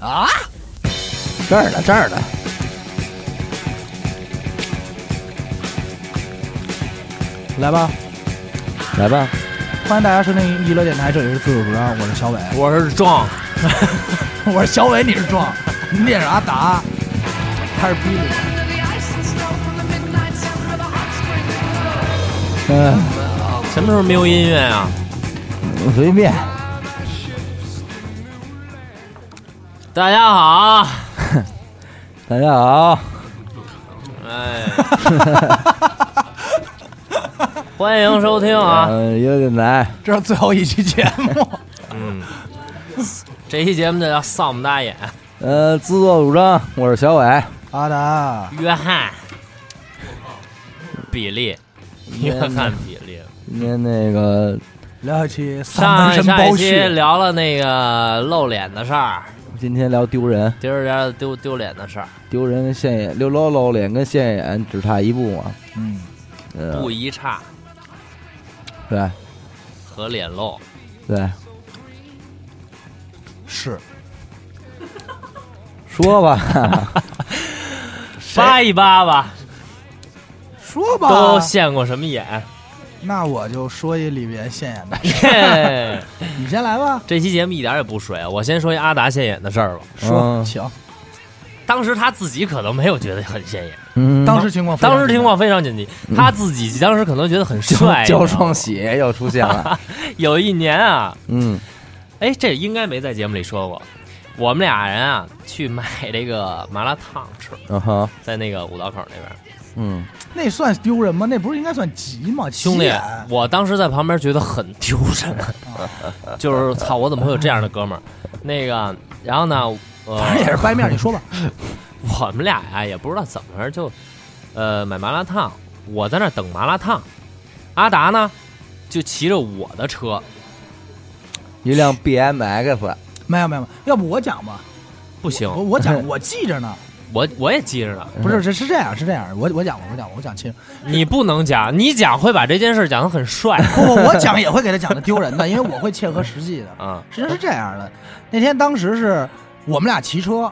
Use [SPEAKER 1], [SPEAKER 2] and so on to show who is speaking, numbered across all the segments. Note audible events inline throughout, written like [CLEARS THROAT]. [SPEAKER 1] 啊，
[SPEAKER 2] 这儿呢，这儿呢。
[SPEAKER 1] 来吧，
[SPEAKER 2] 来吧，
[SPEAKER 1] 欢迎大家收听娱乐电台，这里是自主主张，我是小伟， [LAUGHS]
[SPEAKER 3] 我是壮，
[SPEAKER 1] 我是小伟，你是壮， [LAUGHS] 你也是阿达，他是逼的。
[SPEAKER 2] 嗯、
[SPEAKER 3] 什么时候没有音乐啊？
[SPEAKER 2] 随便。
[SPEAKER 3] 大家好，啊
[SPEAKER 2] 大家好，
[SPEAKER 3] 哎，欢迎收听
[SPEAKER 2] [LAUGHS]
[SPEAKER 3] 啊！
[SPEAKER 2] 呃，娱乐电台，
[SPEAKER 1] 这是最后一期节
[SPEAKER 2] [LAUGHS]
[SPEAKER 1] 目，
[SPEAKER 3] 这期节目就叫《丧我们大眼
[SPEAKER 2] 呃，自作主张，我是小伟。
[SPEAKER 1] 阿达》，
[SPEAKER 3] 约翰，比利，约翰比利。
[SPEAKER 2] 今天那个
[SPEAKER 1] 聊一期三
[SPEAKER 3] 上
[SPEAKER 1] 门
[SPEAKER 3] 一
[SPEAKER 1] 神
[SPEAKER 3] 上
[SPEAKER 1] 包
[SPEAKER 3] 一期
[SPEAKER 1] 穴，
[SPEAKER 3] 聊了那个露脸的事儿，
[SPEAKER 2] 今天聊丢人，
[SPEAKER 3] 今儿聊丢丢脸的事儿，
[SPEAKER 2] 丢人跟现眼，溜喽喽脸跟现眼只差一步嘛。
[SPEAKER 1] 嗯，
[SPEAKER 2] 嗯，
[SPEAKER 3] 不一差
[SPEAKER 2] 对
[SPEAKER 3] 和脸露。
[SPEAKER 2] 对，
[SPEAKER 1] 是
[SPEAKER 2] 说吧，
[SPEAKER 3] 扒一扒吧，
[SPEAKER 1] 说吧，
[SPEAKER 3] 都现过什么眼？
[SPEAKER 1] 那我就说一里边现眼的，
[SPEAKER 2] [LAUGHS]
[SPEAKER 3] 嘿
[SPEAKER 1] 你先来吧，
[SPEAKER 3] 这期节目一点也不水，我先说一阿达现眼的事儿吧。
[SPEAKER 1] 说
[SPEAKER 2] 嗯
[SPEAKER 1] 请，
[SPEAKER 3] 当时他自己可能没有觉得很现眼，
[SPEAKER 2] 嗯，
[SPEAKER 1] 当时情况，
[SPEAKER 3] 当时情况非常紧急，他自己当时可能觉得
[SPEAKER 2] [LAUGHS]
[SPEAKER 3] 很帅。
[SPEAKER 2] 焦
[SPEAKER 3] 你知道
[SPEAKER 2] 双
[SPEAKER 3] 吗
[SPEAKER 2] 喜又出现了。
[SPEAKER 3] 有一年啊，
[SPEAKER 2] 嗯，
[SPEAKER 3] 哎，这应该没在节目里说过。我们俩人啊，去买这个麻辣烫吃，
[SPEAKER 2] 嗯哼，
[SPEAKER 3] 在那个五道口那边。
[SPEAKER 2] 嗯，
[SPEAKER 1] 那算丢人吗？那不是应该算急吗？急
[SPEAKER 3] 兄弟啊
[SPEAKER 1] 眼，
[SPEAKER 3] 我当时在旁边觉得很丢人，就是操，我怎么会有这样的哥们儿？那个，然后呢，
[SPEAKER 1] 反正也
[SPEAKER 3] 呃，
[SPEAKER 1] 是掰面，你说吧。
[SPEAKER 3] 我们俩呀、也不知道怎么回事，就呃买麻辣烫，我在那儿等麻辣烫，阿达呢就骑着我的车，
[SPEAKER 2] 一辆 BMX，
[SPEAKER 1] 没有没有，没有要不我讲吧，
[SPEAKER 3] 不行，
[SPEAKER 1] 我我
[SPEAKER 3] [LAUGHS]
[SPEAKER 1] 讲，我记着呢。
[SPEAKER 3] 我我也记着呢，
[SPEAKER 1] 不是，这是这样，是这样，我我讲吧，我讲吧，我讲清。
[SPEAKER 3] 你不能讲，你讲会把这件事讲得
[SPEAKER 1] [LAUGHS]
[SPEAKER 3] 很帅
[SPEAKER 1] 不不，我讲也会给他讲的丢人的，因为我会切合实际的。
[SPEAKER 3] 啊。
[SPEAKER 1] 实际上是这样的，那天当时是我们俩骑车，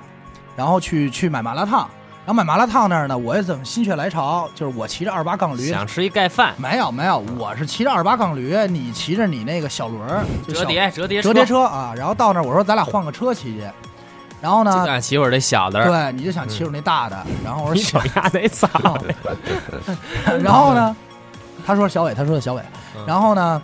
[SPEAKER 1] 然后去去买麻辣烫，然后买麻辣烫那儿呢，我也怎么心血来潮，就是我骑着二八杠驴，
[SPEAKER 3] 想吃一盖饭，
[SPEAKER 1] 没有没有，我是骑着二八杠驴，你骑着你那个小轮儿，就
[SPEAKER 3] 折
[SPEAKER 1] 小
[SPEAKER 3] 叠折叠
[SPEAKER 1] 折叠，车啊，然后到那儿我说咱俩换个车骑去，然后
[SPEAKER 3] 就
[SPEAKER 1] 呢，
[SPEAKER 3] 想骑会儿这小的，
[SPEAKER 1] 对，你就想骑着那大的，然后我
[SPEAKER 3] 你
[SPEAKER 1] 说小哦
[SPEAKER 3] 瞅丫
[SPEAKER 1] [LAUGHS]
[SPEAKER 3] 那操， [LAUGHS]
[SPEAKER 1] 然后呢，他说小伟，他说的小伟
[SPEAKER 3] 嗯，
[SPEAKER 1] 然后呢，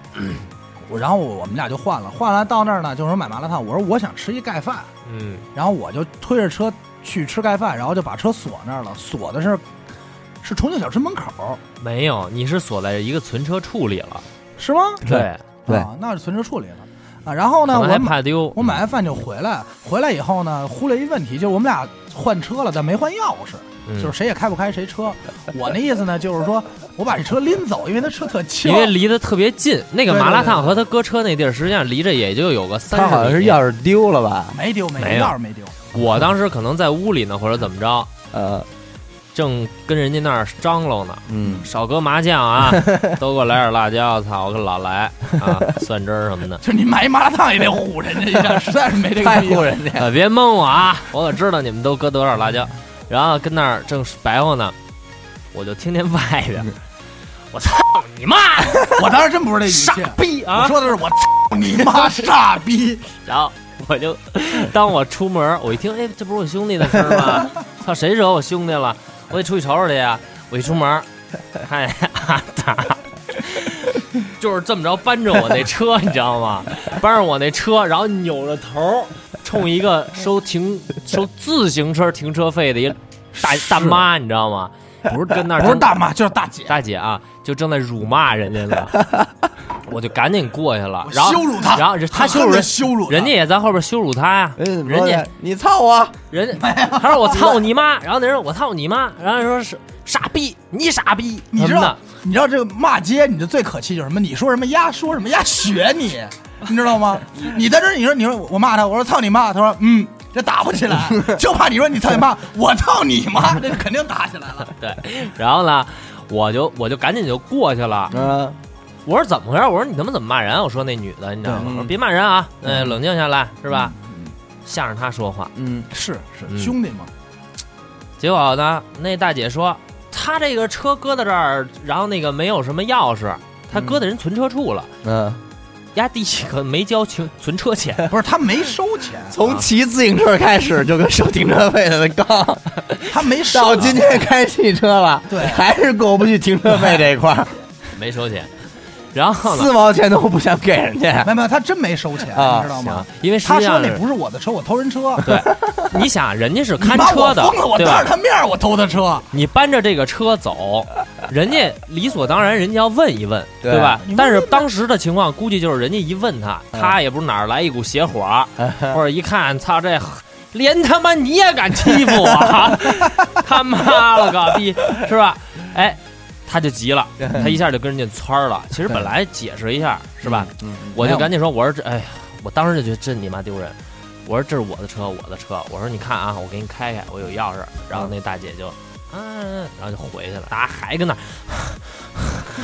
[SPEAKER 1] 我然后我们俩就换了，换完到那儿呢，就说买麻辣烫，我说我想吃一盖饭，
[SPEAKER 3] 嗯，
[SPEAKER 1] 然后我就推着车去吃盖饭，然后就把车锁那儿了，锁的是是重庆小吃门口，
[SPEAKER 3] 没有，你是锁在一个存车处里了，
[SPEAKER 1] 是吗？
[SPEAKER 3] 对，
[SPEAKER 2] 对
[SPEAKER 1] 啊，那是存车处理了啊。然后
[SPEAKER 3] 可
[SPEAKER 1] 呢，
[SPEAKER 3] 能还
[SPEAKER 1] 我买
[SPEAKER 3] 怕丢。
[SPEAKER 1] 我买完饭就回来，回来以后呢，忽略一问题，就是我们俩换车了，但没换钥匙。
[SPEAKER 3] 嗯
[SPEAKER 1] 就是谁也开不开谁车，我那意思呢，就是说我把这车拎走，因为它车特轻，
[SPEAKER 3] 因为离得特别近，那个
[SPEAKER 1] 对对
[SPEAKER 3] 麻辣烫
[SPEAKER 1] 对
[SPEAKER 3] 和他搁车那地儿，实际上离着也就有个三十
[SPEAKER 2] 他
[SPEAKER 3] 米。
[SPEAKER 2] 好像是钥匙丢了吧？
[SPEAKER 1] 没丢没
[SPEAKER 3] 没
[SPEAKER 1] 丢，
[SPEAKER 3] 有
[SPEAKER 1] 钥匙没丢。
[SPEAKER 3] 我当时可能在屋里呢，或者怎么着，
[SPEAKER 2] 呃，
[SPEAKER 3] 正跟人家那儿张罗呢。
[SPEAKER 2] 嗯，
[SPEAKER 3] 少搁麻酱啊，都给我来点辣椒，操，我可老来啊，蒜汁儿什么的，
[SPEAKER 1] 就你买一麻辣烫也得唬人家一
[SPEAKER 3] [LAUGHS]
[SPEAKER 1] 下，实在是没这个
[SPEAKER 2] 太
[SPEAKER 1] 必
[SPEAKER 2] 唬
[SPEAKER 1] 要。
[SPEAKER 2] 人家。
[SPEAKER 3] 呃，别蒙我啊，我可知道你们都搁多少辣椒。然后跟那儿正白话呢，我就听见外边，我操你妈，
[SPEAKER 1] 我当时真不是这语
[SPEAKER 3] 傻
[SPEAKER 1] 气，
[SPEAKER 3] 逼
[SPEAKER 1] 我
[SPEAKER 3] 啊！
[SPEAKER 1] 说的是我操你
[SPEAKER 3] [LAUGHS]
[SPEAKER 1] 妈傻逼，
[SPEAKER 3] 然后我就 [LAUGHS] 当我出门儿，我一听，哎，这不是我兄弟的事儿
[SPEAKER 1] [LAUGHS]
[SPEAKER 3] 吗？操，谁惹我兄弟了？我得出去瞅瞅去呀！我一出门儿，看见阿达，就是这么着搬着我那
[SPEAKER 1] [LAUGHS]
[SPEAKER 3] 车，你知道吗？搬着我那车，然后扭着头儿冲一个收停收自行车停车费的一大大妈，你知道吗？不是跟那儿
[SPEAKER 1] 不是
[SPEAKER 3] 正
[SPEAKER 1] 大妈就是大姐，
[SPEAKER 3] 大姐啊，就正在辱骂人家呢，
[SPEAKER 1] [LAUGHS]
[SPEAKER 3] 我就赶紧过去了
[SPEAKER 1] 我，
[SPEAKER 3] 然后
[SPEAKER 1] 羞辱她
[SPEAKER 3] 然后人
[SPEAKER 1] 狠
[SPEAKER 3] 他
[SPEAKER 1] 狠
[SPEAKER 3] 羞辱
[SPEAKER 1] 地
[SPEAKER 3] 人，
[SPEAKER 1] 羞辱她
[SPEAKER 3] 人家也在后边羞辱他呀，
[SPEAKER 2] 人家哎怎么
[SPEAKER 3] 人
[SPEAKER 2] 说
[SPEAKER 3] 家
[SPEAKER 2] 的你操我，
[SPEAKER 3] 人家他说我操你妈，然后那人我操你妈，然后说是傻逼，你傻逼，
[SPEAKER 1] 你知
[SPEAKER 3] 什么
[SPEAKER 1] 道
[SPEAKER 3] 的，
[SPEAKER 1] 你知道这个骂街，你就最可气就是什么？你说什么呀？说什么呀？学你， [LAUGHS] 你知道吗？你在这儿，你说你说我骂他，我说操你妈，他说嗯，这打不起
[SPEAKER 3] [LAUGHS]
[SPEAKER 1] 来，就怕你说你操你妈，我操你妈， [LAUGHS] 这肯定打起来了。
[SPEAKER 3] 对，然后呢，我就我就赶紧就过去了，
[SPEAKER 2] 嗯，
[SPEAKER 3] 我说怎啊么回事？我说你他妈怎么骂人？我说那女的，你知道吗？哎
[SPEAKER 2] 嗯
[SPEAKER 3] 我说别骂人啊，呃，冷静下来，是吧？向着他说话。
[SPEAKER 2] 嗯，
[SPEAKER 1] 是是
[SPEAKER 3] 嗯
[SPEAKER 1] 兄弟嘛，
[SPEAKER 3] 结果呢，那大姐说她这个车搁到这儿，然后那个没有什么钥匙，她搁在人存车处了，
[SPEAKER 2] 嗯，
[SPEAKER 3] 压第一个没交存存车钱。
[SPEAKER 2] [LAUGHS]
[SPEAKER 1] 不是他没收
[SPEAKER 3] [LAUGHS]
[SPEAKER 1] 钱，
[SPEAKER 2] 从骑自行车开始就跟收停车费的 [LAUGHS] 杠，
[SPEAKER 1] 他没收
[SPEAKER 2] 到今天开汽车了，
[SPEAKER 1] 对
[SPEAKER 2] 还是过不去停车费这一块 [LAUGHS] 儿，
[SPEAKER 3] 没收钱。然后呢？
[SPEAKER 2] 四毛钱都不想给人家
[SPEAKER 1] 啊
[SPEAKER 2] [LAUGHS]
[SPEAKER 1] 没。有没有，他真没收钱，
[SPEAKER 2] 啊
[SPEAKER 1] 你知道吗
[SPEAKER 3] 行？，因为实
[SPEAKER 1] 他
[SPEAKER 3] 际
[SPEAKER 1] 说
[SPEAKER 3] 上
[SPEAKER 1] 那
[SPEAKER 3] 是
[SPEAKER 1] 不是我的车，我偷人
[SPEAKER 3] [LAUGHS]
[SPEAKER 1] 车。
[SPEAKER 3] 对，你想人家是
[SPEAKER 1] 你
[SPEAKER 3] 看
[SPEAKER 1] 把
[SPEAKER 3] 车
[SPEAKER 1] 我
[SPEAKER 3] 的
[SPEAKER 1] 疯了，，我
[SPEAKER 3] 对
[SPEAKER 1] 当
[SPEAKER 3] 吧
[SPEAKER 1] 着？他面儿我偷他车，
[SPEAKER 3] 你搬着这个车走，人家理所当然，人家要问一问，
[SPEAKER 2] 对
[SPEAKER 3] 对吧
[SPEAKER 1] 你？问
[SPEAKER 3] 但是当时的情况，估计就是人家一问他，
[SPEAKER 2] 嗯
[SPEAKER 3] 他也不是哪儿来一股邪火儿，
[SPEAKER 1] 嗯
[SPEAKER 3] 或者一看，操这，连他妈你也敢欺负我， [LAUGHS] 他妈了个逼，是吧？哎，他就急了，他一下就跟人家蹿儿了。其实本来解释一下，是吧？
[SPEAKER 2] 嗯？嗯，
[SPEAKER 3] 我
[SPEAKER 1] 没
[SPEAKER 3] 就
[SPEAKER 1] 有
[SPEAKER 3] 赶紧说，我说这，哎呀，我当时就觉得这你妈丢人。我说这是我的车，我的车。我说你看啊，我给你开开，我有钥匙。然后那大姐就，嗯、然后就回去了。大家还跟那儿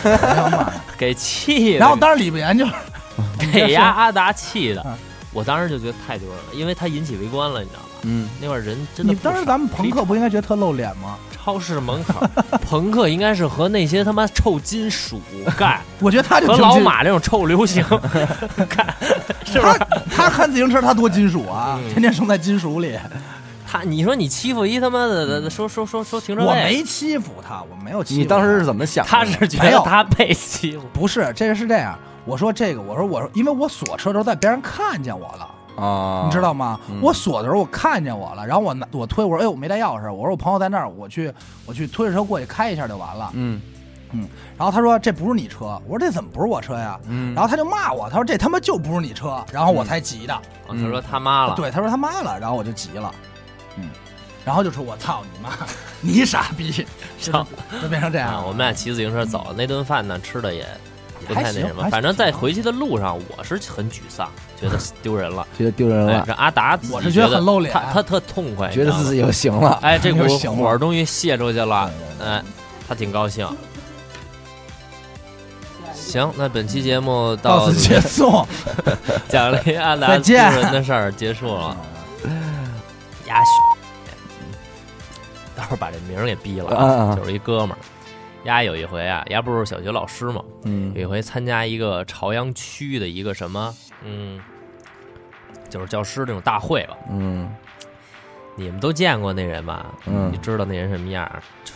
[SPEAKER 1] 哎呀妈呀！
[SPEAKER 3] [LAUGHS] 给气的，
[SPEAKER 1] 然后当时李不言就是
[SPEAKER 3] 给丫阿达气的
[SPEAKER 1] 嗯。
[SPEAKER 3] 我当时就觉得太丢人了，因为他引起围观了，你知道吗？
[SPEAKER 2] 嗯，
[SPEAKER 3] 那会儿人真的
[SPEAKER 1] 你
[SPEAKER 3] 不少。
[SPEAKER 1] 当时咱们朋克不应该觉得特露脸吗？
[SPEAKER 3] 超市门口，朋克应该是和那些他妈臭金属
[SPEAKER 1] [LAUGHS]
[SPEAKER 3] 干，
[SPEAKER 1] 我觉得他就
[SPEAKER 3] 和
[SPEAKER 1] 挺
[SPEAKER 3] 老
[SPEAKER 1] 金
[SPEAKER 3] 马这种臭流行 [LAUGHS] 干，是吧
[SPEAKER 1] [LAUGHS] 他？他看自行车，他多金属啊，
[SPEAKER 3] 嗯
[SPEAKER 1] 天天生在金属里。
[SPEAKER 3] 他你说你欺负一他妈的说说说说停车位，
[SPEAKER 1] 我没欺负他，我没有欺负他。
[SPEAKER 2] 你当时是怎么想的？
[SPEAKER 3] 他是觉
[SPEAKER 1] 没
[SPEAKER 3] 得
[SPEAKER 1] 有
[SPEAKER 3] 他被欺负，
[SPEAKER 1] 不是？这个是这样，我说这个，我说我说，因为我锁车的时候在别人看见我了，
[SPEAKER 2] 啊，
[SPEAKER 1] 你知道吗？
[SPEAKER 2] 嗯
[SPEAKER 1] 我锁的时候我看见我了，然后我拿我推，我说哎我没带钥匙，我说我朋友在那儿，我去我去推着车过去开一下就完了。
[SPEAKER 2] 嗯？
[SPEAKER 1] 然后他说这不是你车，我说这怎么不是我车呀？
[SPEAKER 2] 嗯嗯，嗯
[SPEAKER 1] 然后他就骂我，他说这他妈就不是你车，然后我才急的。
[SPEAKER 3] 哦他说他妈了，
[SPEAKER 1] 对，他说他妈了，然后我就急了，嗯，然后就说我操你妈，你傻
[SPEAKER 3] [LAUGHS]
[SPEAKER 1] 逼，就
[SPEAKER 3] 操
[SPEAKER 1] 就变成这样
[SPEAKER 3] 啊，
[SPEAKER 1] 了。
[SPEAKER 3] 我们俩骑自行车走，那顿饭呢吃的也不太
[SPEAKER 1] 还
[SPEAKER 3] 那
[SPEAKER 1] 行
[SPEAKER 3] 什么
[SPEAKER 1] 还，
[SPEAKER 3] 反正
[SPEAKER 1] 行
[SPEAKER 3] 在回去的路上我是很沮丧，觉得丢人了。
[SPEAKER 2] 觉得丢人
[SPEAKER 3] 哎
[SPEAKER 2] 了，
[SPEAKER 3] 这阿达自己
[SPEAKER 1] 我是
[SPEAKER 3] 觉
[SPEAKER 1] 觉得很露脸
[SPEAKER 3] 他他特痛快，
[SPEAKER 2] 觉得自
[SPEAKER 3] 己
[SPEAKER 2] 己又行了。
[SPEAKER 3] 哎这股
[SPEAKER 1] 就行了
[SPEAKER 3] 火儿终于泄出去了，
[SPEAKER 1] 对
[SPEAKER 3] 哎，他挺高兴。行，那本期节目
[SPEAKER 1] 到
[SPEAKER 3] 到
[SPEAKER 1] 此结束，
[SPEAKER 3] 讲了一阿达
[SPEAKER 1] 再
[SPEAKER 3] 丢
[SPEAKER 1] 见
[SPEAKER 3] 人的事儿结束
[SPEAKER 1] [LAUGHS]
[SPEAKER 3] 了。鸭血，到时候把这名儿给毙了
[SPEAKER 2] 啊啊
[SPEAKER 3] 啊，就是一哥们儿。丫有一回啊，丫不是小学老师嘛，
[SPEAKER 2] 嗯
[SPEAKER 3] 有一回参加一个朝阳区的一个什么，嗯，就是教师那种大会吧。
[SPEAKER 2] 嗯
[SPEAKER 3] 你们都见过那人吧？
[SPEAKER 2] 嗯
[SPEAKER 3] 你知道那人什么样儿？就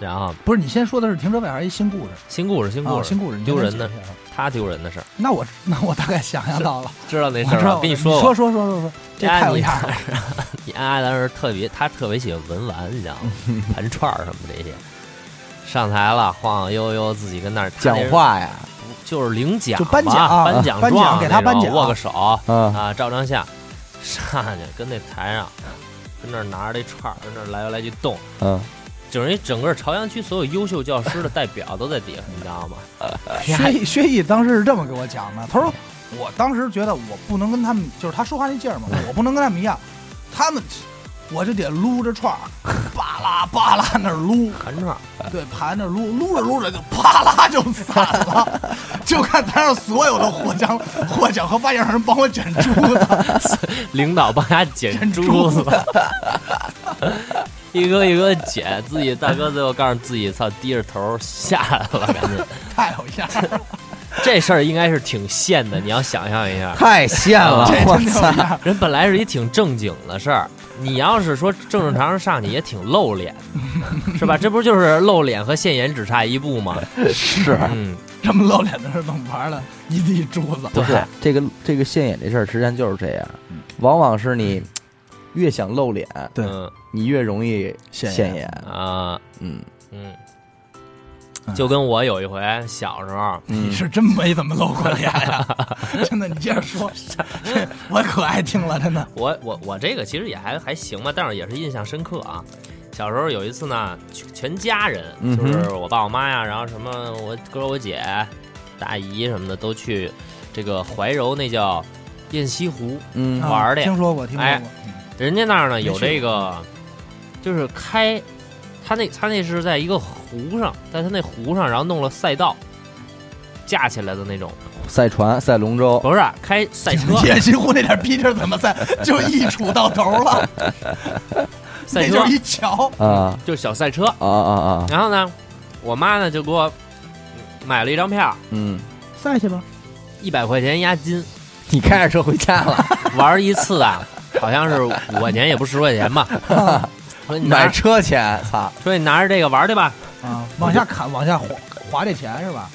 [SPEAKER 3] 然后
[SPEAKER 1] [LAUGHS] 不是你先说的是停车位还是一新故事？
[SPEAKER 3] 新故事，新故
[SPEAKER 1] 啊
[SPEAKER 3] 事，
[SPEAKER 1] 新故事，你先
[SPEAKER 3] 丢人
[SPEAKER 1] 解
[SPEAKER 3] 的
[SPEAKER 1] 释一下吧。
[SPEAKER 3] 他丢人的事儿，
[SPEAKER 1] 那我那我大概想象到
[SPEAKER 3] [LAUGHS]
[SPEAKER 1] 了，
[SPEAKER 3] 知道那
[SPEAKER 1] 我
[SPEAKER 3] 事儿
[SPEAKER 1] 知
[SPEAKER 3] 吧
[SPEAKER 1] 道。
[SPEAKER 3] 我跟
[SPEAKER 1] 你
[SPEAKER 3] 说吧
[SPEAKER 1] 说，说说说说，这
[SPEAKER 3] 丫
[SPEAKER 1] 太有
[SPEAKER 3] 你 [LAUGHS]
[SPEAKER 1] 样了。
[SPEAKER 3] 你丫当时特别，他特别喜欢文玩，你知道吗？盘串儿什么这些，上台了晃晃悠悠，自己跟那儿
[SPEAKER 2] 讲，话呀，
[SPEAKER 3] 就是领奖
[SPEAKER 1] 就
[SPEAKER 3] 嘛，
[SPEAKER 1] 颁奖啊
[SPEAKER 3] 颁奖
[SPEAKER 1] 颁奖
[SPEAKER 3] 状
[SPEAKER 1] 给他
[SPEAKER 3] 那种
[SPEAKER 1] 颁奖
[SPEAKER 3] 握个手
[SPEAKER 2] 嗯
[SPEAKER 3] 啊，照张相，上去跟那台上，跟那儿拿着这串儿，跟那儿来回来去动，
[SPEAKER 2] 嗯，
[SPEAKER 3] 就是一整个朝阳区所有优秀教师的代表都在底下，你知道吗？
[SPEAKER 1] 薛毅，薛毅当时是这么给我讲的，他说，我当时觉得我不能跟他们，就是他说话那劲儿
[SPEAKER 3] 嗯
[SPEAKER 1] 嘛，我不能跟他们一样，他们我就得撸着
[SPEAKER 3] [LAUGHS]
[SPEAKER 1] 串儿，巴拉巴拉那儿撸，
[SPEAKER 3] 盘串儿，
[SPEAKER 1] 对，盘着撸，撸着撸着就啪啦就散了，就看台上所有的获奖、获奖和发言人帮我捡珠子，
[SPEAKER 3] 领导帮他捡
[SPEAKER 1] 捡
[SPEAKER 3] 珠
[SPEAKER 1] 珠
[SPEAKER 3] 子
[SPEAKER 1] 子，
[SPEAKER 3] 一个一个捡，自己大哥最后告诉自己，操，低着头下来了，赶紧。
[SPEAKER 1] 太有样儿了，
[SPEAKER 3] 这事儿应该是挺现的，你要想象一下，
[SPEAKER 2] 太现了， [LAUGHS]
[SPEAKER 3] 啊
[SPEAKER 1] 这
[SPEAKER 2] 我
[SPEAKER 1] 真的有
[SPEAKER 2] 操！
[SPEAKER 1] 样儿。
[SPEAKER 3] 人本来是一挺正经的事儿，你要是说正正常常上去也挺露脸的，是吧？这不就是露脸和现眼只差一步吗？
[SPEAKER 2] 是
[SPEAKER 3] 嗯，
[SPEAKER 1] 这么露脸的事儿弄玩了，一地珠子，
[SPEAKER 2] 不是
[SPEAKER 3] 对
[SPEAKER 2] 这个这个现眼这事儿，实际上就是这样，往往是你越想露脸，
[SPEAKER 1] 对
[SPEAKER 3] 嗯
[SPEAKER 2] 你越容易
[SPEAKER 1] 现眼
[SPEAKER 2] 现眼。
[SPEAKER 3] 啊，
[SPEAKER 2] 嗯
[SPEAKER 3] 嗯，就跟我有一回小时候，
[SPEAKER 1] 你是真没怎么露过脸呀、真的，你接着说，这我可爱听了，真的。
[SPEAKER 3] 我我我这个其实也还还行吧，但是也是印象深刻啊。小时候有一次呢，全全家人
[SPEAKER 2] 嗯
[SPEAKER 3] 就
[SPEAKER 2] 哼
[SPEAKER 3] 是我爸我妈呀，然后什么我哥我姐、大姨什么的都去这个怀柔那叫雁西湖，
[SPEAKER 2] 嗯
[SPEAKER 1] 啊
[SPEAKER 3] 玩儿的
[SPEAKER 1] 听说过，听说
[SPEAKER 3] 哎
[SPEAKER 1] 过。嗯
[SPEAKER 3] 人家那儿呢
[SPEAKER 1] 没去
[SPEAKER 3] 有
[SPEAKER 1] 过
[SPEAKER 3] 这个，就是开，他那他那是在一个湖上，在他那湖上，然后弄了赛道，架起来的那种，
[SPEAKER 2] 赛船、赛龙舟，
[SPEAKER 3] 不是啊开赛车，
[SPEAKER 1] 野心湖那点逼劲儿怎么赛，就一杵到头了，
[SPEAKER 3] 赛
[SPEAKER 1] 那
[SPEAKER 3] 车
[SPEAKER 1] 就是一桥。
[SPEAKER 2] 啊
[SPEAKER 3] 就是小赛车。
[SPEAKER 2] 啊啊啊，
[SPEAKER 3] 然后呢，我妈呢就给我买了一张票，
[SPEAKER 2] 嗯，
[SPEAKER 1] 赛去吧，
[SPEAKER 3] 一百块钱押金，
[SPEAKER 2] 你开着车回家 [LAUGHS] 了，
[SPEAKER 3] 玩一次啊，好像是五块钱，也不十块钱
[SPEAKER 2] [LAUGHS]
[SPEAKER 3] 吧。说你拿
[SPEAKER 2] 买，车钱，操，
[SPEAKER 3] 说你拿着这个玩去吧，
[SPEAKER 1] 啊，往下砍，往下划划这钱是吧？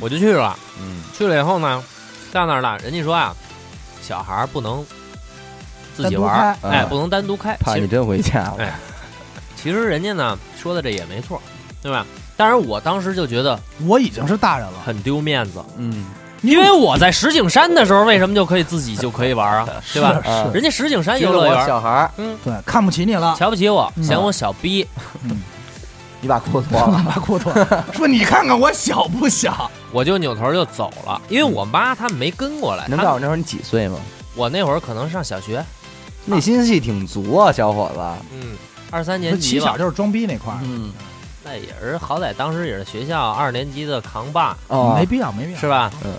[SPEAKER 3] 我就去了。
[SPEAKER 2] 嗯，
[SPEAKER 3] 去了以后呢，到那儿了，人家说啊，小孩儿不能自己玩儿
[SPEAKER 1] 单，
[SPEAKER 2] 独开
[SPEAKER 3] 哎，
[SPEAKER 2] 嗯
[SPEAKER 3] 不能单独开。
[SPEAKER 2] 怕
[SPEAKER 3] 其
[SPEAKER 2] 你
[SPEAKER 3] 实
[SPEAKER 2] 真回家了，
[SPEAKER 3] 哎其实人家呢说的这也没错，对吧？但是我当时就觉得
[SPEAKER 1] 我已经是大人了，
[SPEAKER 3] 很丢面子，
[SPEAKER 2] 嗯，
[SPEAKER 3] 因为我在石景山的时候，为什么就可以自己就可以玩啊？对吧？
[SPEAKER 1] 是是
[SPEAKER 2] 嗯
[SPEAKER 3] 人家石景山
[SPEAKER 2] 觉
[SPEAKER 3] 游哎
[SPEAKER 2] 得
[SPEAKER 3] 乐
[SPEAKER 2] 我
[SPEAKER 3] 园
[SPEAKER 2] 小孩儿，
[SPEAKER 1] 对，看不起你了。
[SPEAKER 3] 瞧不起我，
[SPEAKER 1] 嗯
[SPEAKER 3] 嫌我小逼，
[SPEAKER 2] 你把裤子脱了，
[SPEAKER 3] [LAUGHS]
[SPEAKER 1] 把裤脱，说你看看我小不小？
[SPEAKER 3] 我就扭头就走了。因为我妈他们没跟过
[SPEAKER 1] 嗯
[SPEAKER 3] 来，
[SPEAKER 2] 能
[SPEAKER 3] 她
[SPEAKER 2] 告诉我那会儿你几岁吗？
[SPEAKER 3] 我那会儿可能上小学，
[SPEAKER 2] 内心戏挺足啊，小伙子，
[SPEAKER 3] 嗯，二三年
[SPEAKER 1] 不
[SPEAKER 3] 级
[SPEAKER 1] 起
[SPEAKER 3] 吧
[SPEAKER 1] 小，就是装逼那块儿，
[SPEAKER 2] 嗯，
[SPEAKER 3] 那也是好歹当时也是学校二年级的扛把，
[SPEAKER 2] 哦
[SPEAKER 1] 没，必要，没必要，
[SPEAKER 3] 是？吧？
[SPEAKER 2] 嗯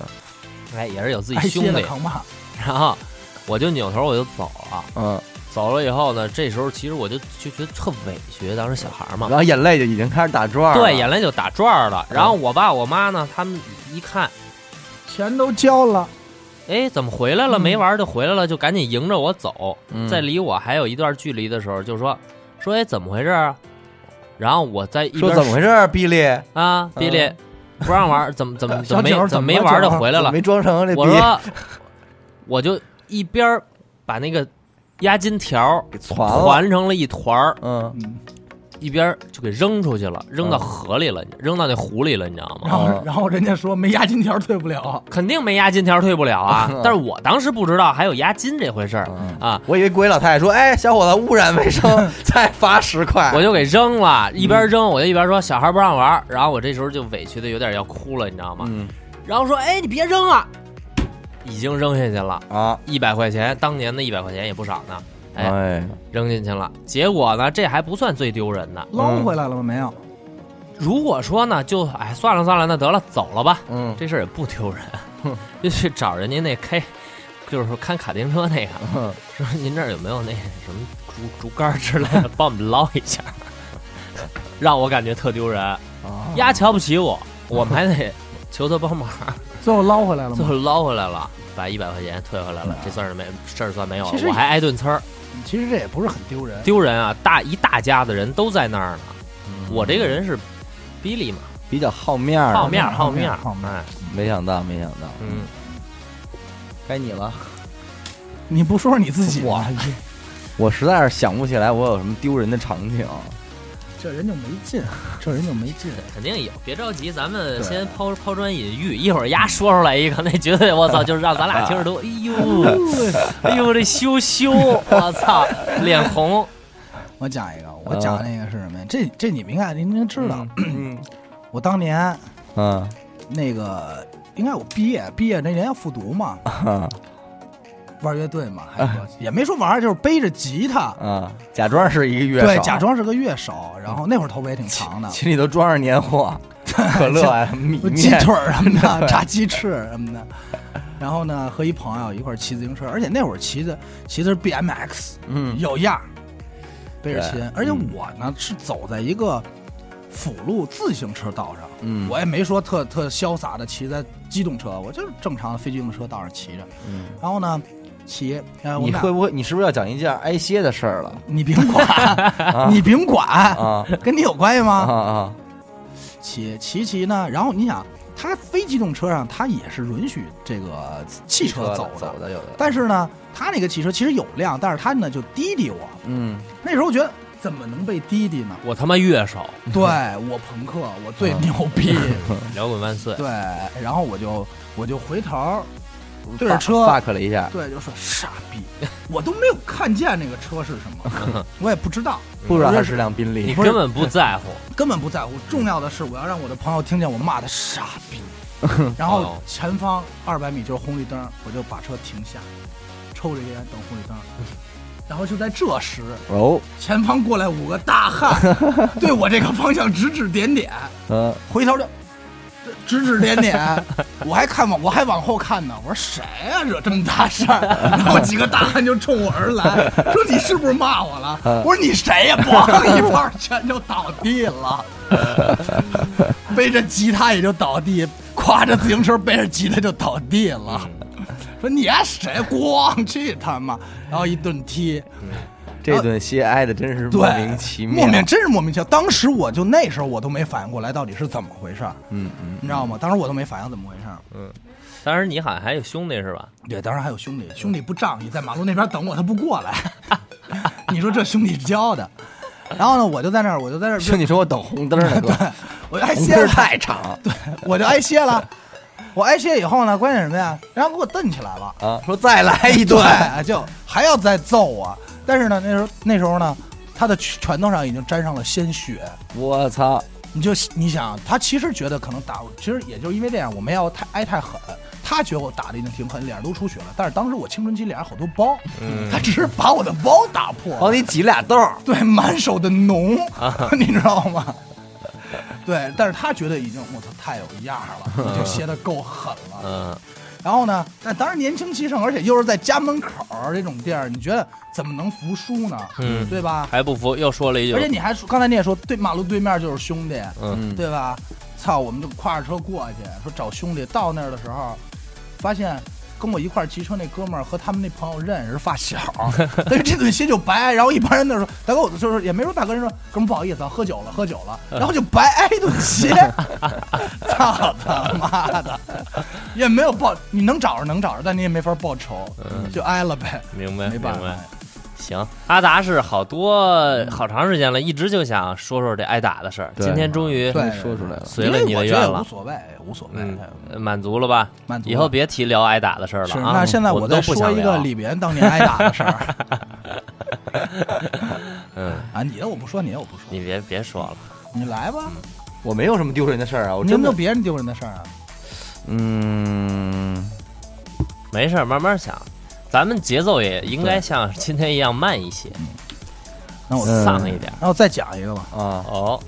[SPEAKER 3] 哎，也是有自
[SPEAKER 1] 挨
[SPEAKER 3] 己兄
[SPEAKER 1] 歇了
[SPEAKER 3] 弟。
[SPEAKER 1] 扛把，
[SPEAKER 3] 然后我就扭头我就走了，
[SPEAKER 2] 嗯，
[SPEAKER 3] 走了以后呢，这时候其实我就就觉得特委屈，当时小孩嘛
[SPEAKER 2] 然，后眼泪就已经开始打
[SPEAKER 1] 啊
[SPEAKER 2] 转儿了，
[SPEAKER 3] 对，眼泪就打转儿
[SPEAKER 1] 嗯
[SPEAKER 3] 了。然后我爸我妈呢，他们一看，
[SPEAKER 1] 钱都交了，
[SPEAKER 3] 哎，怎么回来了？
[SPEAKER 1] 嗯
[SPEAKER 3] 没玩儿就回来了，就赶紧迎着我走。
[SPEAKER 2] 嗯
[SPEAKER 3] 在离我还有一段距离的时候，就说说哎怎么回事儿啊？然后我在一边
[SPEAKER 2] 说怎么回事儿，毕利
[SPEAKER 3] 啊，
[SPEAKER 2] 嗯
[SPEAKER 3] 比利不让玩儿，怎么怎
[SPEAKER 2] [LAUGHS]
[SPEAKER 3] 么怎
[SPEAKER 1] 小
[SPEAKER 3] 么没
[SPEAKER 1] 九儿
[SPEAKER 3] 怎
[SPEAKER 1] 怎
[SPEAKER 3] 么
[SPEAKER 1] 么
[SPEAKER 3] 没
[SPEAKER 1] 了
[SPEAKER 3] 玩儿就
[SPEAKER 1] 九儿
[SPEAKER 3] 回来
[SPEAKER 2] 怎么
[SPEAKER 3] 了？
[SPEAKER 2] 没装成这逼
[SPEAKER 3] 我说我就一边儿把那个押金条儿
[SPEAKER 2] 给攒了，
[SPEAKER 3] 团成了一团儿，
[SPEAKER 2] 嗯，
[SPEAKER 1] 嗯，
[SPEAKER 3] 一边儿就给扔出去了，扔到河里了，扔到那湖里了，你知道吗？
[SPEAKER 1] 然后
[SPEAKER 2] 哦
[SPEAKER 1] 然后人家说没押金条退不了，
[SPEAKER 3] 肯定没押金条退不了啊！但是我当时不知道还有押金这回事儿
[SPEAKER 2] 嗯
[SPEAKER 3] 啊，
[SPEAKER 2] 我以为鬼老太太说，哎，小伙子污染卫
[SPEAKER 3] [LAUGHS]
[SPEAKER 2] 生再罚十块，
[SPEAKER 3] 我就给扔了，一
[SPEAKER 2] 嗯
[SPEAKER 3] 边扔我就一边说小孩不让玩儿，然后我这时候就委屈的有点要哭了，你知道吗？
[SPEAKER 2] 嗯
[SPEAKER 3] 然后说哎你别扔啊，已经扔下去了，
[SPEAKER 2] 啊，
[SPEAKER 3] 一百块钱，当年的一百块钱也不少呢，哎
[SPEAKER 2] 哎，
[SPEAKER 3] 扔进去了。结果呢这还不算最丢人的，
[SPEAKER 1] 捞回来了吗？没有，
[SPEAKER 3] 如果说呢就哎算了算了，那得了走了吧，
[SPEAKER 2] 嗯，
[SPEAKER 3] 这事儿也不丢人， [LAUGHS] 就去找人家那开。就是说看卡丁车那个，
[SPEAKER 2] 嗯
[SPEAKER 3] 说您这儿有没有那什么竹竹竿儿之类的，帮我们捞一下， [LAUGHS] 让我感觉特丢人。
[SPEAKER 2] 啊
[SPEAKER 3] 丫瞧不起我，我们还得求他帮忙，
[SPEAKER 1] 最后捞回来了
[SPEAKER 3] 最
[SPEAKER 1] 吗？
[SPEAKER 3] 后捞回来了，把一百块钱退回来了，这算是没事儿，算没有
[SPEAKER 1] 其
[SPEAKER 3] 了
[SPEAKER 1] 实，也
[SPEAKER 3] 我还挨顿呲儿，
[SPEAKER 1] 其实这也不是很丢人，
[SPEAKER 3] 丢人啊！大一大家子人都在那儿呢，
[SPEAKER 2] 嗯
[SPEAKER 3] 我这个人是逼力嘛，
[SPEAKER 2] 比较好面儿，
[SPEAKER 3] 好面儿
[SPEAKER 1] 好
[SPEAKER 3] 面
[SPEAKER 1] 面
[SPEAKER 3] 儿
[SPEAKER 1] 儿好面儿
[SPEAKER 3] 哎，
[SPEAKER 2] 没想到，没想到，
[SPEAKER 3] 嗯，
[SPEAKER 2] 该你了。
[SPEAKER 1] 你不说说你自己吗？
[SPEAKER 2] 我实在是想不起来我有什么丢人的场景，
[SPEAKER 1] 这人就没劲，这人就没
[SPEAKER 3] [LAUGHS]
[SPEAKER 1] 劲。
[SPEAKER 3] 肯定有，别着急，咱们
[SPEAKER 2] 对
[SPEAKER 3] 先抛抛砖引玉，一会儿丫说出来一个，那绝对我操，就是让咱俩听着都，哎呦，哎呦，这羞羞，我操，脸红，
[SPEAKER 1] 我讲一个，我讲那个是什么呀？这这你们应该应该知道，
[SPEAKER 2] 嗯
[SPEAKER 1] 我当年
[SPEAKER 2] 嗯
[SPEAKER 1] 那个应该我毕业毕业那年要复读嘛，
[SPEAKER 2] 啊哎
[SPEAKER 1] 玩乐队嘛，还说也没说玩，就是背着吉他，
[SPEAKER 2] 啊，假装是一个乐手，
[SPEAKER 1] 对，假装是个乐手，然后那会儿头发也挺长
[SPEAKER 2] [LAUGHS]
[SPEAKER 1] 的，
[SPEAKER 2] 心里都装着年
[SPEAKER 1] [LAUGHS]
[SPEAKER 2] 货，可乐啊，米
[SPEAKER 1] 鸡
[SPEAKER 2] 面，
[SPEAKER 1] 腿儿什么
[SPEAKER 2] [LAUGHS]
[SPEAKER 1] 的，炸鸡翅什么的。然后呢，和一朋友一块儿骑自行车，而且那会儿骑的骑的是 BMX，
[SPEAKER 2] 嗯
[SPEAKER 1] 有样儿，背着琴
[SPEAKER 2] 对。
[SPEAKER 1] 而且
[SPEAKER 2] 嗯
[SPEAKER 1] 我呢是走在一个辅路自行车道上，
[SPEAKER 2] 嗯，
[SPEAKER 1] 我也没说特特潇洒的骑在机动车，我就是正常的非机动车道上骑着。
[SPEAKER 2] 嗯
[SPEAKER 1] 然后呢，骑，呃，我们
[SPEAKER 2] 你
[SPEAKER 1] 俩
[SPEAKER 2] 会不会？你是不是要讲一件挨歇的事儿了
[SPEAKER 1] 你甭管，
[SPEAKER 2] [LAUGHS]
[SPEAKER 1] 你甭管，
[SPEAKER 2] 啊
[SPEAKER 1] [LAUGHS] 跟你有关系
[SPEAKER 2] 啊
[SPEAKER 1] 吗？
[SPEAKER 2] 啊！
[SPEAKER 1] 骑骑骑呢，然后你想，它非机动车上它也是允许这个汽车走
[SPEAKER 2] 走
[SPEAKER 1] 的，
[SPEAKER 2] 的有的，
[SPEAKER 1] 但是呢，它那个汽车其实有辆，但是它呢就滴滴我。
[SPEAKER 2] 嗯
[SPEAKER 1] 那时候我觉得怎么能被滴滴呢？
[SPEAKER 3] 我他妈乐手，
[SPEAKER 1] 对我朋克，我最
[SPEAKER 2] 啊
[SPEAKER 1] 牛
[SPEAKER 2] [LAUGHS]
[SPEAKER 1] 逼。
[SPEAKER 3] 摇滚万岁，
[SPEAKER 1] 对，然后我就我就回头，对着
[SPEAKER 2] fuck-
[SPEAKER 1] 车
[SPEAKER 2] fuck 了一下，
[SPEAKER 1] 对，就说傻逼， [LAUGHS] 我都没有看见那个车是什么，我也不知道，
[SPEAKER 2] 不知道它是辆宾
[SPEAKER 3] 你
[SPEAKER 2] 利，
[SPEAKER 3] 根本不在乎，
[SPEAKER 1] 根本不在乎。重要的是，我要让我的朋友听见我骂他傻逼。然
[SPEAKER 3] 哦
[SPEAKER 1] 后前方二百米就是红绿灯，我就把车停下，抽着烟等红绿灯。然后就在这时，
[SPEAKER 2] 哦，
[SPEAKER 1] 前方过来五个大汉，对我这个方向指指点点，
[SPEAKER 2] 嗯
[SPEAKER 1] 回头就指指点点， [LAUGHS] 我还看往我还往后看呢，我说谁呀、惹这么大事儿？ [LAUGHS] 然后几个大汉就冲我而来，说你是不是骂我了？我说你谁呀、咣一拍全就倒地了，背着吉他也就倒地，挎着自行车背着吉他就倒地了。说你丫、谁？咣去他妈！然后一顿踢，
[SPEAKER 2] 这顿歇挨的真是莫
[SPEAKER 1] 对
[SPEAKER 2] 名其妙。
[SPEAKER 1] 莫名真是莫名其妙。当时我就那时候我都没反应过来到底是怎么回事儿，
[SPEAKER 2] 嗯嗯，
[SPEAKER 1] 你知道吗？当时我都没反应怎么回事儿。
[SPEAKER 3] 当时你好像还有兄弟是吧？
[SPEAKER 1] 对，当时还有兄弟，兄弟不仗义，在马路那边等我，他不过来。 [LAUGHS] 你说这兄弟教的，然后呢，我就在那儿，我就在
[SPEAKER 2] [LAUGHS]
[SPEAKER 1] 那儿，
[SPEAKER 2] 兄弟说我等红灯 [LAUGHS] 呢，哥，
[SPEAKER 1] 我就挨
[SPEAKER 2] 红
[SPEAKER 1] 歇
[SPEAKER 2] 灯
[SPEAKER 1] 了，
[SPEAKER 2] 太长
[SPEAKER 1] 我就挨歇了。我挨歇以后呢，关键什么呀？然后给我蹬起来了，
[SPEAKER 2] 啊，说再来一顿，
[SPEAKER 1] 对，就还要再揍我。但是呢，那时候那时候呢，他的拳拳头上已经沾上了鲜血。
[SPEAKER 2] [LAUGHS] 我操，
[SPEAKER 1] 你就你想，他其实觉得可能打我，其实也就是因为这样，我没要太挨太狠。他觉得我打的已经挺狠，脸上都出血了。但是当时我青春期脸上好多包，
[SPEAKER 3] 嗯
[SPEAKER 1] 他只是把我的包打破，
[SPEAKER 3] 哦
[SPEAKER 2] 往你挤俩豆儿，
[SPEAKER 1] 对，满手的脓，
[SPEAKER 3] 啊
[SPEAKER 1] [LAUGHS] 你知道吗？对，但是他觉得已经我操太有样儿了，就歇的够狠了。
[SPEAKER 3] 嗯，
[SPEAKER 1] 然后呢，但当然年轻气盛，而且又是在家门口儿这种地儿，你觉得怎么能服输呢？
[SPEAKER 3] 嗯
[SPEAKER 1] 对吧？
[SPEAKER 3] 还不服，又说了一句
[SPEAKER 1] 而且，你还说，刚才你也说，对，马路对面就是兄弟，
[SPEAKER 3] 嗯，
[SPEAKER 2] 嗯，
[SPEAKER 1] 对吧？操，我们就挎着车过去，说找兄弟。到那儿的时候，发现跟我一块儿骑车那哥们儿和他们那朋友认识是发
[SPEAKER 3] [LAUGHS]
[SPEAKER 1] 小，但是这顿歇就白挨。然后一帮人那说：“大哥，我就是也没说大哥，人说哥们儿不好意思啊，喝酒了，喝酒了。”
[SPEAKER 3] 嗯
[SPEAKER 1] 然后就白挨一顿歇， [LAUGHS] 操他妈的，也没有报，你能找着能找着，但你也没法报仇，就挨了呗，
[SPEAKER 3] 明白
[SPEAKER 1] 没
[SPEAKER 3] 嗯哎明
[SPEAKER 1] 办法嗯
[SPEAKER 3] 白。。行，阿达是好多好长时间了，一直就想说说这挨打的事儿，
[SPEAKER 2] [LAUGHS] 对
[SPEAKER 3] 今天终于
[SPEAKER 1] 对
[SPEAKER 2] 说出来了，
[SPEAKER 3] 随了你
[SPEAKER 1] 因为
[SPEAKER 3] 的
[SPEAKER 1] 我
[SPEAKER 3] 愿
[SPEAKER 1] 觉得也
[SPEAKER 3] 了
[SPEAKER 1] 无，所谓，无所谓。
[SPEAKER 3] 嗯，满足了吧？
[SPEAKER 1] 满足了
[SPEAKER 3] 以后别提聊挨打的事儿
[SPEAKER 1] 是，
[SPEAKER 3] 了啊！
[SPEAKER 1] 那现在
[SPEAKER 3] 我
[SPEAKER 1] 再
[SPEAKER 3] 都不
[SPEAKER 1] 说
[SPEAKER 3] 想
[SPEAKER 1] 一个
[SPEAKER 3] 聊
[SPEAKER 1] 李别当年挨打的事儿。
[SPEAKER 3] [LAUGHS] 嗯，
[SPEAKER 1] 啊，你的我不说，你的我不说，
[SPEAKER 3] 你嗯别别说了，
[SPEAKER 1] 你来吧，
[SPEAKER 2] 我没有什么丢人的事儿啊，我
[SPEAKER 1] 你有
[SPEAKER 2] 真
[SPEAKER 1] 没有
[SPEAKER 2] 的，
[SPEAKER 1] 别人丢人的事儿啊？
[SPEAKER 2] 嗯，
[SPEAKER 3] 没事儿，慢慢想。咱们节奏也应该像今天一样慢一些，
[SPEAKER 1] 嗯那我
[SPEAKER 2] 嗯
[SPEAKER 3] 丧一点儿。
[SPEAKER 1] 那我再讲一个吧，
[SPEAKER 2] [LAUGHS] 啊，
[SPEAKER 3] 哦，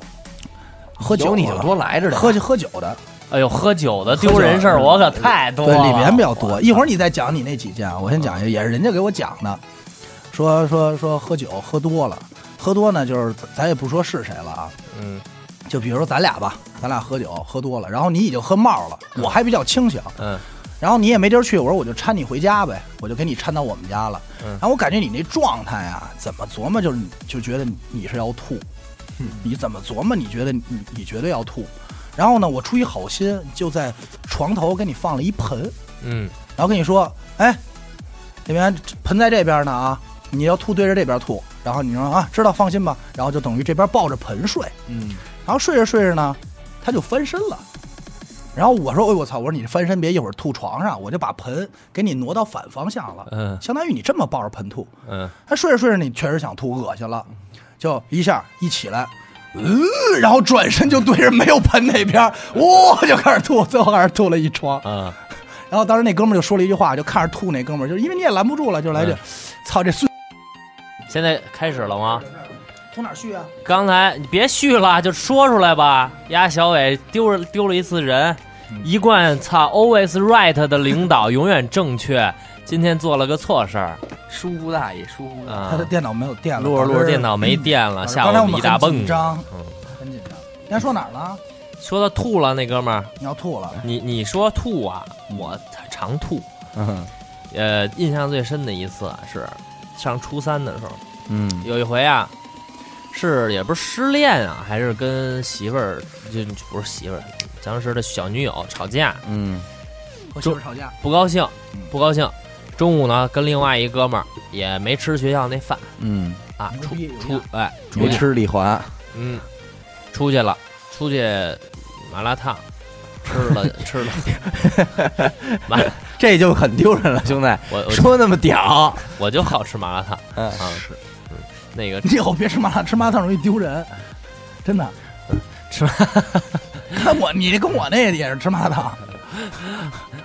[SPEAKER 1] 喝酒
[SPEAKER 2] 有你就
[SPEAKER 1] 了
[SPEAKER 2] 多来着点儿，
[SPEAKER 1] 喝酒喝酒的，
[SPEAKER 3] 哎呦，喝酒的丢人事儿我可太多
[SPEAKER 1] 嗯对
[SPEAKER 3] 了。
[SPEAKER 1] 里边比较多。一会儿你再讲你那几件啊，我先讲一个，也是人家给我讲的，说说说喝酒喝多了，喝多呢就是咱咱也不说是谁了啊，
[SPEAKER 3] 嗯
[SPEAKER 1] 就比如说咱俩吧，咱俩喝酒喝多了，然后你已经喝冒了，我还比较清醒，
[SPEAKER 3] 嗯
[SPEAKER 1] 然后你也没地儿去，我说我就搀你回家呗，我就给你搀到我们家了。
[SPEAKER 3] 嗯
[SPEAKER 1] 然后我感觉你那状态啊，怎么琢磨就是你就觉得你是要吐，你怎么琢磨你觉得你你绝对要吐。然后呢，我出于好心就在床头给你放了一盆，
[SPEAKER 3] 嗯
[SPEAKER 1] 然后跟你说，哎，那边盆在这边呢啊，你要吐对着这边吐。然后你说啊，知道放心吧，然后就等于这边抱着盆睡。
[SPEAKER 2] 嗯，
[SPEAKER 1] 然后睡着睡着呢，他就翻身了。然后我说：“哎，我操！我说你翻身别一会儿吐床上，我就把盆给你挪到反方向了，
[SPEAKER 3] 嗯
[SPEAKER 1] 相当于你这么抱着盆吐。
[SPEAKER 3] 嗯，
[SPEAKER 1] 他睡着睡着，你确实想吐，恶心了，就一下一起来，嗯，然后转身就对着没有盆那边，哇、就开始吐，最后还是吐了一床。
[SPEAKER 3] 啊，
[SPEAKER 1] 然后当时那哥们儿就说了一句话，就看着吐那哥们儿，就是因为你也拦不住了，就来句
[SPEAKER 3] 嗯：“
[SPEAKER 1] 操，这孙
[SPEAKER 3] 现在开始了吗？
[SPEAKER 1] 从哪儿续啊？
[SPEAKER 3] 刚才你别续了，就说出来吧。丫小伟丢了丢了一次人，
[SPEAKER 1] 嗯
[SPEAKER 3] 一贯操 always right 的领导 [LAUGHS] 永远正确，今天做了个错事儿
[SPEAKER 2] 疏忽大意，疏忽大意，
[SPEAKER 1] 他
[SPEAKER 3] 啊
[SPEAKER 1] 的！电脑没有电了，
[SPEAKER 3] 录着录
[SPEAKER 1] 导
[SPEAKER 3] 着
[SPEAKER 1] 致
[SPEAKER 3] 电脑没电了，
[SPEAKER 1] 导致
[SPEAKER 3] 吓
[SPEAKER 1] 刚才我
[SPEAKER 3] 们
[SPEAKER 1] 们
[SPEAKER 3] 一大
[SPEAKER 1] 很紧
[SPEAKER 3] 蹦。
[SPEAKER 1] 张，
[SPEAKER 3] 嗯
[SPEAKER 1] 很紧张。你刚才说哪儿了？
[SPEAKER 3] 说到吐了，那哥们儿，
[SPEAKER 1] 你要吐了。
[SPEAKER 3] 你你说吐啊，我常吐。
[SPEAKER 2] 嗯
[SPEAKER 3] 呃，印象最深的一次啊是上初三的时候，
[SPEAKER 2] 嗯
[SPEAKER 3] 有一回啊，是也不是失恋啊，还是跟媳妇儿就不是媳妇儿，当时的小女友吵架，
[SPEAKER 2] 嗯
[SPEAKER 1] 和
[SPEAKER 3] 媳
[SPEAKER 1] 媳
[SPEAKER 3] 妇
[SPEAKER 1] 妇吵架， [LAUGHS]
[SPEAKER 3] 不高兴
[SPEAKER 1] 嗯，
[SPEAKER 3] 不高兴。中午呢，跟另外一哥们儿也没吃学校那饭
[SPEAKER 2] 嗯，
[SPEAKER 3] 啊，
[SPEAKER 1] 牛
[SPEAKER 3] 出
[SPEAKER 1] 逼有
[SPEAKER 3] 出
[SPEAKER 1] 样
[SPEAKER 3] 哎，出
[SPEAKER 2] 没
[SPEAKER 3] 去，
[SPEAKER 2] 吃丽华，
[SPEAKER 3] 嗯，出去了，出去麻辣烫，吃了吃了，麻
[SPEAKER 2] 这就很丢人了，兄弟，
[SPEAKER 3] 我我
[SPEAKER 2] 说那么 [LAUGHS] 屌，
[SPEAKER 3] 我就好吃麻辣烫
[SPEAKER 2] 嗯
[SPEAKER 3] 啊，是，嗯，那个
[SPEAKER 1] 你以后别吃麻辣，吃麻辣烫容易丢人，真的。
[SPEAKER 3] 吃
[SPEAKER 1] [LAUGHS] 看我，你这跟我那也是吃麻辣烫，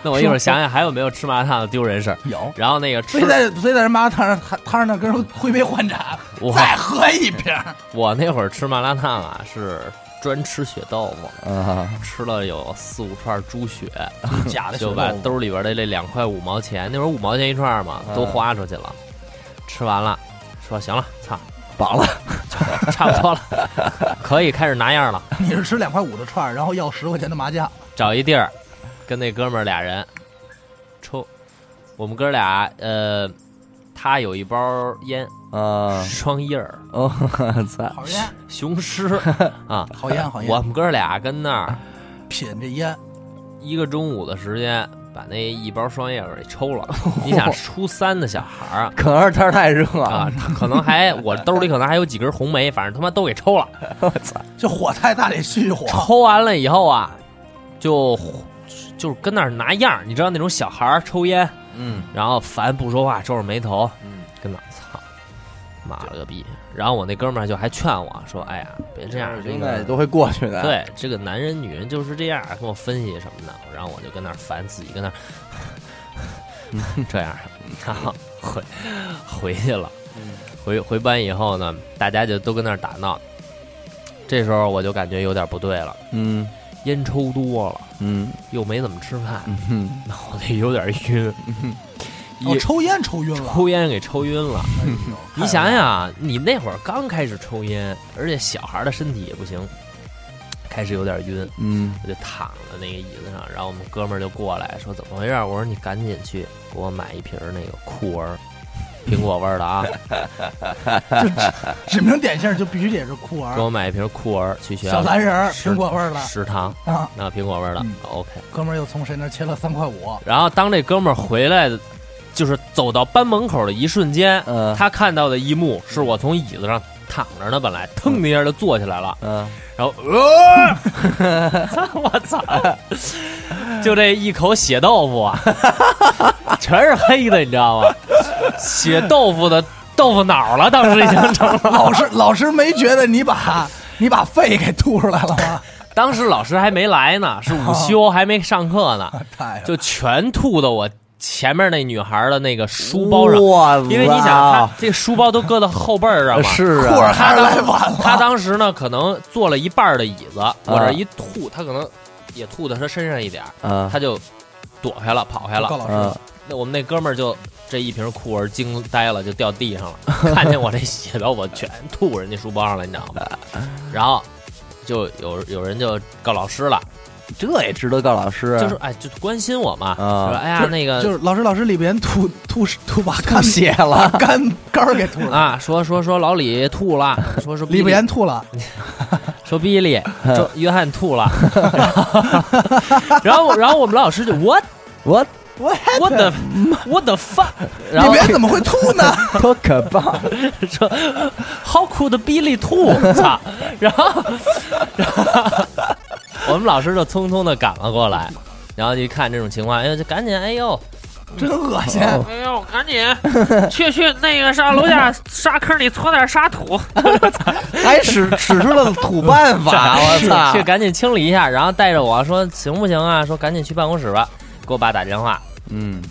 [SPEAKER 3] 那我一会儿想想还有没有吃麻辣烫的丢人事儿。
[SPEAKER 1] 有。
[SPEAKER 3] 然后那个吃
[SPEAKER 1] 所以在所以在这麻辣烫上，他他那
[SPEAKER 3] [LAUGHS]
[SPEAKER 1] 跟人挥杯换盏，
[SPEAKER 3] 我
[SPEAKER 1] 再喝一瓶。
[SPEAKER 3] 我那会儿吃麻辣烫啊，是专吃血豆腐，
[SPEAKER 2] 啊，
[SPEAKER 3] 吃了有四五串猪血，
[SPEAKER 1] 假的血
[SPEAKER 3] [LAUGHS] 就
[SPEAKER 1] 豆
[SPEAKER 3] 把
[SPEAKER 1] 腐嗯
[SPEAKER 3] 兜里边的这两块五毛钱，那会儿五毛钱一串嘛，都花出去了。吃完了，说行了，操，
[SPEAKER 2] 饱了，
[SPEAKER 3] 差不多了，可以开始拿样了。
[SPEAKER 1] 你是吃两块五的串儿，然后要十块钱的麻将，
[SPEAKER 3] 找一地儿，跟那哥们儿俩人抽。我们哥俩，呃，他有一包烟，
[SPEAKER 1] 嗯
[SPEAKER 2] 啊，
[SPEAKER 3] 双叶儿、
[SPEAKER 2] 哦，操，
[SPEAKER 1] 好烟，
[SPEAKER 3] 雄
[SPEAKER 1] [LAUGHS]
[SPEAKER 3] 狮啊。
[SPEAKER 1] 好烟，好烟。
[SPEAKER 3] 我们哥俩跟那儿
[SPEAKER 1] 品这烟，
[SPEAKER 3] 一个中午的时间，把那一包双叶儿给抽了。你想初三的小孩儿啊，
[SPEAKER 2] 可能是天儿太热
[SPEAKER 3] 啊，，可能还我兜里可能还有几根红梅，反正他妈都给抽了。
[SPEAKER 1] 这火太大得续火。
[SPEAKER 3] 抽完了以后啊，就就是跟那儿拿样儿，你知道那种小孩儿抽烟，
[SPEAKER 2] 嗯，
[SPEAKER 3] 然后烦不说话，皱着眉头，
[SPEAKER 2] 嗯，
[SPEAKER 3] 跟那儿操，妈了个逼。然后我那哥们儿就还劝我说：“哎呀，别这样，这
[SPEAKER 2] 兄
[SPEAKER 3] 个
[SPEAKER 2] 弟都会过去的，，
[SPEAKER 3] 对这个男人女人就是这样。”跟我分析什么的，然后我就跟那儿烦自己，跟那儿 [LAUGHS] 这样，然后回 [LAUGHS] 回去了。回回班以后呢，大家就都跟那儿打闹。这时候我就感觉有点不对了，
[SPEAKER 2] 嗯
[SPEAKER 3] 烟抽多了，
[SPEAKER 2] 嗯
[SPEAKER 3] 又没怎么吃饭， [LAUGHS]
[SPEAKER 2] 嗯哼
[SPEAKER 3] 脑袋有点晕，
[SPEAKER 1] 我
[SPEAKER 3] 也
[SPEAKER 1] 哦抽烟抽晕
[SPEAKER 3] [LAUGHS]
[SPEAKER 1] 了。
[SPEAKER 3] 抽烟给抽晕了。
[SPEAKER 1] 哎呦
[SPEAKER 3] 你想，想，你那会儿刚开始抽烟，而且小孩的身体也不行，开始有点晕，
[SPEAKER 2] 嗯
[SPEAKER 3] 我就躺在那个椅子上，然后我们哥们儿就过来说怎么回事儿？我说你赶紧去给我买一瓶儿那个酷儿，苹果味儿
[SPEAKER 1] [LAUGHS]
[SPEAKER 3] 的啊，
[SPEAKER 1] 指名点姓就必须得是酷
[SPEAKER 3] 给
[SPEAKER 1] 儿、
[SPEAKER 3] 我买一瓶酷儿去学校
[SPEAKER 1] 小蓝人儿、
[SPEAKER 3] 食
[SPEAKER 1] 苹果味儿的
[SPEAKER 3] 食堂，
[SPEAKER 1] 啊。
[SPEAKER 3] 那苹果味儿的
[SPEAKER 1] 嗯
[SPEAKER 3] OK。
[SPEAKER 1] 哥们儿又从谁那儿切了三块五，
[SPEAKER 3] 然后当这哥们儿回来的，就是走到班门口的一瞬间，
[SPEAKER 2] 嗯
[SPEAKER 3] 他看到的一幕是我从椅子上躺着呢，本来腾的一下就坐起来了，
[SPEAKER 2] 嗯
[SPEAKER 3] 然后呃， [LAUGHS] 我操，就这一口血豆腐啊，全是黑的，你知道吗？血豆腐的豆腐脑了，当时已经成了。
[SPEAKER 1] 老师老师没觉得你把你把肺给吐出来了吗？
[SPEAKER 3] 当时老师还没来呢，是午休，还没上课呢，
[SPEAKER 1] 太
[SPEAKER 3] 就全吐到我前面那女孩的那个书包上。
[SPEAKER 2] 哇哦塞
[SPEAKER 3] 因为你想，他这书包都搁到后背儿上嘛，
[SPEAKER 2] 是
[SPEAKER 1] 酷
[SPEAKER 2] 啊
[SPEAKER 1] 儿，还是来晚了。
[SPEAKER 3] 他当时呢可能坐了一半儿的椅子，我这一吐，他可能也吐到他身上一点儿，
[SPEAKER 2] 嗯
[SPEAKER 3] 他就躲开了，跑开
[SPEAKER 1] 告
[SPEAKER 3] 了。
[SPEAKER 1] 老师
[SPEAKER 2] 嗯，
[SPEAKER 3] 那我们那哥们儿就这一瓶酷儿惊呆了，就掉地上了， [LAUGHS] 看见我这血包，我全吐人家书包上了，你知道吗？然后就有有人就告老师了，
[SPEAKER 2] 这也值得告老师，
[SPEAKER 3] 就是哎就关心我嘛，
[SPEAKER 2] 啊
[SPEAKER 3] 说哎呀那个
[SPEAKER 1] 啊就是老师老师里边吐吐吐把
[SPEAKER 2] 吐
[SPEAKER 1] 干
[SPEAKER 2] 血
[SPEAKER 1] 把
[SPEAKER 2] 了，
[SPEAKER 1] 干干儿给吐
[SPEAKER 3] [LAUGHS]
[SPEAKER 1] 了，
[SPEAKER 3] 啊说说说老李吐了，说说
[SPEAKER 1] 里
[SPEAKER 3] 逼
[SPEAKER 1] 边吐了，
[SPEAKER 3] 说比利，
[SPEAKER 1] 嗯
[SPEAKER 3] 说约翰吐了， [LAUGHS] 然后然后我们老师就 what
[SPEAKER 2] [LAUGHS] 我
[SPEAKER 3] what the what the fuck，然
[SPEAKER 1] 里
[SPEAKER 3] 后
[SPEAKER 1] 边怎么会吐呢？ [LAUGHS]
[SPEAKER 2] 多可怕，
[SPEAKER 3] 说 [LAUGHS] how could 比利吐，操，然后然后 [LAUGHS] 我们老师就匆匆的赶了过来，然后一看这种情况，哎呦就赶紧哎呦
[SPEAKER 1] 真恶心！
[SPEAKER 2] 哦 [LAUGHS]
[SPEAKER 3] 哎呦赶紧 [LAUGHS] 去去那个上楼下沙坑里搓点沙 [LAUGHS] 土，
[SPEAKER 2] 还哎使使出了土办 [LAUGHS] 法，我操
[SPEAKER 3] 去！赶紧清理一下，然后带着我说行不行啊？说赶紧去办公室吧，给我爸打电话。
[SPEAKER 2] 嗯，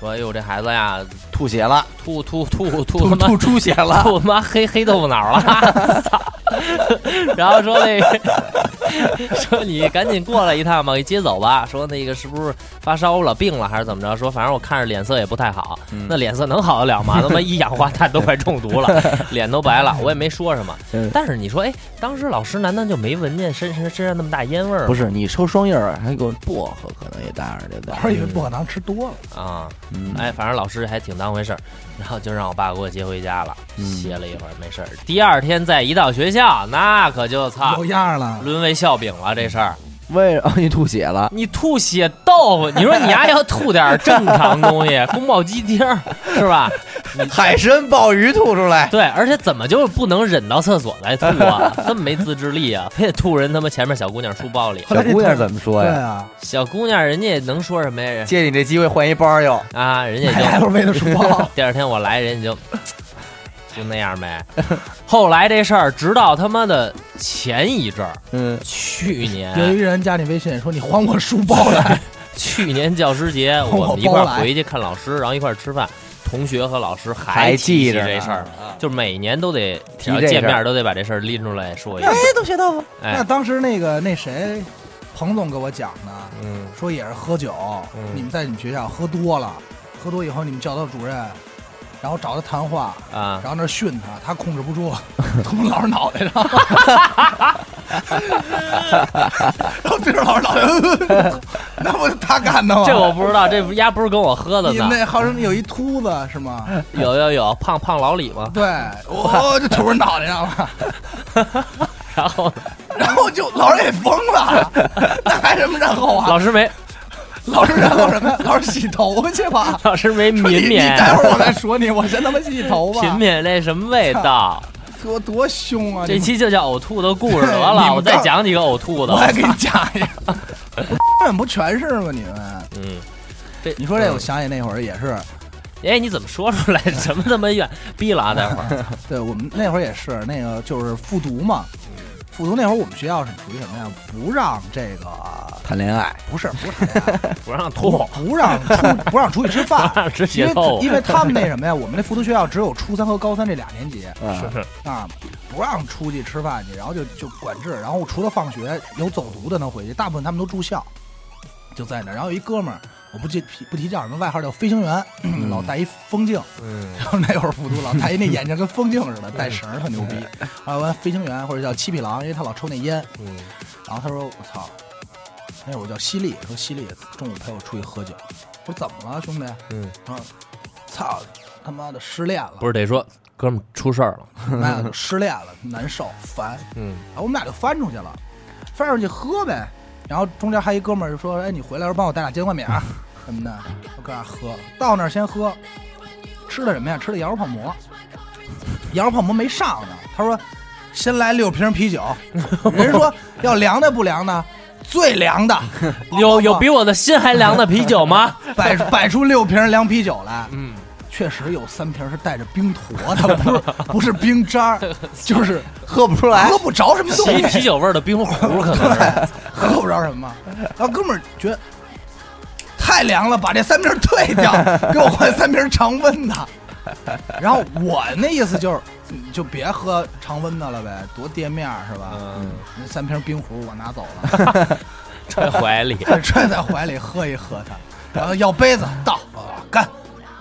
[SPEAKER 3] 说：“哎呦，这孩子呀，
[SPEAKER 2] 吐血了，
[SPEAKER 3] 吐吐吐
[SPEAKER 2] 吐
[SPEAKER 3] 吐他
[SPEAKER 2] 吐
[SPEAKER 3] 妈
[SPEAKER 2] 出血
[SPEAKER 3] [LAUGHS]
[SPEAKER 2] 了，
[SPEAKER 3] 吐他妈黑黑豆腐脑了，操！ [LAUGHS] 然后说那个， [LAUGHS] 说你赶紧过来一趟吧，给接走吧。说那个是不是发烧了、病了还是怎么着？说反正我看着脸色也不太好，
[SPEAKER 2] 嗯
[SPEAKER 3] 那脸色能好得了吗？他妈一氧化碳都快中毒
[SPEAKER 2] [LAUGHS]
[SPEAKER 3] 了，脸都白了，我也没说什么
[SPEAKER 2] 嗯。
[SPEAKER 3] 但是你说，哎，当时老师难道就没闻见身身身上那么大烟味儿吗？
[SPEAKER 2] 不是你抽双叶儿还给我薄荷，可能也搭上这个
[SPEAKER 1] 老。师以为不可能吃多了，
[SPEAKER 3] 啊。”
[SPEAKER 2] 嗯，
[SPEAKER 3] 哎，反正老师还挺当回事儿，然后就让我爸给我接回家了，
[SPEAKER 2] 嗯
[SPEAKER 3] 歇了一会儿没事儿。第二天再一到学校，那可就操
[SPEAKER 1] 有，样儿了。
[SPEAKER 3] 沦为笑柄了这事儿。
[SPEAKER 2] 为什么你吐血了？
[SPEAKER 3] 你吐血豆腐，你说你丫要吐点儿正常东西，宫保鸡丁儿是吧？
[SPEAKER 2] 海参、鲍鱼吐出来，
[SPEAKER 3] 对，而且怎么就不能忍到厕所来吐啊？这么没自制力啊，非得吐人他妈前面小姑娘书包里。
[SPEAKER 1] 后
[SPEAKER 2] 小
[SPEAKER 1] 来这
[SPEAKER 2] 姑娘
[SPEAKER 1] 同
[SPEAKER 2] 怎么说
[SPEAKER 1] 对
[SPEAKER 2] 呀？
[SPEAKER 1] 啊，
[SPEAKER 3] 小姑娘人家也能说什么呀？人
[SPEAKER 2] 借你这机会换一包 [LAUGHS] 又，
[SPEAKER 3] 啊，人家也就，
[SPEAKER 2] 哎
[SPEAKER 1] 买 LV 的书包
[SPEAKER 3] 第二天我来，人家就就那样呗。后来这事儿，直到他妈的前一阵儿，
[SPEAKER 2] [LAUGHS] 嗯，
[SPEAKER 3] 去
[SPEAKER 1] 有一
[SPEAKER 3] 年
[SPEAKER 1] 个人加你微信说你还我书包来，
[SPEAKER 3] 去年教师节，
[SPEAKER 1] [LAUGHS] 我
[SPEAKER 3] 我们一块儿
[SPEAKER 1] 包来
[SPEAKER 3] 回去看老师，然后一块儿吃饭，同学和老师
[SPEAKER 2] 还
[SPEAKER 3] 记
[SPEAKER 2] 记
[SPEAKER 3] 起
[SPEAKER 2] 着
[SPEAKER 3] 这
[SPEAKER 2] 呢
[SPEAKER 1] 嗯
[SPEAKER 3] 事儿，就是每年都得只要
[SPEAKER 2] 提这事儿
[SPEAKER 3] 见面都得把这事儿拎出来说一下
[SPEAKER 1] 哎。，都学豆腐。那
[SPEAKER 3] 哎，
[SPEAKER 1] 当时那个那谁，彭总给我讲的，
[SPEAKER 3] 嗯，
[SPEAKER 1] 说也是喝酒，
[SPEAKER 3] 嗯
[SPEAKER 1] 你们在你们学校喝多了，喝多以后你们教导主任，然后找他谈话，
[SPEAKER 3] 啊
[SPEAKER 1] 然，后那儿训他，他控制不
[SPEAKER 3] [LAUGHS]
[SPEAKER 1] 住，捅老师脑袋上，然后对着老师脑袋， [LAUGHS] 那不是他干的吗？
[SPEAKER 3] 这我不知道，这丫不是跟我喝的
[SPEAKER 1] 你
[SPEAKER 3] 呢。
[SPEAKER 1] 那号称有一秃子是吗？
[SPEAKER 3] 有有有，胖胖老李
[SPEAKER 1] [LAUGHS]
[SPEAKER 3] 嘛。
[SPEAKER 1] 对，我就捅人脑袋上了，
[SPEAKER 3] 然后
[SPEAKER 1] 然后就老师也疯了， [LAUGHS] 那还什么然后啊？
[SPEAKER 3] 老师没，
[SPEAKER 1] 老师然后什么呀？老师洗头去吧。
[SPEAKER 3] [LAUGHS] 老师没
[SPEAKER 1] 说你
[SPEAKER 3] 敏
[SPEAKER 1] 你
[SPEAKER 3] 勉，
[SPEAKER 1] 待会儿我再说你，我先他妈洗头
[SPEAKER 3] [LAUGHS]
[SPEAKER 1] 吧。
[SPEAKER 3] 品品那什么味道？
[SPEAKER 1] 多多凶啊！
[SPEAKER 3] 这
[SPEAKER 1] 你
[SPEAKER 3] 期就叫呕吐的故事得
[SPEAKER 1] [LAUGHS] 你
[SPEAKER 3] 了，
[SPEAKER 1] 们
[SPEAKER 3] 我再讲几个呕吐的
[SPEAKER 1] 我。还给你加一个，你们不全是吗？你们，
[SPEAKER 3] 嗯，这
[SPEAKER 1] 你说这，我
[SPEAKER 3] 嗯
[SPEAKER 1] 想起那会儿也是，
[SPEAKER 3] 哎，你怎么说出来？ [LAUGHS] 什么他妈怨逼了啊？待
[SPEAKER 1] [LAUGHS]
[SPEAKER 3] 会儿
[SPEAKER 1] 对我们那会儿也是那个就是复读嘛，复读那会儿我们学校是属于什么呀？不让这个
[SPEAKER 2] 谈恋爱，
[SPEAKER 1] 不是不是谈恋
[SPEAKER 3] [LAUGHS]
[SPEAKER 1] 爱
[SPEAKER 3] 不让
[SPEAKER 1] 不
[SPEAKER 3] 吐，。
[SPEAKER 1] 不让出不让出去吃饭
[SPEAKER 3] [LAUGHS] 让吃
[SPEAKER 1] 因
[SPEAKER 3] 血
[SPEAKER 1] 为
[SPEAKER 3] 透
[SPEAKER 1] 因。为他们那什么呀，我们那复读学校只有初三和高三这俩年级
[SPEAKER 2] 啊
[SPEAKER 3] 是，是
[SPEAKER 1] 啊，不让出去吃饭去，然后就就管制，然后除了放学有走读的能回去，大部分他们都住校，就在那儿。然后有一哥们儿，我不记不提叫什么外号叫飞行员，老戴一风镜，
[SPEAKER 3] 嗯
[SPEAKER 1] 然后那会儿复读老戴一那眼镜跟风镜似的，带绳儿特牛逼。然后完飞行员或者叫七匹狼，因为他老抽那烟。
[SPEAKER 3] 嗯，
[SPEAKER 1] 然后他说我操，那会儿我叫犀利，说犀利中午陪我出去喝酒，我说怎么了兄弟？
[SPEAKER 3] 嗯，
[SPEAKER 1] 他说操他妈的失恋了，
[SPEAKER 3] 不是得说，哥们儿出事儿
[SPEAKER 1] [LAUGHS]
[SPEAKER 3] 了。
[SPEAKER 1] 妈呀失恋了难受烦。
[SPEAKER 3] 嗯
[SPEAKER 1] 然后我们俩就翻出去了，翻出去喝呗。然后中间还一哥们儿就说：“哎，你回来时候帮我带俩煎灌饼
[SPEAKER 3] [LAUGHS]
[SPEAKER 1] 儿什么的。”我搁那儿喝，到那儿先喝，吃的什么呀？吃的羊肉泡馍。羊肉泡馍没上呢，他说：“先来六瓶啤
[SPEAKER 3] [LAUGHS]
[SPEAKER 1] 酒。”人说要凉的不凉的，最凉
[SPEAKER 3] [LAUGHS]
[SPEAKER 1] 的。
[SPEAKER 3] 有有比我的心还凉的啤酒 [LAUGHS] 吗？
[SPEAKER 1] 摆摆出六瓶凉啤酒来，
[SPEAKER 3] 嗯，
[SPEAKER 1] 确实有三瓶是带着冰坨的，不是不是冰渣
[SPEAKER 2] [LAUGHS]
[SPEAKER 1] 儿，就是
[SPEAKER 2] 喝不出来
[SPEAKER 1] 喝，不着什么东
[SPEAKER 3] 啤
[SPEAKER 1] 西。
[SPEAKER 3] 啤酒味儿的冰壶可能是。
[SPEAKER 1] [LAUGHS] 喝不着什么。然后哥们儿觉得太凉了，把这三瓶退掉，给我换三瓶常温的。然后我那意思就是，你就别喝常温的了呗，多跌面儿是吧？
[SPEAKER 3] 嗯，
[SPEAKER 1] 那三瓶冰壶我拿走了，
[SPEAKER 3] 揣怀里。
[SPEAKER 1] 揣在怀里喝一喝它，然后要杯子倒、啊干。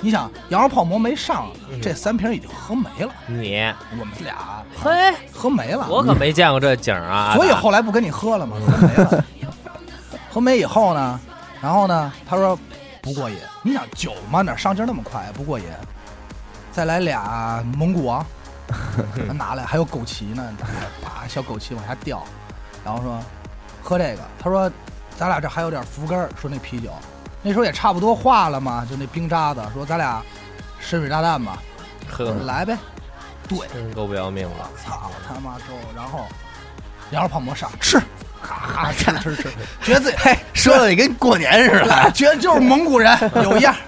[SPEAKER 1] 你想羊肉泡馍没上，
[SPEAKER 3] 嗯
[SPEAKER 1] 这三瓶已经喝没了，
[SPEAKER 3] 你
[SPEAKER 1] 我们俩
[SPEAKER 3] 嘿，
[SPEAKER 1] 喝没了。
[SPEAKER 3] 我可没见过这景儿啊！
[SPEAKER 1] 所以
[SPEAKER 3] 大
[SPEAKER 1] 后来不跟你喝了嘛，喝没了。喝没以后呢，然后呢，他说不过瘾。你想酒嘛，哪上劲儿那么快？啊不过瘾。再来俩蒙古王，拿来还有枸杞呢，拿来把小枸杞往下掉，然后说喝这个。他说咱俩这还有点福根儿，说那啤酒那时候也差不多化了嘛，就那冰渣子。说咱俩深水炸弹吧，
[SPEAKER 3] 喝
[SPEAKER 1] 来呗。对，
[SPEAKER 3] 真够不要命了。
[SPEAKER 1] 操他妈之后，然后羊肉泡馍上吃，
[SPEAKER 3] [LAUGHS]
[SPEAKER 1] 哈哈吃吃吃，觉得自己嘿，
[SPEAKER 2] 说的跟过年似的。
[SPEAKER 1] 觉得就是蒙古人有样儿，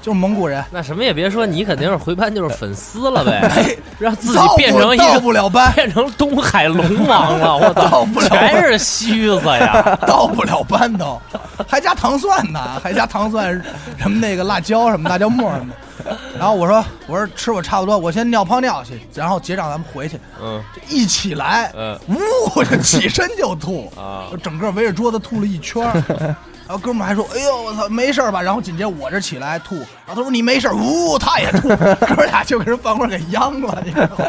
[SPEAKER 1] 就是蒙古人，
[SPEAKER 3] 那什么也别说，你肯定是回班就是粉丝了呗
[SPEAKER 1] 哎，
[SPEAKER 3] [LAUGHS] 让自己
[SPEAKER 1] 到
[SPEAKER 3] 变
[SPEAKER 1] 不
[SPEAKER 3] 成一
[SPEAKER 1] 到
[SPEAKER 3] 个
[SPEAKER 1] 不了班，
[SPEAKER 3] 变成东海龙王了，我 [LAUGHS] 操
[SPEAKER 1] 到不，了
[SPEAKER 3] 全是须子呀！ [LAUGHS]
[SPEAKER 1] [LAUGHS] 到不了班都，还加糖蒜呢，还加糖蒜什么那个辣椒什么辣椒末什么的。然后我说我说吃我差不多，我先尿泡尿去，然后结账咱们回去。
[SPEAKER 3] 嗯
[SPEAKER 1] 这一起来，
[SPEAKER 3] 嗯
[SPEAKER 1] 呜，我就起身就吐
[SPEAKER 3] [LAUGHS] 啊
[SPEAKER 1] 就整个围着桌子吐了一圈
[SPEAKER 3] [LAUGHS]
[SPEAKER 1] 儿。然后哥们儿还说：“哎呦，我操，没事儿吧？”然后紧接着我这起来吐，然后他说：“你没事儿。”呜，他也吐，哥俩就给人饭馆给央了，你知道吗？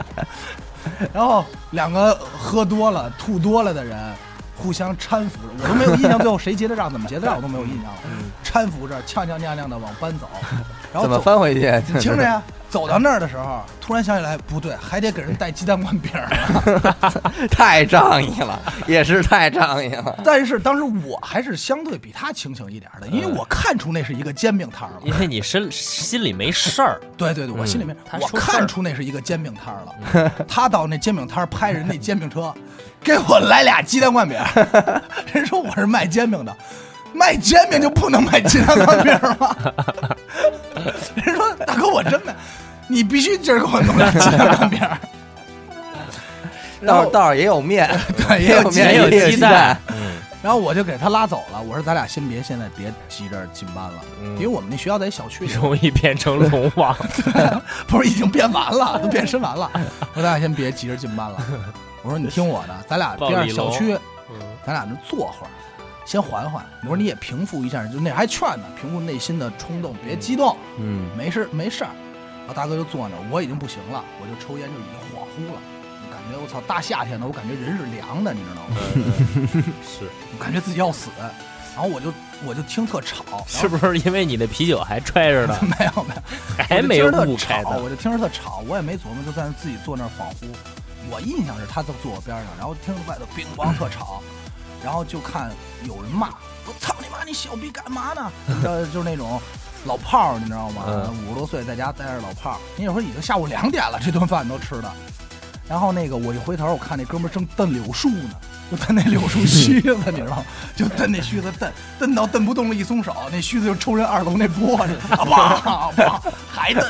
[SPEAKER 1] 然后两个喝多了、吐多了的人互相搀扶着，我都没有印象最后谁结的账，怎么结的账我都没有印象了。搀扶着，踉踉跄跄的往班走，然后
[SPEAKER 2] 嗯怎么
[SPEAKER 1] 走
[SPEAKER 2] 翻回去？
[SPEAKER 1] 你
[SPEAKER 2] [LAUGHS]
[SPEAKER 1] 听着呀，走到那儿的时候，突然想起来，不对，还得给人带鸡蛋灌饼
[SPEAKER 2] [LAUGHS]
[SPEAKER 1] 儿呢。
[SPEAKER 2] 太仗义了，也是太仗义了。
[SPEAKER 1] 但是当时我还是相对比他清醒一点儿的，因为我看出那是一个煎饼摊儿了。
[SPEAKER 3] 因为你身心里没事儿，
[SPEAKER 1] 对对对，我心里面、
[SPEAKER 3] 嗯他
[SPEAKER 1] 我
[SPEAKER 3] 出事儿
[SPEAKER 1] 看出那是一个煎饼摊儿了。 [LAUGHS] 他到那煎饼摊儿拍人那煎饼车，给我来俩鸡蛋灌饼 [LAUGHS] 儿。人说我是卖煎饼的，卖煎饼就不能卖鸡蛋灌饼儿吗？ [LAUGHS] 人说大哥我真的，你必须今儿给我弄俩鸡蛋
[SPEAKER 3] [LAUGHS]
[SPEAKER 1] 灌饼儿。然
[SPEAKER 2] 道
[SPEAKER 1] 后
[SPEAKER 2] 道儿也有面，
[SPEAKER 1] 对也有 [LAUGHS]
[SPEAKER 2] 面，
[SPEAKER 3] 也有
[SPEAKER 2] 有
[SPEAKER 3] 鸡蛋
[SPEAKER 2] 蛋，
[SPEAKER 3] 嗯，
[SPEAKER 1] 然后我就给他拉走了，我说咱俩先别现在别急着进班了，
[SPEAKER 3] 嗯
[SPEAKER 1] 因为我们那学校在一小区里，
[SPEAKER 3] 容易变成龙 [LAUGHS] 王。
[SPEAKER 1] 不是已经变完了，都变身完了。我说咱俩先别急着进班了，我说你听我
[SPEAKER 3] [LAUGHS]
[SPEAKER 1] 的，咱俩边上小区，
[SPEAKER 3] 嗯
[SPEAKER 1] 咱俩就坐会儿，先缓缓。我说你也平复一下，就那还劝呢，平复内心的冲动，别激动，
[SPEAKER 2] 嗯，
[SPEAKER 1] 没事没事儿。然后大哥就坐那儿，我已经不行了，我就抽烟就已经恍惚了，感觉我操大夏天的，我感觉人是凉的，你知道吗？
[SPEAKER 3] 嗯
[SPEAKER 1] [LAUGHS]
[SPEAKER 3] 嗯是
[SPEAKER 1] 我感觉自己要死，然后我就我就听特吵，然后
[SPEAKER 3] 是不是因为你的啤酒还揣 [LAUGHS] 着呢，
[SPEAKER 1] [LAUGHS] 没有没有，
[SPEAKER 3] 还没
[SPEAKER 1] 我就
[SPEAKER 3] 捂
[SPEAKER 1] 听着
[SPEAKER 3] 开
[SPEAKER 1] 特吵，
[SPEAKER 3] 呢？
[SPEAKER 1] 我就听着特吵，我也没琢磨，就在那自己坐那儿恍惚。我印象是他在坐我边上，然后听着外头乒乓特吵，然后就看有人骂我操你妈，你小逼干嘛呢？ [LAUGHS] 呃，就是那种老炮儿，你知道吗
[SPEAKER 3] 嗯？
[SPEAKER 1] 五十多岁在家待着老炮儿，你有时候已经下午两点了，这顿饭都吃的。然后那个我一回头，我看那哥们儿正蹬柳树呢，就蹬那柳树 [LAUGHS] 须子，你知道吗？就蹬那须子蹬，蹬到蹬不动了，一松手，那须子就抽人二楼那玻璃，啊梆梆，还蹬，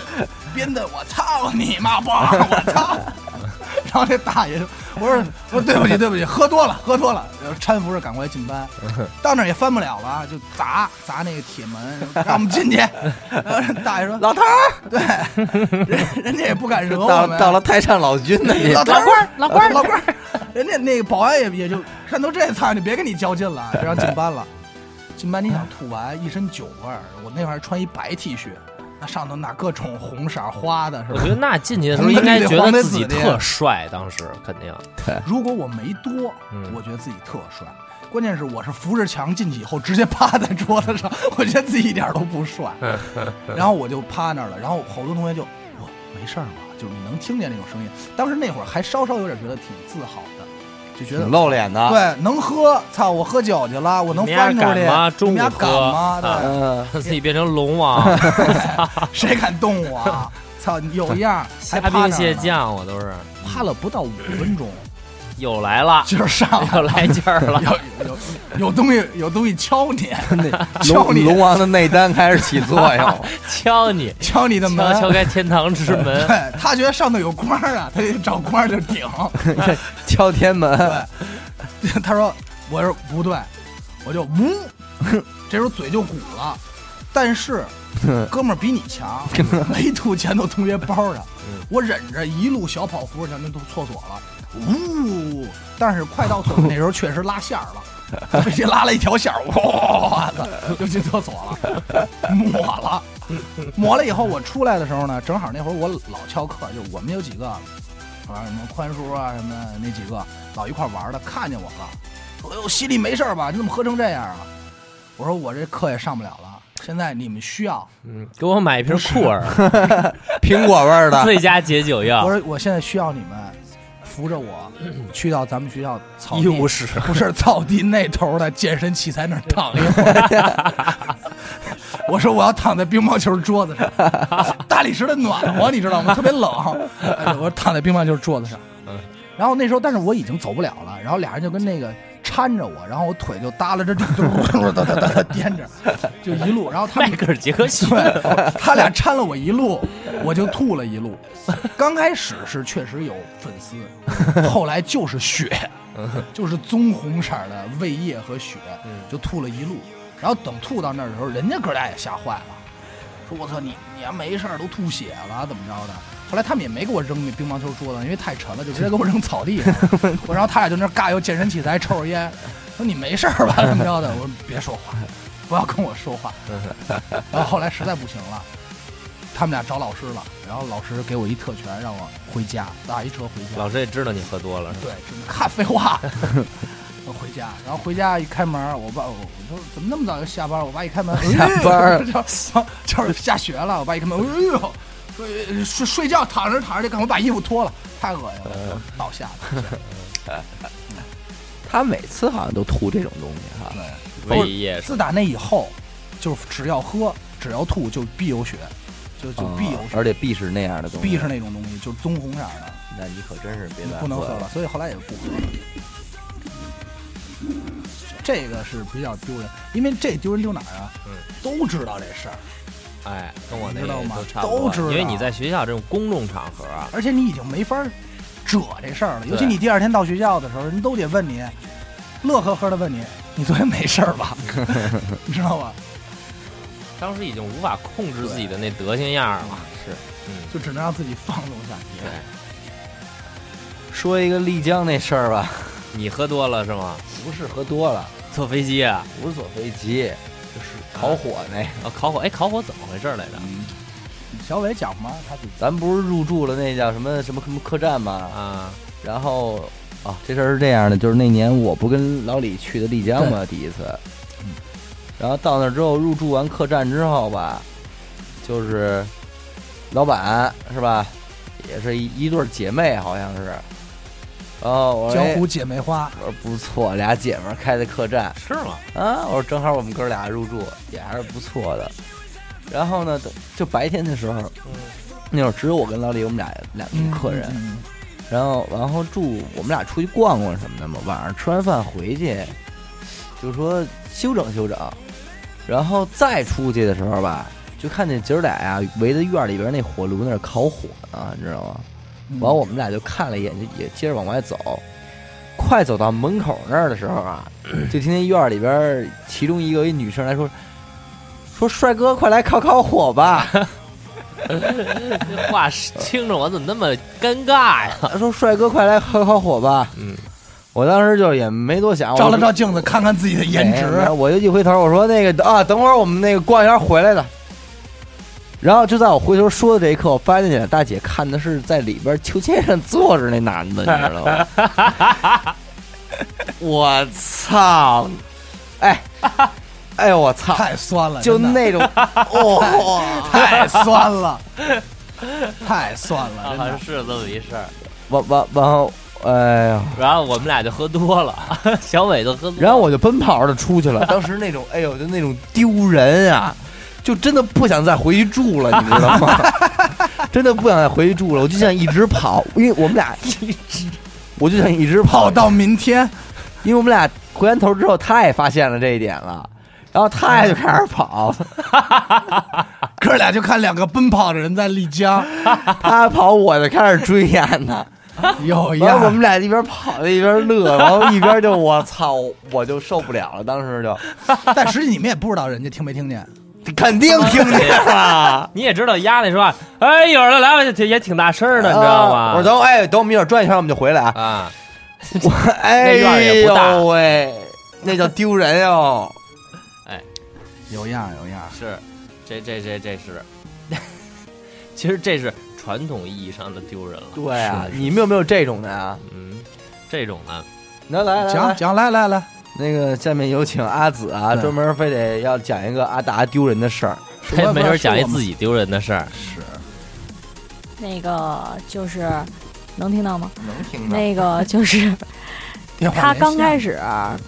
[SPEAKER 1] 边蹬我操你妈梆，我操！ [LAUGHS] 然后这大爷就我说我说对不起对不起，喝多了喝多了，然后搀扶着赶快进
[SPEAKER 2] [LAUGHS]
[SPEAKER 1] 班，到那儿也翻不了了，就砸砸那个铁门，让我们进去。 [LAUGHS] 然后大爷说
[SPEAKER 2] 老头儿
[SPEAKER 1] 对，人人家也不敢惹我
[SPEAKER 2] 到
[SPEAKER 1] 们，啊
[SPEAKER 2] 到了太上老君那里
[SPEAKER 1] 老，头儿，老官儿，老官儿，人家那个保安也也就看都这菜，就别跟你较劲了，就让进班了。进班你想吐完一身酒味儿，我那会儿穿一白 T 恤，那上头哪各种红色儿花的是
[SPEAKER 3] 我
[SPEAKER 1] 吧
[SPEAKER 3] 觉？得那进去
[SPEAKER 1] [LAUGHS]
[SPEAKER 3] 的时候应该觉得自己特帅，当时肯定
[SPEAKER 1] 如果我没多
[SPEAKER 3] 嗯，
[SPEAKER 1] 我觉得自己特帅。关键是我是扶着墙进去以后，直接趴在桌子上， [LAUGHS] 我觉得自己一点儿都不帅。
[SPEAKER 3] [LAUGHS]
[SPEAKER 1] 然后我就趴那儿了，然后好多同学就我没事儿吧，就是你能听见那种声音。当时那会儿还稍稍有点觉得挺自豪的，就觉得
[SPEAKER 2] 挺露脸的。，
[SPEAKER 1] 对，能喝，操，我喝酒去了，我能
[SPEAKER 3] 你们
[SPEAKER 1] 翻
[SPEAKER 3] 家
[SPEAKER 1] 出
[SPEAKER 3] 敢
[SPEAKER 1] 去
[SPEAKER 3] 吗，
[SPEAKER 1] 你
[SPEAKER 3] 中午
[SPEAKER 1] 们家敢
[SPEAKER 3] 喝
[SPEAKER 1] 吗？对，
[SPEAKER 2] 嗯，
[SPEAKER 3] 自己变成龙
[SPEAKER 1] [LAUGHS]
[SPEAKER 3] 王，
[SPEAKER 1] 谁敢动我啊？操，有样儿，还
[SPEAKER 3] 虾
[SPEAKER 1] 趴
[SPEAKER 3] 兵
[SPEAKER 1] 那
[SPEAKER 3] 蟹
[SPEAKER 1] 儿呢，
[SPEAKER 3] 将我都是
[SPEAKER 1] 趴了不到五分 [LAUGHS] 钟，
[SPEAKER 3] 又来了，
[SPEAKER 1] 就是上 [LAUGHS] 来
[SPEAKER 3] 又来劲儿了。
[SPEAKER 1] 有有有东西有东西敲你， [LAUGHS] 敲
[SPEAKER 2] 龙
[SPEAKER 1] 你
[SPEAKER 2] 龙王的内丹开始起作
[SPEAKER 1] [LAUGHS]
[SPEAKER 2] 用，
[SPEAKER 3] 敲你，
[SPEAKER 1] 敲你的
[SPEAKER 3] 敲
[SPEAKER 1] 门。
[SPEAKER 3] 敲开天堂之门，
[SPEAKER 1] [LAUGHS] 对他觉得上头有官儿啊，他就找官儿就顶。
[SPEAKER 2] 敲天门。
[SPEAKER 1] [LAUGHS] 他说：“我说不对，我就呜， [LAUGHS] 这时候嘴就鼓了。但是哥们儿比你强，没吐前头同学包上
[SPEAKER 3] 嗯，
[SPEAKER 1] 我忍着一路小跑扶着墙就到厕所了，呜！但是快到厕所那时候确实拉线儿了，飞机拉了一条线儿，哇塞，就进厕所了，抹了，抹了以后我出来的时候呢，正好那会儿我老翘课，就我们有几个。”啊，什么宽叔啊，什么那几个老一块玩的，看见我了，说：“哎呦，西里没事儿吧？你怎么喝成这样啊？”我说：“我这课也上不了了，现在你们需要，
[SPEAKER 3] 嗯，给我买一瓶
[SPEAKER 1] [LAUGHS]
[SPEAKER 3] 酷儿，
[SPEAKER 2] 苹果味儿
[SPEAKER 1] 啊
[SPEAKER 2] 的，
[SPEAKER 3] 最佳解酒药
[SPEAKER 1] 我，说我现在需要你们扶着
[SPEAKER 3] [CLEARS THROAT]
[SPEAKER 1] 我去到咱们学校草
[SPEAKER 3] 医
[SPEAKER 1] 地，
[SPEAKER 3] 务室。
[SPEAKER 1] 不是草地那头的健身器材那儿躺一会儿。
[SPEAKER 3] [LAUGHS]
[SPEAKER 1] 我说我要躺在乒乓球桌子上，大理石的暖和，你知道吗？特别冷。哎我躺在乒乓球桌子上
[SPEAKER 3] 嗯，
[SPEAKER 1] 然后那时候，但是我已经走不了了。然后俩人就跟那个搀着我，然后我腿就耷拉着，就
[SPEAKER 3] [LAUGHS]
[SPEAKER 1] 就就哒哒哒哒颠着，就一路。然后他
[SPEAKER 3] 迈
[SPEAKER 1] 们
[SPEAKER 3] 克尔·杰克逊，
[SPEAKER 1] 对，他俩搀了我一路，我就吐了一路。刚开始是确实有粉丝，后来就是血，就是棕红色的胃液和血，就吐了一路。然后等吐到那儿的时候，人家哥俩也吓坏了，说：“我操，你你还没事儿都吐血了，怎么着的？”后来他们也没给我扔那乒乓球桌子，因为太沉了，就直接给我扔草地上了。我然后他俩就那儿尬有健身器材，抽着烟，说：“你没事儿
[SPEAKER 2] [LAUGHS]
[SPEAKER 1] 吧？怎么着的？”我说：“别说话，不要跟我说话。”然后后来实在不行了，他们俩找老师了，然后老师给我一特权，让我回家打一车回家。
[SPEAKER 3] 老师也知道你喝多了，是吧
[SPEAKER 1] 对，就是看废话。 [LAUGHS] 我回家，然后回家一开门，我爸我我说怎么那么早就下班了？我爸一开门，哎
[SPEAKER 2] 下班
[SPEAKER 1] [LAUGHS]
[SPEAKER 2] 儿
[SPEAKER 1] 就就是下学了。我爸一开门，哎呦，说呃睡睡觉躺着躺着就干，我把衣服脱了，太恶心了，
[SPEAKER 2] 呃
[SPEAKER 1] 我倒下了。
[SPEAKER 2] 他每次好像都吐这种东西哈。
[SPEAKER 1] 对，
[SPEAKER 3] 胃液是吧
[SPEAKER 1] 自打那以后，就是只要喝，只要吐，就必有血，就就必有
[SPEAKER 2] 嗯
[SPEAKER 1] 血，
[SPEAKER 2] 而且必是那样的东西。
[SPEAKER 1] 必是那种东西，就是棕红色的。
[SPEAKER 2] 那你可真是别
[SPEAKER 1] 你
[SPEAKER 2] 再
[SPEAKER 1] 不能喝
[SPEAKER 2] 了
[SPEAKER 1] 了，。所以后来也不喝了。这个是比较丢人，因为这丢人丢哪儿啊？
[SPEAKER 3] 嗯，
[SPEAKER 1] 都知道这事儿，
[SPEAKER 3] 哎，跟我那
[SPEAKER 1] 你知道吗
[SPEAKER 3] 都差不多，
[SPEAKER 1] 都知道
[SPEAKER 3] 因为你在学校这种公众场合啊，
[SPEAKER 1] 而且你已经没法儿遮这事儿了。
[SPEAKER 3] 对
[SPEAKER 1] 尤其你第二天到学校的时候，人都得问你，乐呵呵的问你，你昨天没事儿吧？ [LAUGHS] 你知道吧？
[SPEAKER 3] 当时已经无法控制自己的那德行样儿了。是，嗯，
[SPEAKER 1] 就只能让自己放纵下。
[SPEAKER 2] 说一个丽江那事儿吧，
[SPEAKER 3] 你喝多了是吗？
[SPEAKER 2] 不是喝多了，
[SPEAKER 3] 坐飞机啊？
[SPEAKER 2] 不是坐飞机，就是
[SPEAKER 1] 呃
[SPEAKER 2] 烤火那个。
[SPEAKER 3] 啊，烤火，哎，烤火怎么回事来着？
[SPEAKER 1] 嗯，小伟讲吗？他自己
[SPEAKER 2] 咱不是入住了那叫什么什么什么客栈吗？
[SPEAKER 3] 啊，
[SPEAKER 2] 然后啊，这事儿是这样的，就是那年我不跟老李去的丽江嘛，第一次
[SPEAKER 1] 嗯。
[SPEAKER 2] 然后到那儿之后，入住完客栈之后吧，就是老板是吧，也是一一对儿姐妹，好像是。然后我说
[SPEAKER 1] 江
[SPEAKER 2] 哎
[SPEAKER 1] 湖姐妹花，
[SPEAKER 2] 我说不错，俩姐们儿开的客栈
[SPEAKER 3] 是吗？
[SPEAKER 2] 啊，我说正好我们哥俩入住，也还是不错的。然后呢，等就白天的时候，嗯那会儿只有我跟老李，我们俩两
[SPEAKER 1] 嗯
[SPEAKER 2] 个客人，
[SPEAKER 1] 嗯
[SPEAKER 2] 然后然后住我们俩出去逛逛什么的嘛，晚上吃完饭回去，就说休整休整，然后再出去的时候吧，就看见姐儿俩呀围在院里边那火炉那儿烤火呢，你知道吗？
[SPEAKER 1] 嗯
[SPEAKER 2] 完我们俩就看了一眼，就也接着往外走。快走到门口那儿的时候
[SPEAKER 1] [CLEARS THROAT]
[SPEAKER 2] 啊，就听见院里边儿其中一个一女生来说：“说帅哥，快来烤烤火吧 [LAUGHS]
[SPEAKER 3] 这话是听着我怎么那么尴尬呀！！”
[SPEAKER 2] 说帅哥，快来烤烤火吧！
[SPEAKER 3] 嗯，
[SPEAKER 2] 我当时就也没多想，我
[SPEAKER 1] 照了
[SPEAKER 2] 说
[SPEAKER 1] 照镜子，看看自己的颜值。
[SPEAKER 2] 没有我就一回头，我说那个啊，等会儿我们那个逛一下回来的。然后就在我回头说的这一刻，我发现那俩大姐看的是在里边秋千上坐着那男的，你知道吗？ [LAUGHS] 我操！哎， [LAUGHS] 哎，我操！
[SPEAKER 1] 太酸了，
[SPEAKER 2] [LAUGHS] 就
[SPEAKER 1] 真的
[SPEAKER 2] 那种，哦，
[SPEAKER 1] 太酸了，太酸了，
[SPEAKER 3] 好
[SPEAKER 1] 真的
[SPEAKER 3] 像。啊是这么一事儿。
[SPEAKER 2] 完完完后，哎呀！
[SPEAKER 3] 然后我们俩就喝多了， [LAUGHS] 小伟都喝多了。
[SPEAKER 2] 然后我就奔跑着出去了。 [LAUGHS] 当时那种，哎呦，就那种丢人啊，就真的不想再回去住了，你知道 [LAUGHS] 吗？真的不想再回去住了，我就想一直跑，因为我们俩 [LAUGHS] 一直，我就想一直跑
[SPEAKER 1] 泡，到明天，
[SPEAKER 2] 因为我们俩回完头之后，他也发现了这一点了，然后他也就开始 [LAUGHS] 跑，
[SPEAKER 1] 哥俩就看两个奔跑的人在丽江，
[SPEAKER 2] 他跑我就开始追撵他。
[SPEAKER 3] 哎
[SPEAKER 1] 有
[SPEAKER 2] 然
[SPEAKER 1] 呀，
[SPEAKER 2] 后我们俩一边跑一
[SPEAKER 3] [LAUGHS]
[SPEAKER 2] 边乐，然后一边就我操，我就受不了了，当时就
[SPEAKER 1] 但实际你们也不知道人家听没听见，
[SPEAKER 2] 肯定听见啊
[SPEAKER 3] [LAUGHS]
[SPEAKER 2] 了。
[SPEAKER 3] 你也知道丫那说话，哎，有人来了，也挺大声的，你知道吗？
[SPEAKER 2] 啊我说等我哎，等我们一会儿转一圈，我们就回来啊。
[SPEAKER 3] 啊，
[SPEAKER 2] 我 [LAUGHS] 哎
[SPEAKER 3] 那院儿也不大
[SPEAKER 2] 呦喂，那叫丢人哟！
[SPEAKER 1] 有样有样。
[SPEAKER 3] 是，这这这这是， [LAUGHS] 其实这是传统意义上的丢人了。
[SPEAKER 2] 对啊，
[SPEAKER 3] 是
[SPEAKER 2] 你们有没有这种的啊？
[SPEAKER 3] 嗯，这种呢，
[SPEAKER 2] 那来
[SPEAKER 3] 啊
[SPEAKER 2] 来
[SPEAKER 1] 讲
[SPEAKER 2] 来，
[SPEAKER 1] 讲，来来来，
[SPEAKER 2] 那个下面有请阿紫啊，
[SPEAKER 1] 对
[SPEAKER 2] 专门非得要讲一个阿达丢人的事儿。
[SPEAKER 3] 他哎也没准讲一自己丢人的
[SPEAKER 2] [LAUGHS]
[SPEAKER 3] 事儿。
[SPEAKER 1] 是
[SPEAKER 4] 那个就是能听到吗？
[SPEAKER 2] 能听
[SPEAKER 4] 那个就是
[SPEAKER 1] 电话
[SPEAKER 4] 他刚开
[SPEAKER 1] 始
[SPEAKER 4] 始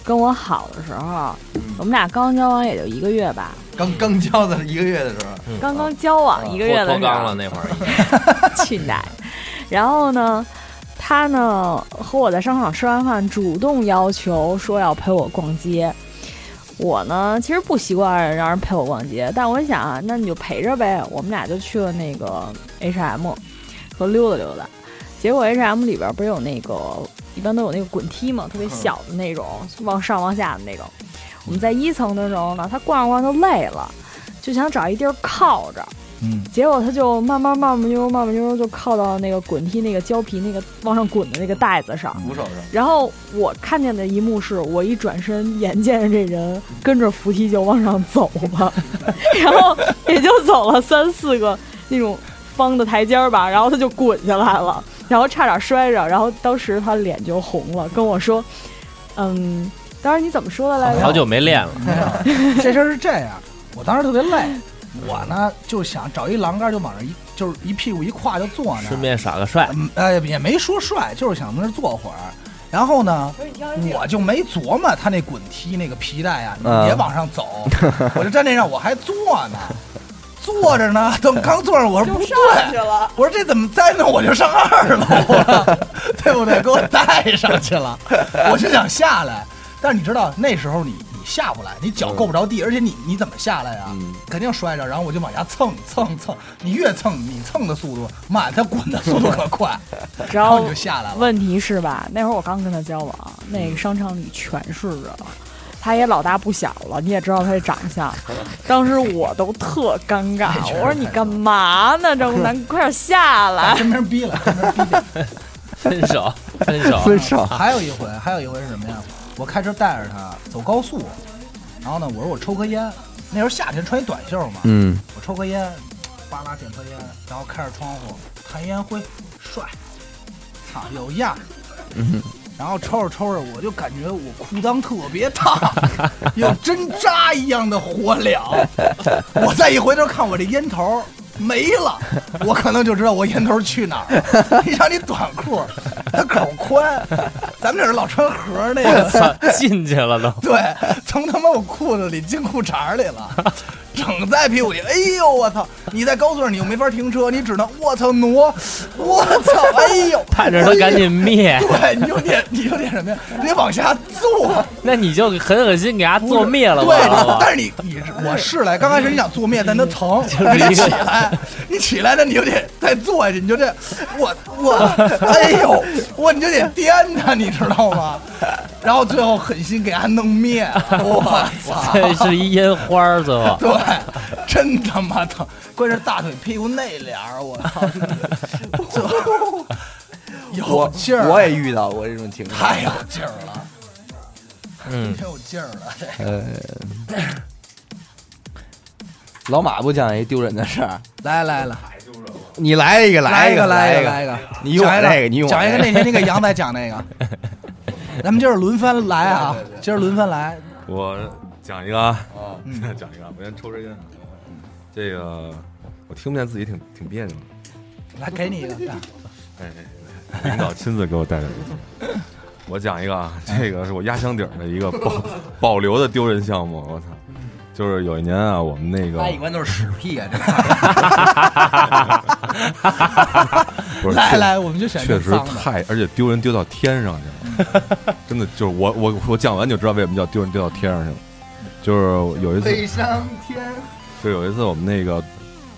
[SPEAKER 4] 跟我好的时候，我们俩刚交往也就一个月吧，
[SPEAKER 2] 刚刚交的一个月的时候，
[SPEAKER 4] 刚刚交往一个月
[SPEAKER 3] 啊脱
[SPEAKER 4] 的
[SPEAKER 3] 脱
[SPEAKER 4] 时
[SPEAKER 3] 肛
[SPEAKER 4] 候
[SPEAKER 3] 了，那会儿
[SPEAKER 2] [LAUGHS]
[SPEAKER 3] 已经，
[SPEAKER 4] 去奶。 [LAUGHS] 然后呢，他呢和我在商场吃完饭，主动要求说要陪我逛街。我呢其实不习惯让人陪我逛街，但我想啊，那你就陪着呗。我们俩就去了那个 H&M，说溜达溜达。结果 H&M 里边不是有那个一般都有那个滚梯嘛，特别小的那种，往上往下的那种。我们在一层的时候呢，他逛着逛着就累了，就想找一地儿靠着。
[SPEAKER 1] 嗯，
[SPEAKER 4] 结果他就慢慢慢慢悠慢慢悠就靠到那个滚梯那个胶皮那个往上滚的那个带子上。
[SPEAKER 2] 扶手上
[SPEAKER 4] 然后我看见的一幕是，我一转身，眼见着这人跟着扶梯就往上走
[SPEAKER 1] [LAUGHS]
[SPEAKER 4] 了，然后也就走了三四个那种方的台阶儿吧，然后他就滚下来了，然后差点摔着，然后当时他脸就红了，跟我说：“嗯，当时你怎么说的来
[SPEAKER 3] 好
[SPEAKER 4] 着？
[SPEAKER 3] 久没练了。
[SPEAKER 1] 没有这事儿是这样，我当时特别累，我呢就想找一栏杆就往那儿一就是一屁股一跨就坐那
[SPEAKER 3] 顺
[SPEAKER 1] 儿，
[SPEAKER 3] 便耍个帅，
[SPEAKER 1] 嗯呃也没说帅，就是想在那儿坐会儿，然后呢。我就没琢磨他那滚梯那个皮带呀、
[SPEAKER 2] 嗯
[SPEAKER 1] 也往上走，我就站那上，我还坐呢，坐着呢，等刚坐上，我说不对，
[SPEAKER 4] 了。
[SPEAKER 1] 我说这怎么再弄我就上二楼了，对不对？给我带上去了，我就想下来，但是你知道那时候你你下不来，你脚够不着地，而且你你怎么下来呀、
[SPEAKER 2] 嗯
[SPEAKER 1] 肯定摔着，然后我就往下蹭蹭蹭，你越蹭你蹭的速度慢，他滚的速度可快，
[SPEAKER 4] 然
[SPEAKER 1] 然后
[SPEAKER 4] 后
[SPEAKER 1] 你就下来了。
[SPEAKER 4] 问题是吧，那会儿我刚跟他交往，那个商场里全是人，他也老大不小了，你也知道他这长相。 [LAUGHS] 当时我都特尴尬，我说你干嘛呢，张楠，你快点下来。 [LAUGHS]
[SPEAKER 1] 真名逼了，真名逼了。
[SPEAKER 3] 分手，分手，
[SPEAKER 2] 分手，
[SPEAKER 1] 还有一回，还有一回是什么呀？我开车带着他走高速，然后呢，我说我抽颗烟，那时候夏天穿一短袖嘛，
[SPEAKER 2] 嗯，
[SPEAKER 1] 我抽颗烟，巴拉点颗烟，然后开着窗户看烟灰，帅，操有样。然后抽着抽着，我就感觉我裤裆特别烫，有针扎一样的火燎。我再一回头看我这烟头没了，我可能就知道我烟头去哪儿了。你瞧你短裤，它口宽，咱们这是老穿盒那个，
[SPEAKER 3] 操，进去了都。
[SPEAKER 1] [LAUGHS] 对，从他妈我裤子里进裤衩里了，整在屁股里。哎呦我操！你在高速上你又没法停车，你只能我操挪，我操！哎呦，哎
[SPEAKER 3] 盼着他赶紧灭，
[SPEAKER 1] 对，你就得你就得什么呀？你得往下坐，
[SPEAKER 3] 那你就狠狠心给他做灭了，
[SPEAKER 1] 对
[SPEAKER 3] 完了，吧？
[SPEAKER 1] 但是你你我试来，刚开始你想坐灭，但它疼，你得起来，你起来那你就得再坐下去，你就这，我我，哎呦，我你就得颠它，你知道吗？然后最后狠心给它弄灭，我操！
[SPEAKER 3] 这是一烟花儿，最后
[SPEAKER 1] 对，真他妈疼，关键是大腿屁股内帘儿，我操！这有
[SPEAKER 2] 我
[SPEAKER 1] 劲
[SPEAKER 3] 啊
[SPEAKER 1] 儿，
[SPEAKER 2] 我也遇到过这种情况，
[SPEAKER 1] 太有劲儿了，
[SPEAKER 3] 嗯，
[SPEAKER 1] 太有劲儿了，这
[SPEAKER 2] 呃，老马不讲一丢人的事儿，
[SPEAKER 1] 来来来，
[SPEAKER 2] 你来一个，一个，
[SPEAKER 1] 来
[SPEAKER 2] 一
[SPEAKER 1] 来一个，
[SPEAKER 2] 你用我
[SPEAKER 1] 讲一
[SPEAKER 2] 那个你用我
[SPEAKER 1] 讲一个
[SPEAKER 2] 那个
[SPEAKER 1] 那天那个杨仔讲那 [LAUGHS] 个，咱们今儿轮番来啊，今儿轮番来，
[SPEAKER 5] 我讲一个啊，
[SPEAKER 1] 嗯
[SPEAKER 5] 讲一个啊，我先抽根烟。这个我听不见自己挺挺别扭的，
[SPEAKER 1] 来给你一 [LAUGHS] 个，
[SPEAKER 5] 哎，哎哎领导亲自给我带 [LAUGHS] 来的。我讲一个啊，这个是我压箱底儿的一个保保留的丢人项目。我操，就是有一年啊，我们那个
[SPEAKER 1] 哎般都是屎屁啊，
[SPEAKER 5] 不是
[SPEAKER 1] 来
[SPEAKER 5] 确
[SPEAKER 1] 来，我们就选这
[SPEAKER 5] 确实
[SPEAKER 1] 脏的，
[SPEAKER 5] 太，而且丢人丢到天上去
[SPEAKER 1] [LAUGHS]
[SPEAKER 5] 了，真的就是我我我讲完就知道为什么叫丢人丢到天上去了，就是有一次
[SPEAKER 1] 上天，
[SPEAKER 5] 就有一次我们那个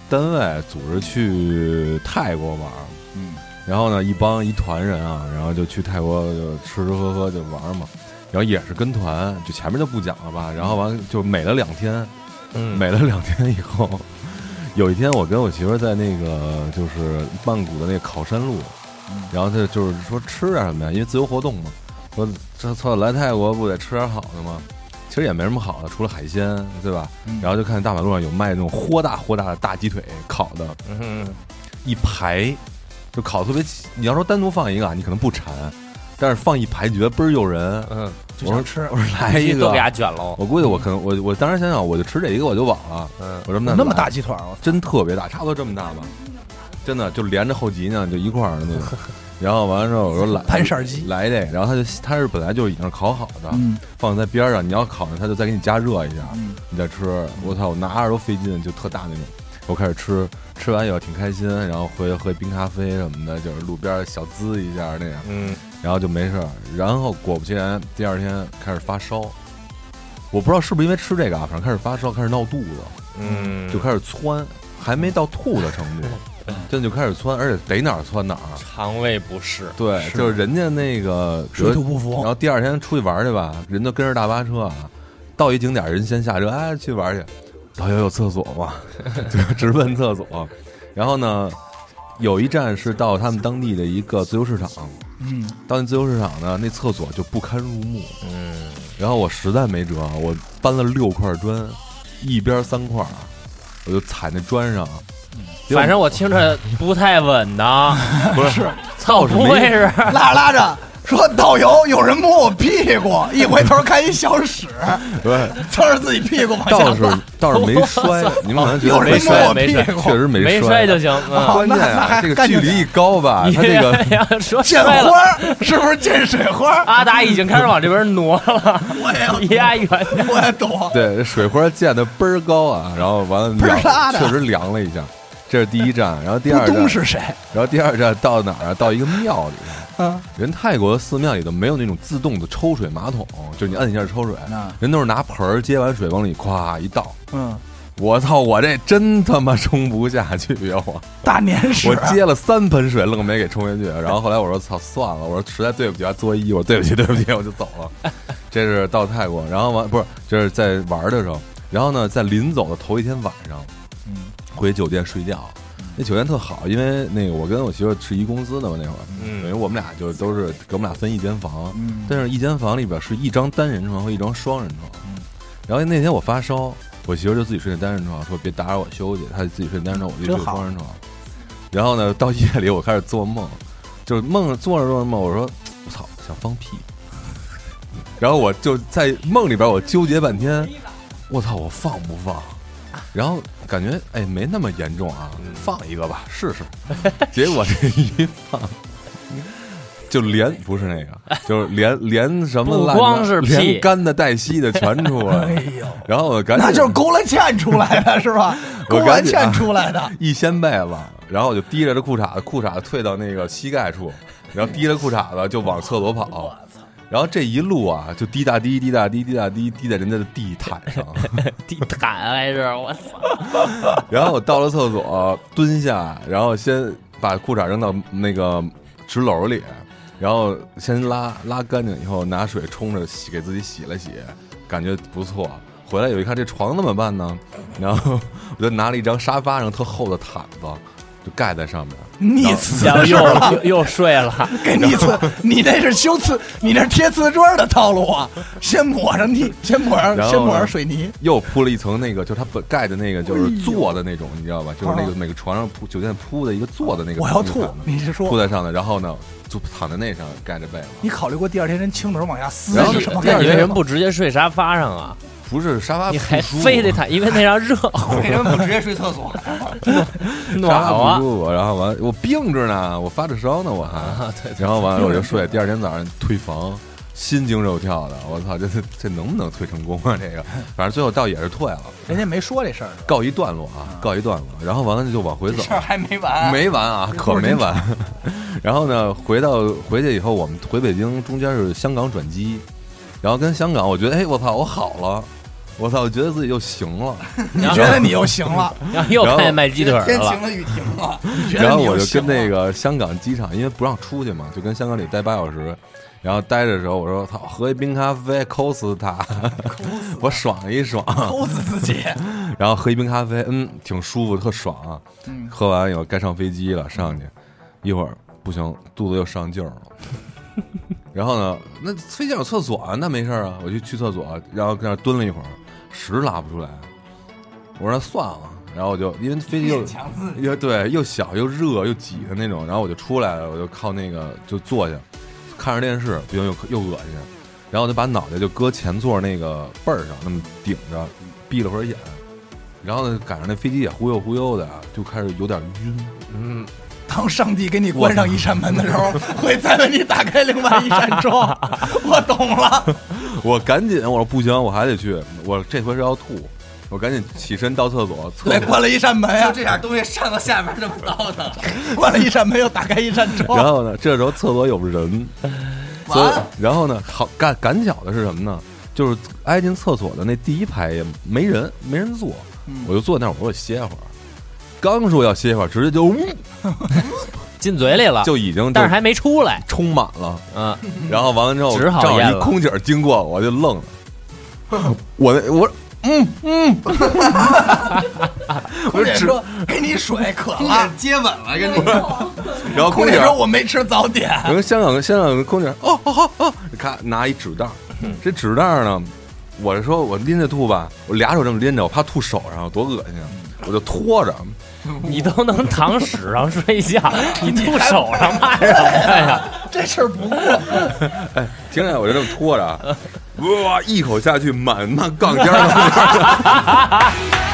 [SPEAKER 5] 单位组织去泰国玩，
[SPEAKER 1] 嗯，
[SPEAKER 5] 然后呢一帮一团人啊，然后就去泰国就吃吃喝喝就玩嘛，然后也是跟团，就前面就不讲了吧，然后完就美了两天， [LAUGHS]
[SPEAKER 3] 嗯
[SPEAKER 5] 美了两天以后，有一天我跟我媳妇儿在那个就是曼谷的那个考山路，然后她就是说吃点什么呀，因为自由活动嘛，说这操来泰国不得吃点好的吗？其实也没什么好的，除了海鲜，对吧？
[SPEAKER 1] 嗯
[SPEAKER 5] 然后就看大马路上有卖那种豁大豁大的大鸡腿烤的，
[SPEAKER 3] 嗯，
[SPEAKER 5] 一排，就烤得特别齐。你要说单独放一个啊，你可能不馋，但是放一排你觉得倍儿诱人。
[SPEAKER 3] 嗯，
[SPEAKER 1] 就
[SPEAKER 5] 我说
[SPEAKER 1] 想吃
[SPEAKER 5] 我说来一
[SPEAKER 3] [LAUGHS] 都
[SPEAKER 5] 个
[SPEAKER 3] 给，他卷喽，
[SPEAKER 5] 我估计我可能我我当时想想我就吃这一个我就饱了。
[SPEAKER 3] 嗯
[SPEAKER 5] 我说
[SPEAKER 1] 那么
[SPEAKER 5] 来
[SPEAKER 1] 大鸡腿儿，我操
[SPEAKER 5] 真特别大，差不多这么大吧，真的就连着后脊呢，就一块儿的那种。然后完了之后，我说来
[SPEAKER 1] 盘色儿 [LAUGHS] 鸡
[SPEAKER 5] 来这个，然后他就他是本来就已经是烤好的，
[SPEAKER 1] 嗯
[SPEAKER 5] 放在边上，你要烤呢，他就再给你加热一下，
[SPEAKER 1] 嗯
[SPEAKER 5] 你再吃。我操，我拿着都费劲，就特大那种。我开始吃，吃完以后挺开心，然后回去喝冰咖啡什么的，就是路边儿小滋一下那样，
[SPEAKER 3] 嗯，
[SPEAKER 5] 然后就没事儿。然后果不其然，第二天开始发烧，我不知道是不是因为吃这个啊，反正开始发烧，开始闹肚子。
[SPEAKER 3] 嗯，
[SPEAKER 5] 就开始窜，还没到吐的程度，真的就开始窜，而且逮哪儿窜哪儿。啊
[SPEAKER 3] 肠胃不适，
[SPEAKER 5] 对，就是人家那个
[SPEAKER 1] 水土不服
[SPEAKER 5] 然后第二天出去玩去吧，人就跟着大巴车啊，到一景点人先下车，哎，去玩去。导游有厕所吗？ [LAUGHS] 就直奔厕所。然后呢，有一站是到他们当地的一个自由市场，
[SPEAKER 1] 嗯，
[SPEAKER 5] 到那自由市场呢，那厕所就不堪入目。嗯，然后我实在没辙，我搬了六块砖，一边三块儿，我就踩那
[SPEAKER 1] [LAUGHS]
[SPEAKER 5] 砖上。结果
[SPEAKER 3] 反正我听着不太稳当，
[SPEAKER 5] 不 [LAUGHS] 是，
[SPEAKER 3] 操，
[SPEAKER 5] 是
[SPEAKER 3] 不会
[SPEAKER 5] 没
[SPEAKER 3] 是
[SPEAKER 1] 拉着拉着说导游有人摸我屁股，一回头看一小屎，
[SPEAKER 5] 不是，
[SPEAKER 1] 蹭着自己屁股往
[SPEAKER 5] 倒
[SPEAKER 1] 下翻
[SPEAKER 5] 是，倒是没摔，你们可能觉
[SPEAKER 1] 有
[SPEAKER 5] 得
[SPEAKER 1] 人
[SPEAKER 5] 没
[SPEAKER 1] 摸
[SPEAKER 5] 摔
[SPEAKER 1] 我，
[SPEAKER 3] 没
[SPEAKER 1] 屁
[SPEAKER 3] 摔
[SPEAKER 1] 股，
[SPEAKER 5] 确实
[SPEAKER 3] 没
[SPEAKER 5] 摔
[SPEAKER 3] 摔就。行，嗯，
[SPEAKER 5] 关键啊，这个距离一高吧，
[SPEAKER 3] [LAUGHS] 你
[SPEAKER 5] 他这个
[SPEAKER 3] 要说
[SPEAKER 1] [LAUGHS] 见
[SPEAKER 3] 摔了。
[SPEAKER 1] 花儿是不是见水花儿？
[SPEAKER 3] 阿达已经开始往这边挪了，
[SPEAKER 1] 我也要
[SPEAKER 3] 离他远点。
[SPEAKER 1] 我也懂，
[SPEAKER 5] 对水花溅的倍儿高啊，然后完了
[SPEAKER 1] 倍儿辣
[SPEAKER 5] 凉，
[SPEAKER 1] 的
[SPEAKER 5] 确实凉了一下。这是第一站，然后第
[SPEAKER 1] 咕
[SPEAKER 5] 二站
[SPEAKER 1] 咚是谁？
[SPEAKER 5] 然后第二站到哪儿啊？到一个庙里头。
[SPEAKER 1] 啊
[SPEAKER 5] 人泰国的寺庙里头没有那种自动的抽水马桶，就是你摁一下抽水
[SPEAKER 1] 啊，
[SPEAKER 5] 人都是拿盆儿接完水往里咵一倒。
[SPEAKER 1] 嗯，
[SPEAKER 5] 我操！我这真他妈冲不下去呀！我
[SPEAKER 1] 大年啊始
[SPEAKER 5] [LAUGHS] 我，接了三盆水，愣没给冲下去。然后后来我说操，算了，我说实在对不起啊，作揖，我说对不起，对不起，我就走了。这是到泰国，然后完不是这是在玩的时候，然后呢，在临走的头一天晚上
[SPEAKER 1] 嗯
[SPEAKER 5] 回酒店睡觉。那酒店特好，因为那个我跟我媳妇儿是一公司的嘛，那会儿，等于
[SPEAKER 3] 嗯，
[SPEAKER 5] 我们俩就都是给我们俩分一间房，
[SPEAKER 1] 嗯，
[SPEAKER 5] 但是一间房里边是一张单人床和一张双人床。
[SPEAKER 1] 嗯
[SPEAKER 5] 然后那天我发烧，我媳妇儿就自己睡那单人床，说别打扰我休息，她就自己睡单人床，我就
[SPEAKER 1] 真
[SPEAKER 5] 睡
[SPEAKER 1] 好
[SPEAKER 5] 双人床。然后呢，到夜里我开始做梦，就是梦着做着做着梦，我说我操，想放屁。然后我就在梦里边，我纠结半天，我操，我放不
[SPEAKER 1] 啊
[SPEAKER 5] 放？然后感觉哎没那么严重啊，
[SPEAKER 1] 嗯
[SPEAKER 5] 放一个吧试
[SPEAKER 1] [LAUGHS]
[SPEAKER 5] 试。结果这一放，就连不是
[SPEAKER 1] [LAUGHS]
[SPEAKER 5] 那个，就是连连什么
[SPEAKER 3] 不
[SPEAKER 5] 烂的
[SPEAKER 3] 光是屁
[SPEAKER 5] 连干的带稀的全出
[SPEAKER 1] [LAUGHS]
[SPEAKER 5] 来。了。然后我赶紧
[SPEAKER 1] 哎那就是勾了芡出来的是吧？勾
[SPEAKER 5] 我
[SPEAKER 1] 完
[SPEAKER 5] 赶紧啊
[SPEAKER 1] 芡出来 [LAUGHS] 的，
[SPEAKER 5] 一掀被子，然后我就提着这裤衩子，裤衩子退到那个膝盖处，然后提着裤衩子就往厕
[SPEAKER 1] [LAUGHS]
[SPEAKER 5] 所跑。然后这一路啊，就滴答滴滴答滴滴答滴滴在人家的地毯上。
[SPEAKER 3] 地毯还是我操，
[SPEAKER 5] 然后我到了厕所，蹲下，然后先把裤衩扔到那个纸篓里，然后先拉拉干净以后，拿水冲着洗，给自己洗了洗，感觉不错。回来有一看这床怎么办呢？然后我就拿了一张沙发上特厚的毯子，就盖在上面。
[SPEAKER 1] 你死
[SPEAKER 3] 然后
[SPEAKER 1] 是吧？
[SPEAKER 3] 又又又睡了，
[SPEAKER 1] 给你次，你那是修瓷，你那是贴瓷砖的套路啊！先抹上地，先抹上，
[SPEAKER 5] 然后呢
[SPEAKER 1] 先抹上水泥，
[SPEAKER 5] 又铺了一层那个，就是它本盖的那个，就是坐的那种，你知道吧？就是那个每个床上铺酒店铺的一个坐的那个。
[SPEAKER 1] 哦我要吐！你是
[SPEAKER 5] 铺
[SPEAKER 1] 说
[SPEAKER 5] 在上的，然后呢，就躺在那上盖着被子。
[SPEAKER 1] 你考虑过第二天人轻的时候往下
[SPEAKER 3] 嗯
[SPEAKER 1] 撕
[SPEAKER 5] 然后
[SPEAKER 1] 是什么
[SPEAKER 5] 第
[SPEAKER 1] 感
[SPEAKER 3] 那
[SPEAKER 5] 二
[SPEAKER 3] 你为
[SPEAKER 1] 觉
[SPEAKER 3] 什
[SPEAKER 1] 吗
[SPEAKER 3] 么？不直接睡沙发上啊？
[SPEAKER 5] 不是沙发
[SPEAKER 3] 你
[SPEAKER 5] 不
[SPEAKER 3] 还
[SPEAKER 5] 舒服啊
[SPEAKER 3] 非得躺，因为那样热乎
[SPEAKER 1] 为什么不直接睡厕所？
[SPEAKER 3] 暖
[SPEAKER 5] 沙发
[SPEAKER 3] 和
[SPEAKER 5] 不。舒服，然后完我病着呢，我发着烧呢，我还，然后完了我就睡，第二天早上退房，心惊肉跳的，我操，这这这能不能退成功啊？这个，反正最后倒也是退了，
[SPEAKER 1] 人家没说这事 [LAUGHS] 儿，
[SPEAKER 5] 告一段落啊，告一段落，然后完了就往回走，
[SPEAKER 1] 还没完
[SPEAKER 5] 没完啊，可没完。 [LAUGHS] 然后呢，回到回去以后，我们回北京，中间是香港转机，然后跟香港，我觉得，哎，我操，我好了，我操，我觉得自己又行了。
[SPEAKER 1] 你觉得你又行了，
[SPEAKER 3] 然后又看见卖鸡腿儿
[SPEAKER 1] 天
[SPEAKER 3] 了
[SPEAKER 1] 晴，了雨停了，你 [LAUGHS] 觉得
[SPEAKER 5] 然后
[SPEAKER 1] 你
[SPEAKER 5] 我
[SPEAKER 1] 又
[SPEAKER 5] 就
[SPEAKER 1] 行
[SPEAKER 5] 跟
[SPEAKER 1] 了
[SPEAKER 5] 那个香港机场，因为不让出去嘛，就跟香港里待八小时。然后待的时候，我说：“操，喝一冰咖啡，抠死他， [LAUGHS] 我爽一爽。
[SPEAKER 1] 抠死自己，
[SPEAKER 5] 然后喝一冰咖啡，嗯，挺舒服，特爽啊。
[SPEAKER 1] 嗯
[SPEAKER 5] 喝完以后该上飞机了，上去一会儿不行，肚子又上劲儿了。
[SPEAKER 1] [LAUGHS]
[SPEAKER 5] 然后呢，那飞机上有厕所啊，那没事儿啊，我就去厕所，然后在那儿蹲了一会儿，实拉不出来，我说算了，然后我就因为飞机又
[SPEAKER 1] 强自
[SPEAKER 5] 又对又小又热又挤的那种，然后我就出来了，我就靠那个就坐下，看着电视，不行又又恶心，然后我就把脑袋就搁前座那个背儿上那么顶着，闭了会儿眼，然后呢赶上那飞机也忽悠忽悠的，啊就开始有点晕，
[SPEAKER 3] 嗯，
[SPEAKER 1] 当上帝给你关上一扇门的时
[SPEAKER 5] [LAUGHS]
[SPEAKER 1] 候，会再为你打开另外一扇窗。我懂了，
[SPEAKER 5] 我赶紧我说不行，我还得去，我这回是要吐，我赶紧起身到厕所，厕
[SPEAKER 1] 对，
[SPEAKER 5] 所
[SPEAKER 1] 关了一扇门呀，
[SPEAKER 6] 这点东西上到下面这么高的，
[SPEAKER 1] 关了一扇门又打开一
[SPEAKER 5] [LAUGHS]
[SPEAKER 1] 扇
[SPEAKER 5] 然
[SPEAKER 1] 窗。
[SPEAKER 5] 后呢，这时候厕所有人，所以然后呢，好赶赶巧的是什么呢？就是挨近厕所的那第一排也没人，没人坐，我就坐那儿，我说我歇会儿。刚说要歇会儿，直接就呜
[SPEAKER 3] 进嘴里了，
[SPEAKER 5] 就已经就
[SPEAKER 3] 但是还没出来，
[SPEAKER 5] 充满了。
[SPEAKER 3] 嗯，
[SPEAKER 5] 然后完了之后，
[SPEAKER 3] 只好
[SPEAKER 5] 正好
[SPEAKER 3] 咽
[SPEAKER 5] 一
[SPEAKER 3] 了
[SPEAKER 5] 空姐儿经过，我就愣了。我那我
[SPEAKER 1] 空姐说：“给你水，渴了。
[SPEAKER 6] 接吻了，跟这个
[SPEAKER 5] 然后”
[SPEAKER 1] 空
[SPEAKER 5] 姐
[SPEAKER 1] 姐
[SPEAKER 5] 儿
[SPEAKER 1] 说：“我没吃早点。
[SPEAKER 5] 我跟香港香港空姐，哦哦哦哦，咔拿一纸袋儿，这纸袋儿呢，我说我拎着吐吧，我俩手这么拎着，我怕吐手上，多恶心啊！我就拖着，
[SPEAKER 3] 你都能躺屎上睡觉，你吐手上哎怕什么呀？”
[SPEAKER 1] 这事儿不过，
[SPEAKER 5] 哎，听着，我就这么拖着啊，哇，一口下去，满那杠尖儿都是。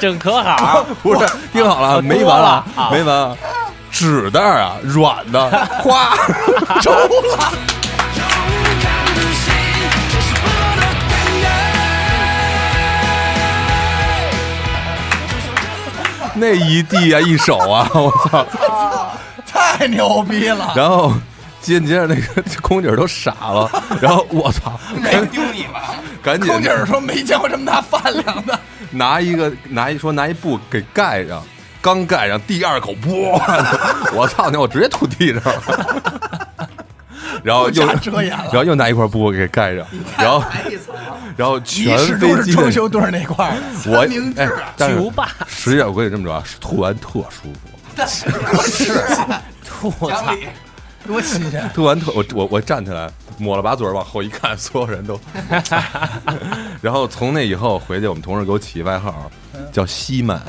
[SPEAKER 3] 整可好，
[SPEAKER 5] 不是，听好
[SPEAKER 1] 啊
[SPEAKER 5] 了，没完了，没完啊，纸袋儿啊，
[SPEAKER 1] [LAUGHS]
[SPEAKER 5] 软的，哗，抽了。那一地啊，一手啊， [LAUGHS] 我操！
[SPEAKER 1] 太牛逼了。
[SPEAKER 5] 然后接接着那个空姐儿都傻了，然后我操，
[SPEAKER 1] 没丢你吧？
[SPEAKER 5] 赶紧
[SPEAKER 1] 空姐说没见过这么大饭量的，
[SPEAKER 5] 拿一个拿一说拿一布给盖上，刚盖上第二口，哇！我操你！我直接吐地上了， [LAUGHS] 然后又
[SPEAKER 1] 不加遮掩了
[SPEAKER 5] 然后又拿一块布给盖上，然后
[SPEAKER 6] 一层，
[SPEAKER 5] [LAUGHS] 然后
[SPEAKER 1] 你
[SPEAKER 5] 全
[SPEAKER 1] 始
[SPEAKER 5] 飞
[SPEAKER 1] 终是
[SPEAKER 5] 机
[SPEAKER 1] 装
[SPEAKER 5] 的
[SPEAKER 1] 修队儿那块儿，
[SPEAKER 5] 我
[SPEAKER 1] 明治啊
[SPEAKER 5] 哎，但
[SPEAKER 3] 巨无
[SPEAKER 5] 是
[SPEAKER 3] 霸
[SPEAKER 5] 实际上我跟你这么说，吐完特舒服，
[SPEAKER 3] 吐我操
[SPEAKER 6] 讲！理，
[SPEAKER 1] 多新鲜！
[SPEAKER 5] 吐完特我我我站起来抹了把嘴儿往后一看，所有人
[SPEAKER 3] [LAUGHS]
[SPEAKER 5] 都， [LAUGHS] 然后从那以后回去，我们同事给我起外号
[SPEAKER 1] 嗯
[SPEAKER 5] 叫西曼，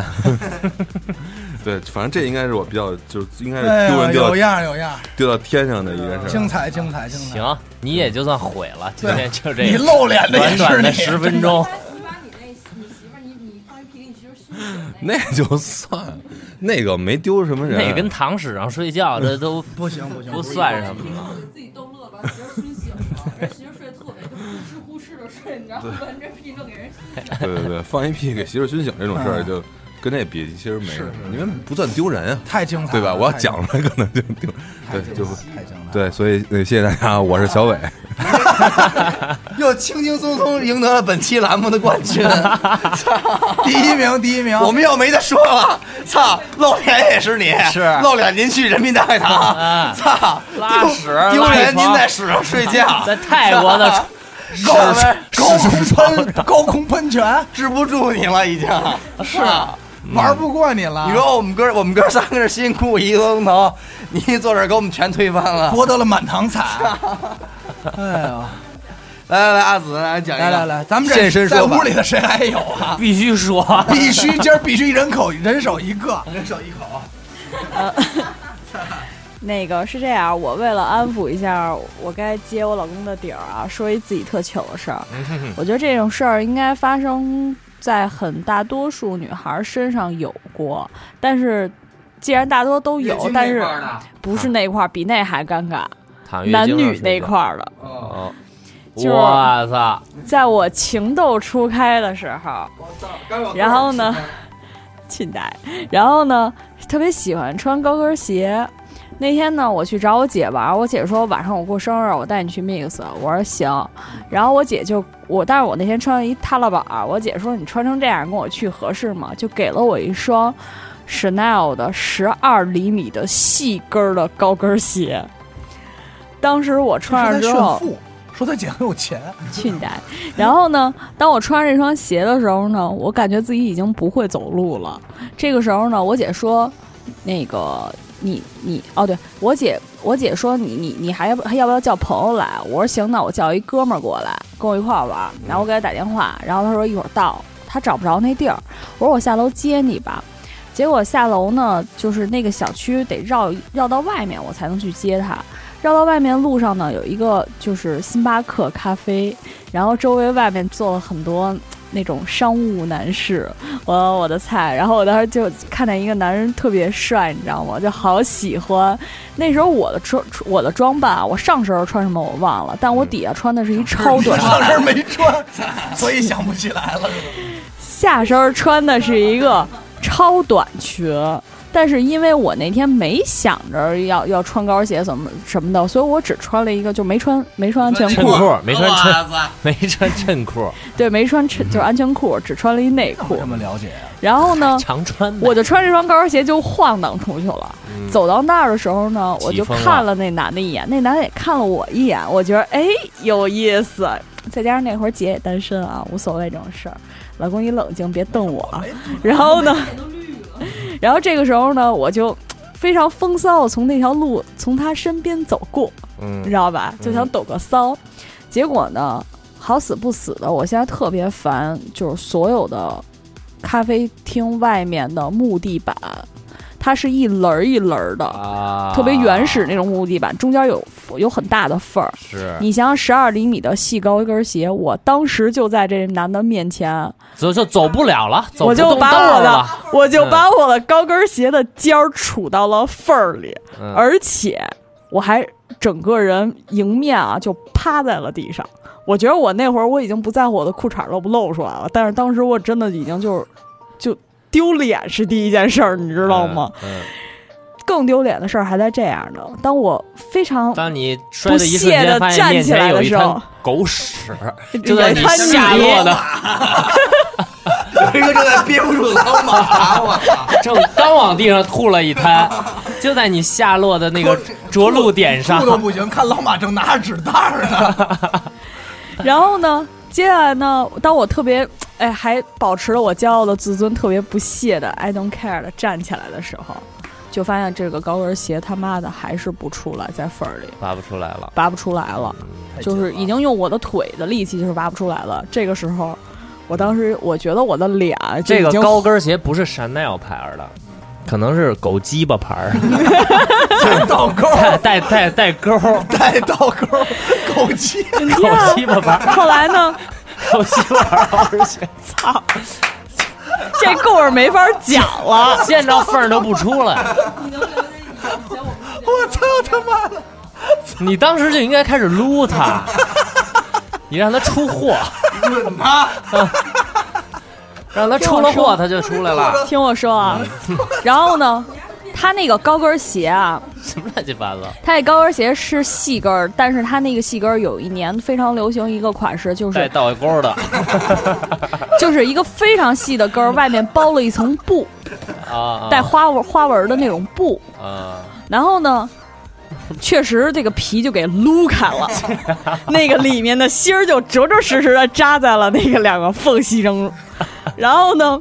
[SPEAKER 5] [LAUGHS] 对，反正这应该是我比较就是应该
[SPEAKER 1] 哎
[SPEAKER 5] 是丢
[SPEAKER 1] 呀，
[SPEAKER 5] 人丢
[SPEAKER 1] 有
[SPEAKER 5] 到
[SPEAKER 1] 样儿有样儿，
[SPEAKER 5] 丢到天上的一件事
[SPEAKER 1] 精
[SPEAKER 5] 儿。
[SPEAKER 1] 彩精彩精彩！
[SPEAKER 3] 行，你也就算毁了，今天就这
[SPEAKER 1] 你露脸的也是
[SPEAKER 3] 短短
[SPEAKER 1] 你
[SPEAKER 3] 的十分
[SPEAKER 7] [LAUGHS]
[SPEAKER 3] 钟，
[SPEAKER 7] 你把你那你媳妇儿，你你放一屁给你媳妇儿熏死了。
[SPEAKER 5] 那就算了，那个没丢什么人，
[SPEAKER 3] 那跟躺屎上睡觉这都
[SPEAKER 1] [LAUGHS] 不行不行，
[SPEAKER 3] 不
[SPEAKER 1] 不
[SPEAKER 3] 算什么了。
[SPEAKER 7] 你自己逗乐吧，媳妇儿熏醒了，人媳妇儿睡得特别，就是呼哧呼哧的睡，你知道吗？闻着屁就给人熏醒。
[SPEAKER 5] 对对对，放一屁给媳妇儿熏醒这种事
[SPEAKER 1] 嗯
[SPEAKER 5] 儿，就跟这比其实没什么，因为不算丢人啊，
[SPEAKER 1] 太精彩了，
[SPEAKER 5] 对吧？我要
[SPEAKER 1] 太精
[SPEAKER 5] 讲出来可能就丢，对就
[SPEAKER 1] 彩太精彩了。
[SPEAKER 5] 对，所以呃谢谢大家，我是小伟，
[SPEAKER 6] [LAUGHS] 又轻轻松松赢得了本期栏目的冠军。
[SPEAKER 1] 第一名，第一名，
[SPEAKER 6] 我们又没得说了，操，露脸也是你，
[SPEAKER 1] 是
[SPEAKER 6] 露脸您去人民大会堂， [LAUGHS] 操，
[SPEAKER 3] 拉
[SPEAKER 6] 丢
[SPEAKER 3] 屎拉
[SPEAKER 6] 丢
[SPEAKER 3] 一
[SPEAKER 6] 人您
[SPEAKER 3] 床
[SPEAKER 6] 在屎上睡觉，
[SPEAKER 3] [LAUGHS] 在泰国的床
[SPEAKER 1] 高高空喷高空喷泉，
[SPEAKER 6] 治不住你了已经。是啊，
[SPEAKER 1] 玩不过你了。
[SPEAKER 6] 你说我们哥我们哥三个人辛苦一个钟头，你一坐这儿给我们全推翻
[SPEAKER 1] [LAUGHS]
[SPEAKER 6] 了。
[SPEAKER 1] 博得了满堂彩。哎呦，
[SPEAKER 6] 来来来，阿紫来讲一个，
[SPEAKER 1] 来来来，咱们
[SPEAKER 6] 现
[SPEAKER 1] 这
[SPEAKER 6] 身
[SPEAKER 1] 在
[SPEAKER 6] 说法
[SPEAKER 1] 屋里的谁还有 [LAUGHS] 啊？
[SPEAKER 3] 必须说，
[SPEAKER 1] 必须今儿必须人口人手一个，人手一口。啊
[SPEAKER 4] 那个是这样，我为了安抚一下我该接我老公的底儿啊，说一自己特糗的事儿。我觉得这种事儿应该发生在很大多数女孩身上有过，但是既然大多都有，但是不是那块儿，比那还尴尬，
[SPEAKER 3] 躺啊月
[SPEAKER 4] 男
[SPEAKER 3] 经上
[SPEAKER 4] 女
[SPEAKER 3] 睡
[SPEAKER 4] 那
[SPEAKER 3] 觉
[SPEAKER 4] 块儿的。
[SPEAKER 3] 哦，
[SPEAKER 4] 就是
[SPEAKER 3] 我操！
[SPEAKER 4] 在我情窦初开的时候，然后呢， [LAUGHS] 亲呆，然后呢，特别喜欢穿高跟鞋。那天呢，我去找我姐玩，我姐说晚上我过生日，我带你去 mix。我说行，然后我姐就我，但是我那天穿了一踏拉板儿，我姐说你穿成这样跟我去合适吗？就给了我一双 Chanel 的十二厘米的细跟儿的高跟鞋。当时我穿
[SPEAKER 1] 说他
[SPEAKER 4] 上之
[SPEAKER 1] 炫
[SPEAKER 4] 后，
[SPEAKER 1] 富，说他姐很有钱，
[SPEAKER 4] 去你呆！ [LAUGHS] 然后呢，当我穿上这双鞋的时候呢，我感觉自己已经不会走路了。这个时候呢，我姐说，那个你你哦，对我姐我姐说你你你还要不还要不要叫朋友来？我说行，那我叫一哥们儿过来跟我一块儿玩儿。然后我给他打电话，然后他说一会儿到，他找不着那地儿。我说我下楼接你吧。结果下楼呢，就是那个小区得绕绕到外面，我才能去接他。绕到外面路上呢，有一个就是星巴克咖啡，然后周围外面坐了很多那种商务男士，我我的菜。然后我当时就看见一个男人特别帅，你知道吗？就好喜欢。那时候我的装我的装扮啊，我上身穿什么我忘了，但我底下穿的是一超 [LAUGHS] 短
[SPEAKER 1] 上身没
[SPEAKER 6] [LAUGHS]
[SPEAKER 1] 穿，所以想不起来了。
[SPEAKER 4] 下身儿穿的是一个超短裙，但是因为我那天没想着要要穿高跟鞋什么什么的，所以我只穿了一个，就没穿没穿安全
[SPEAKER 3] 衬
[SPEAKER 4] 裤，
[SPEAKER 3] 裤没穿衬，
[SPEAKER 6] 哇塞
[SPEAKER 3] 没穿衬裤，
[SPEAKER 4] 对，没穿衬就是安全裤，只穿了一内裤
[SPEAKER 1] 这。么了解 [LAUGHS] 啊？
[SPEAKER 4] 然后呢，
[SPEAKER 3] 常穿呗。
[SPEAKER 4] 我就穿这双高跟鞋就晃荡出去了。走到那儿的时候呢，我就看了那男的一眼，那男的也看了我一眼，我觉得哎有意思。再加上那会儿姐也单身啊，无所谓这种事儿。老公，你冷静，别瞪我。然后呢，然后这个时候呢，我就非常风骚，从那条路从他身边走过，你知
[SPEAKER 3] 嗯，
[SPEAKER 4] 道吧？就想抖个骚。结果呢，好死不死的，我现在特别烦，就是所有的咖啡厅外面的木地板，它是一轮儿一轮儿的，
[SPEAKER 3] 啊，
[SPEAKER 4] 特别原始那种木地板，中间有有很大的缝儿。
[SPEAKER 3] 是，
[SPEAKER 4] 你想想，十二厘米的细高跟鞋，我当时就在这男的
[SPEAKER 3] [LAUGHS]
[SPEAKER 4] 面前，
[SPEAKER 3] 就就走不了了，走
[SPEAKER 4] 我
[SPEAKER 3] 不
[SPEAKER 4] 就
[SPEAKER 3] 动道
[SPEAKER 4] 把我
[SPEAKER 3] 儿
[SPEAKER 4] 的
[SPEAKER 3] 了。
[SPEAKER 4] 我就把我的高跟鞋的尖儿杵到了缝儿里，
[SPEAKER 3] 嗯
[SPEAKER 4] 而且我还整个人迎面啊就趴在了地上。我觉得我那会儿我已经不在乎我的裤衩露不露出来了，但是当时我真的已经就是就丢脸是第一件事儿，你知道吗？？
[SPEAKER 3] 嗯，
[SPEAKER 4] 更丢脸的事儿还在这样的，当我非常
[SPEAKER 3] 当你摔的一瞬间，
[SPEAKER 4] 不
[SPEAKER 3] 发
[SPEAKER 4] 屑地
[SPEAKER 3] 现面
[SPEAKER 4] 站起来
[SPEAKER 3] 前有
[SPEAKER 4] 的
[SPEAKER 3] 一
[SPEAKER 4] 时候
[SPEAKER 3] 滩狗屎，
[SPEAKER 4] 远
[SPEAKER 3] 就在你
[SPEAKER 4] 看
[SPEAKER 3] 下落的
[SPEAKER 6] 有一个正在憋不住老马，我 [LAUGHS] 操！
[SPEAKER 3] 正刚往地上吐了一滩，就在你下落的那个着陆点上
[SPEAKER 1] 吐，都不行，看老马正拿着纸袋儿 [LAUGHS] 呢。
[SPEAKER 4] 然后呢，接下来呢，当我特别哎还保持了我骄傲的自尊，特别不屑的 I don't care 的站起来的时候，就发现这个高跟鞋他妈的还是不出来，在缝儿里
[SPEAKER 3] 拔不出来了。
[SPEAKER 4] 拔不出来了，就是已经用我的腿的力气就是拔不出来了。这个时候，我当时我觉得我的脸就
[SPEAKER 3] 这
[SPEAKER 4] 已
[SPEAKER 3] 个
[SPEAKER 4] 经
[SPEAKER 3] 高跟鞋不是 Chanel 牌儿的，可能是狗鸡巴牌儿的，
[SPEAKER 1] [LAUGHS] 倒钩儿，
[SPEAKER 3] 带带带带钩儿，
[SPEAKER 1] 带倒钩儿，狗急。
[SPEAKER 3] 狗鸡巴牌儿，
[SPEAKER 4] 后来呢，
[SPEAKER 3] 狗鸡巴
[SPEAKER 4] [LAUGHS]
[SPEAKER 3] 牌儿高跟鞋，
[SPEAKER 4] 操，这故事没法讲了。
[SPEAKER 3] 见着缝儿都不出来。
[SPEAKER 7] 你能留着以前我们我操他妈！
[SPEAKER 3] 你当时就应该开始撸它，你让它出货，
[SPEAKER 6] 滚他！
[SPEAKER 3] [LAUGHS] 让它出了货它就出来
[SPEAKER 1] [LAUGHS]
[SPEAKER 3] 了，
[SPEAKER 4] 听我说啊，然后呢，他那个高跟鞋啊，
[SPEAKER 3] 什么乱七八糟，
[SPEAKER 4] 他那高跟鞋是细跟儿，但是他那个细跟儿有一年非常流行一个款式，就
[SPEAKER 3] 带
[SPEAKER 4] 是
[SPEAKER 3] 倒钩儿的
[SPEAKER 4] 就是一个非常细
[SPEAKER 3] [LAUGHS]
[SPEAKER 4] 的跟儿，外面包了一层布，
[SPEAKER 3] 啊，
[SPEAKER 4] 带花纹花纹的那种布。
[SPEAKER 3] 啊，
[SPEAKER 4] 然后呢，确实这个皮就给撸开了，那个里面的芯儿就着着实实的扎在了那个两个缝隙中。然后呢，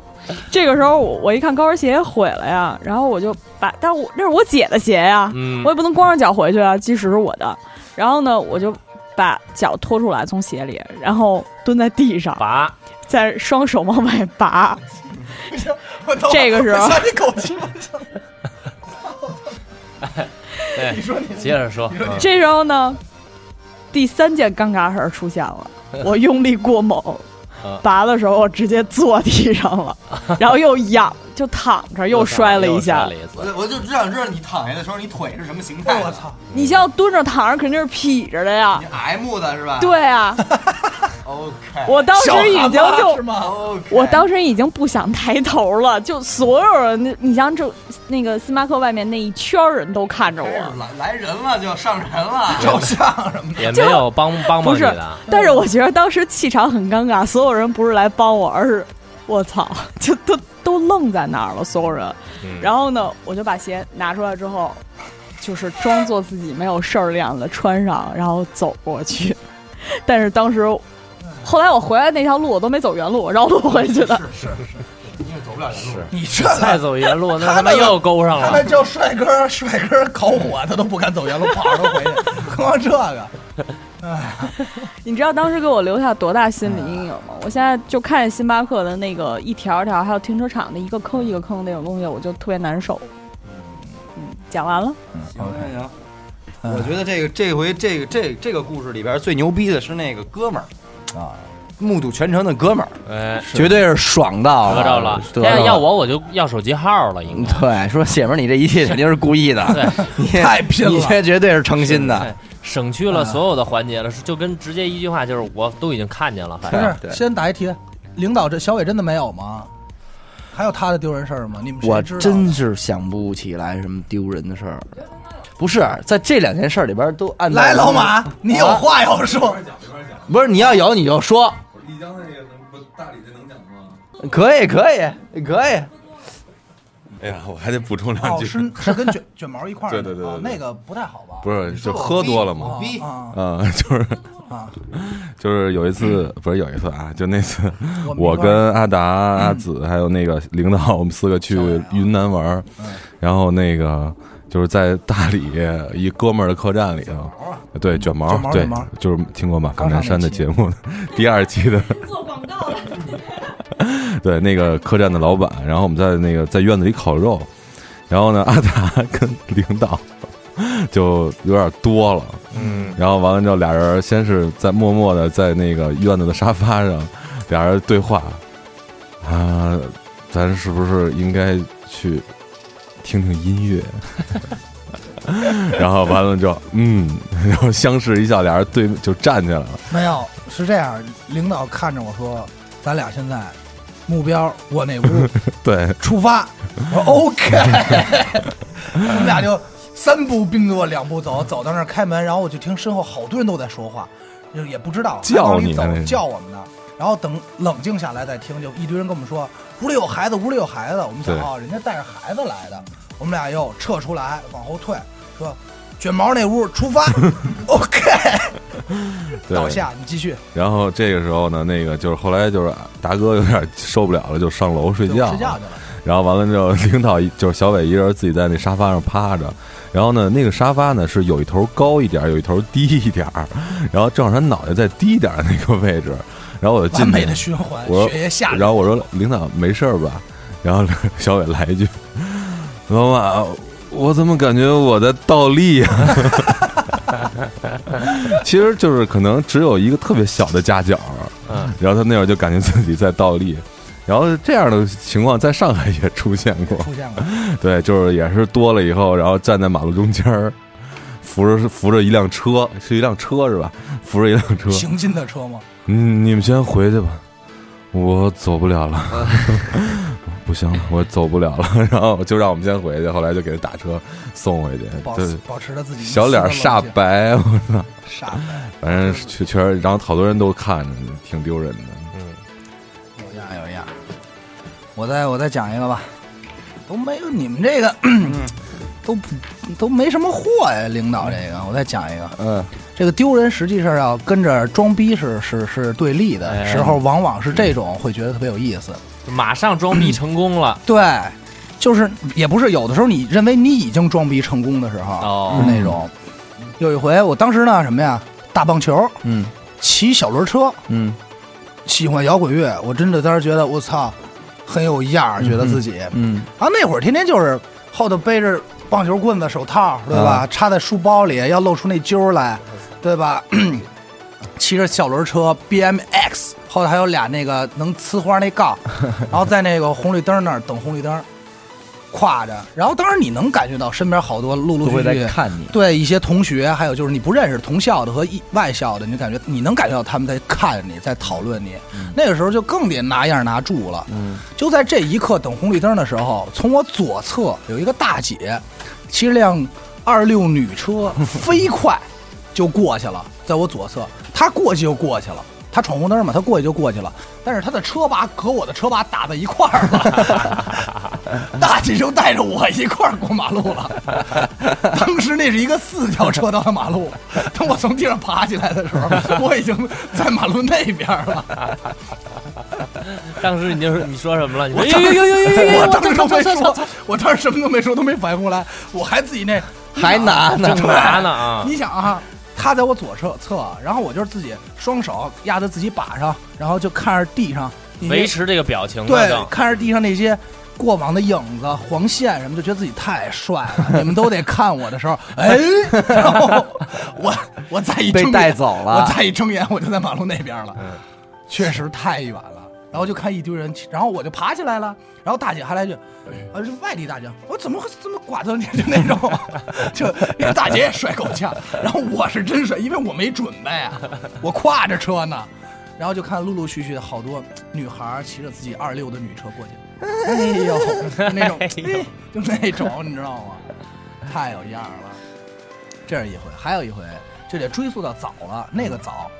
[SPEAKER 4] 这个时候我我一看高跟鞋毁了呀，然后我就把，但我那是我姐的鞋呀，
[SPEAKER 3] 嗯
[SPEAKER 4] 我也不能光着脚回去啊，即使是我的。然后呢，我就把脚拖出来从鞋里，然后蹲在地上，
[SPEAKER 3] 拔，
[SPEAKER 4] 再双手往外拔。
[SPEAKER 1] 我操
[SPEAKER 4] 这个时候
[SPEAKER 1] 我想起狗急了。
[SPEAKER 3] 对
[SPEAKER 1] 你，说你
[SPEAKER 3] 哎接着说， [LAUGHS] 嗯
[SPEAKER 4] 这时候呢，第三件尴尬事儿出现了，我用力过猛
[SPEAKER 3] 啊，
[SPEAKER 4] 拔的时候我直接坐地上了，然后又仰就躺着又摔了一
[SPEAKER 3] 又
[SPEAKER 4] 下
[SPEAKER 3] 摔了。一次，
[SPEAKER 6] 我我就只想知道你躺下的时候，你腿是什么形态。
[SPEAKER 1] 我！操！
[SPEAKER 4] 你像蹲着躺着肯定是劈着的呀
[SPEAKER 2] [LAUGHS]
[SPEAKER 6] 你，M 的是吧？
[SPEAKER 4] 对啊，
[SPEAKER 6] ，OK。
[SPEAKER 4] 我当时已经就
[SPEAKER 1] 小蛤蟆是吗？
[SPEAKER 6] OK。
[SPEAKER 4] 我当时已经不想抬头了，就所有人，那你像这那个星巴克外面那一圈儿人都看着
[SPEAKER 6] 开
[SPEAKER 4] 我
[SPEAKER 6] 始，来来人了，就上人 [LAUGHS] 了。
[SPEAKER 1] 照相什么
[SPEAKER 3] 也没有帮帮帮
[SPEAKER 4] 不
[SPEAKER 3] 你
[SPEAKER 4] 是
[SPEAKER 3] 的，
[SPEAKER 4] 但是我觉得当时气场很尴尬，所有人不是来帮我，而是我操，就都都愣在那儿了，所有人。
[SPEAKER 3] 嗯
[SPEAKER 4] 然后呢，我就把鞋拿出来之后，就是装作自己没有事儿的样子穿上，然后走过去。 [LAUGHS] 但是当时，后来我回来那条路我都没走原路，我绕路回去的。
[SPEAKER 1] 的？你这
[SPEAKER 3] 再走原路，那他妈又勾上
[SPEAKER 1] 他
[SPEAKER 3] 了
[SPEAKER 1] 们。叫帅哥，帅哥烤火，他都不敢走原路，跑着回去， [LAUGHS] 何况这个。
[SPEAKER 4] 你知道当时给我留下多大心理阴影吗？我现在就看见星巴克的那个一条条，还有停车场的一个坑一个坑那种东西，我就特别难受。嗯，讲完了。
[SPEAKER 6] 行行行，我觉得这个这回这个这这个故事里边最牛逼的是那个哥们儿
[SPEAKER 2] 啊，
[SPEAKER 6] 目睹全程的哥们儿，
[SPEAKER 3] 哎，
[SPEAKER 6] 绝对是爽到
[SPEAKER 3] 得着了，
[SPEAKER 6] 得
[SPEAKER 3] 要
[SPEAKER 6] 着
[SPEAKER 3] 要我我就要手机号了，
[SPEAKER 2] [LAUGHS]
[SPEAKER 3] 应该。
[SPEAKER 6] 对，说姐们儿，你这一切肯定是故
[SPEAKER 1] [LAUGHS]
[SPEAKER 6] 意的，
[SPEAKER 3] 对
[SPEAKER 6] 你
[SPEAKER 1] 太拼了
[SPEAKER 6] 你这绝对是诚心的。
[SPEAKER 3] 对，省去了所有的环节了，就跟直接一句话就是我都已经看见了，
[SPEAKER 1] [LAUGHS]
[SPEAKER 3] 反
[SPEAKER 1] 不
[SPEAKER 3] 正
[SPEAKER 1] 是，
[SPEAKER 6] 对
[SPEAKER 1] 先打一题，领导这小伟真的没有吗？还有他的丢人事儿吗？你们谁
[SPEAKER 2] 我
[SPEAKER 1] 知道？啊
[SPEAKER 2] 真是想不起来什么丢人的事儿。不是，在这两件事儿里边都按照
[SPEAKER 1] 来，老马，你有话要说。
[SPEAKER 2] 不是你要有你就说，
[SPEAKER 5] 丽江那个能不大理这能讲吗？
[SPEAKER 2] 可以可以可以，
[SPEAKER 5] 哎呀，我还得补充两
[SPEAKER 1] 哦，
[SPEAKER 5] 句，
[SPEAKER 1] 是是跟卷卷毛一块儿的，
[SPEAKER 5] 啊对对对
[SPEAKER 1] 哦
[SPEAKER 5] 对对
[SPEAKER 1] 那个不太好吧？
[SPEAKER 5] 不是就喝多了嘛
[SPEAKER 1] 啊，？
[SPEAKER 6] 逼
[SPEAKER 1] 啊，
[SPEAKER 5] 啊，就是
[SPEAKER 1] 啊，
[SPEAKER 5] 就是有一次，不是有一次啊，就那次
[SPEAKER 1] 我们
[SPEAKER 5] 我
[SPEAKER 1] 一块儿
[SPEAKER 5] 跟阿达、阿紫还有那个领导，我们四个去
[SPEAKER 1] 啊
[SPEAKER 5] 云南玩儿，
[SPEAKER 1] 嗯
[SPEAKER 5] 然后那个就是在大理一哥们儿的客栈里头，对卷毛
[SPEAKER 1] 啊卷毛，
[SPEAKER 5] 对
[SPEAKER 1] 卷毛，
[SPEAKER 5] 就是听过吗？
[SPEAKER 1] 刚
[SPEAKER 5] 港
[SPEAKER 1] 上那
[SPEAKER 5] 南山的
[SPEAKER 1] 期
[SPEAKER 5] 节目的 [LAUGHS] 第二期的，
[SPEAKER 7] 做广告的，
[SPEAKER 5] 对那个客栈的老板，然后我们在那个在院子里烤肉，然后呢，阿达跟领导就有点多了，嗯，然后完了之后，俩人先是在默默的在那个院子的沙发上，俩人对话，啊，咱是不是应该去听听音乐？ [LAUGHS] 然后完了之后，嗯，然后相视一笑，俩人对就站起来了。
[SPEAKER 1] 没有，是这样，领导看着我说，咱俩现在目标我那屋
[SPEAKER 5] 对，
[SPEAKER 1] 出发，我说
[SPEAKER 5] [LAUGHS]
[SPEAKER 1] OK，我们俩就三步并作两步走，走到那儿开门，然后我就听身后好多人都在说话，就也不知道
[SPEAKER 5] 叫你呢
[SPEAKER 1] 还往里走
[SPEAKER 5] 那是
[SPEAKER 1] 叫我们呢，然后等冷静下来再听，就一堆人跟我们说屋里有孩子，屋里有孩子。我们想
[SPEAKER 5] 对
[SPEAKER 1] 啊，人家带着孩子来的，我们俩又撤出来，往后退，说卷毛那屋出
[SPEAKER 5] [LAUGHS]
[SPEAKER 1] 发，OK，
[SPEAKER 5] 对
[SPEAKER 1] 倒下，你继续
[SPEAKER 5] 然后这个时候呢，那个就是后来就是达哥有点受不了了，就上楼睡
[SPEAKER 1] 对
[SPEAKER 5] 觉
[SPEAKER 1] 我睡觉去了。
[SPEAKER 5] 然后完了之后，领导一就是小伟一人自己在那沙发上趴着。然后呢，那个沙发呢是有一头高一点儿，有一头低一点儿，然后正好他脑袋在低一点儿的那个位置。然后我就
[SPEAKER 1] 完
[SPEAKER 5] 进
[SPEAKER 1] 美
[SPEAKER 5] 去
[SPEAKER 1] 的，循环，
[SPEAKER 5] 我
[SPEAKER 1] 血液下流。
[SPEAKER 5] [LAUGHS] 然后我说：“领导没事儿吧？”然后小伟来一句：“ [LAUGHS] 老马，我怎么感觉我在倒立呀、 [LAUGHS] 其实就是可能只有一个特别小的夹角，
[SPEAKER 3] 嗯，
[SPEAKER 5] 然后他那会儿就感觉自己在倒立。然后这样的情况在上海也出现过， [LAUGHS]
[SPEAKER 1] 出现过，
[SPEAKER 5] 对，就是也是多了以后，然后站在马路中间儿，扶着扶着一辆车，是一辆车是吧？扶着一辆车，
[SPEAKER 1] 行进的车吗？
[SPEAKER 5] 嗯，你们先回去吧，我走不了了， [LAUGHS] 不行了，我走不了 [LAUGHS] 了。然后就让我们先回去，后来就给他打车送回去，
[SPEAKER 1] 保
[SPEAKER 5] 对，
[SPEAKER 1] 保持着自己
[SPEAKER 5] 小脸儿煞
[SPEAKER 1] 白，
[SPEAKER 5] 白，我操，
[SPEAKER 1] 煞白，
[SPEAKER 5] 反正是确确实，然后好多人都看着，挺丢人的。
[SPEAKER 1] 有样有样。我再我再讲一个吧，都没有你们这个， [CLEARS THROAT] 都不都没什么货呀，领导这个，我再讲一个，
[SPEAKER 2] 嗯，
[SPEAKER 1] 这个丢人实际上要跟着装逼是是是对立的时候，往往是这种会觉得特别有意思。
[SPEAKER 3] 马上装逼成
[SPEAKER 1] [LAUGHS]
[SPEAKER 3] 功了，
[SPEAKER 1] 对，就是也不是有的时候你认为你已经装逼成功的时候，
[SPEAKER 3] 哦
[SPEAKER 1] 是那种。有一回，我当时呢什么呀，打棒球，
[SPEAKER 2] 嗯
[SPEAKER 1] 骑小轮车，
[SPEAKER 2] 嗯
[SPEAKER 1] 喜欢摇滚乐，我真的当时觉得我操，很有样儿，觉得自己、
[SPEAKER 2] 嗯
[SPEAKER 1] 啊那会儿天天就是后头背着棒球棍子、手套，对
[SPEAKER 2] 啊
[SPEAKER 1] 吧？插在书包里，要露出那揪儿来，对吧？ [CLEARS THROAT] 骑着小轮车 BMX，后头还有俩那个能呲花那杠，然后在那个红绿灯那儿等红绿灯，挎着。然后当时你能感觉到身边好多陆陆
[SPEAKER 2] 都
[SPEAKER 1] 续
[SPEAKER 2] 会在
[SPEAKER 1] 续
[SPEAKER 2] 看你，
[SPEAKER 1] 对一些同学，还有就是你不认识同校的和一外校的，你就感觉你能感觉到他们在看你，在讨论你。那个时候就更得拿样拿住了。
[SPEAKER 2] 嗯，
[SPEAKER 1] 就在这一刻等红绿灯的时候，从我左侧有一个大姐，骑着辆二六女车飞快就过去了，在我左侧，她过去就过去了。她闯红灯嘛，她过去就过去了，但是她的车把和我的车把打在一块儿了，大姐就带着我一块儿过马路了。当时那是一个四条车道的马路，等我从地上爬起来的时候，我已经在马路那边了。
[SPEAKER 3] 当时你就是你说什么了？你说
[SPEAKER 1] 我
[SPEAKER 3] 哎呦呦呦呦呦呦
[SPEAKER 1] 我当时都没说，我当时什么都没说，都没反应过来，我还自己那
[SPEAKER 2] 还拿呢
[SPEAKER 1] [LAUGHS] 对
[SPEAKER 3] 正拿呢啊
[SPEAKER 1] 你想啊，他在我左侧侧，然后我就是自己双手压在自己把上，然后就看着地上那些
[SPEAKER 3] 维持这个表情呢
[SPEAKER 1] 对
[SPEAKER 3] 正，
[SPEAKER 1] 看着地上那些过往的影子、黄线什么，就觉得自己太帅了。你们都得看我的时候，哎，然后我我再一睁
[SPEAKER 2] 被
[SPEAKER 1] 眼
[SPEAKER 2] 带走了
[SPEAKER 1] 我再一睁眼我就在马路那边了，确实太远了。然后就看一堆人，然后我就爬起来了。然后大姐还来一句：“呃，是外地大姐，我怎么会这么寡断？就那种， [LAUGHS] 就因为大姐也摔够呛。然后我是真摔，因为我没准备啊，我挎着车呢。然后就看陆陆续续好多女孩儿骑着自己二六的女车过去，哎呦，那种，哎就那种，你知道吗？太有样儿了。这是一回，还有一回，这得追溯到早了，那个早，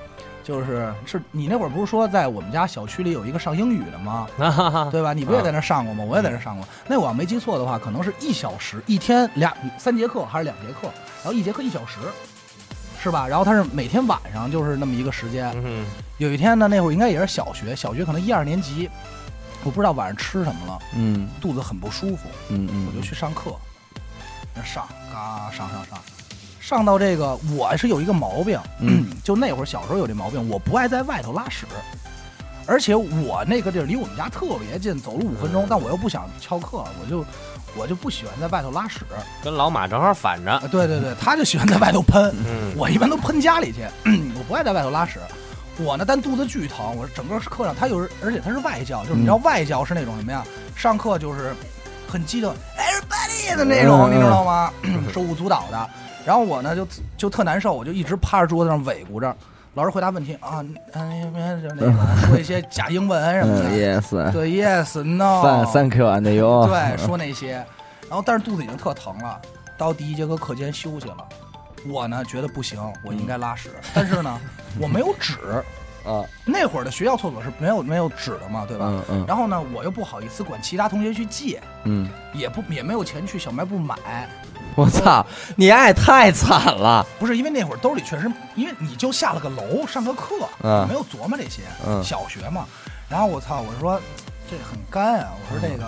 [SPEAKER 1] 就是是你那会儿不是说在我们家小区里有一个上英语的吗？对吧？你不也在那儿上过吗？我也在那儿上过。那我要没记错的话，可能是一小时，一天两三节课还是两节课，然后一节课一小时，是吧？然后他是每天晚上就是那么一个时间。
[SPEAKER 3] [LAUGHS] 嗯，
[SPEAKER 1] 有一天呢，那会儿应该也是小学，小学可能一二年级，我不知道晚上吃什么了，
[SPEAKER 2] 嗯
[SPEAKER 1] 肚子很不舒服，
[SPEAKER 2] 嗯嗯，
[SPEAKER 1] 我就去上课，那上嘎上上上，上到这个我是有一个毛病，
[SPEAKER 2] 嗯
[SPEAKER 1] 就那会儿小时候有这毛病，我不爱在外头拉屎，而且我那个地儿离我们家特别近，走路五分钟，但我又不想翘课，我就我就不喜欢在外头拉屎，
[SPEAKER 3] 跟老马正好反着
[SPEAKER 1] 啊，对对对，他就喜欢在外头喷，
[SPEAKER 3] 嗯
[SPEAKER 1] 我一般都喷家里去， [CLEARS THROAT] 我不爱在外头拉屎。我呢，但肚子巨疼，我整个课上他有时，而且他是外教，就是你知
[SPEAKER 2] 嗯
[SPEAKER 1] 道外教是那种什么呀？上课就是很激动，everybody 的那种，
[SPEAKER 2] 嗯嗯
[SPEAKER 1] 你知道吗？ [CLEARS THROAT] 手舞足蹈的。然后我呢就就特难受，我就一直趴着桌子上尾咕着。老师回答问题啊，嗯，就那个说一些假英文什么
[SPEAKER 2] 嗯
[SPEAKER 1] 的，
[SPEAKER 2] ，yes，
[SPEAKER 1] 对，yes no，
[SPEAKER 2] 饭三 Q 啊，那哟，
[SPEAKER 1] 对，说那些，然后但是肚子已经特疼了，到第一节课课间
[SPEAKER 2] [LAUGHS]
[SPEAKER 1] 休息了，我呢觉得不行，我应该拉屎，但是呢，我没有纸，
[SPEAKER 2] 啊，
[SPEAKER 1] 那会儿的学校厕所是没有没有纸的嘛，对吧？
[SPEAKER 2] 嗯嗯
[SPEAKER 1] 然后呢，我又不好意思管其他同学去借，
[SPEAKER 2] 嗯，
[SPEAKER 1] 也不也没有钱去小卖部买，
[SPEAKER 2] 我操，你爱太惨了，
[SPEAKER 1] 不是因为那会儿兜里全是，因为你就下了个楼上个课，
[SPEAKER 2] 嗯
[SPEAKER 1] 没有琢磨这些，
[SPEAKER 2] 嗯
[SPEAKER 1] 小学嘛。然后我操，我说这很干啊，我说这个、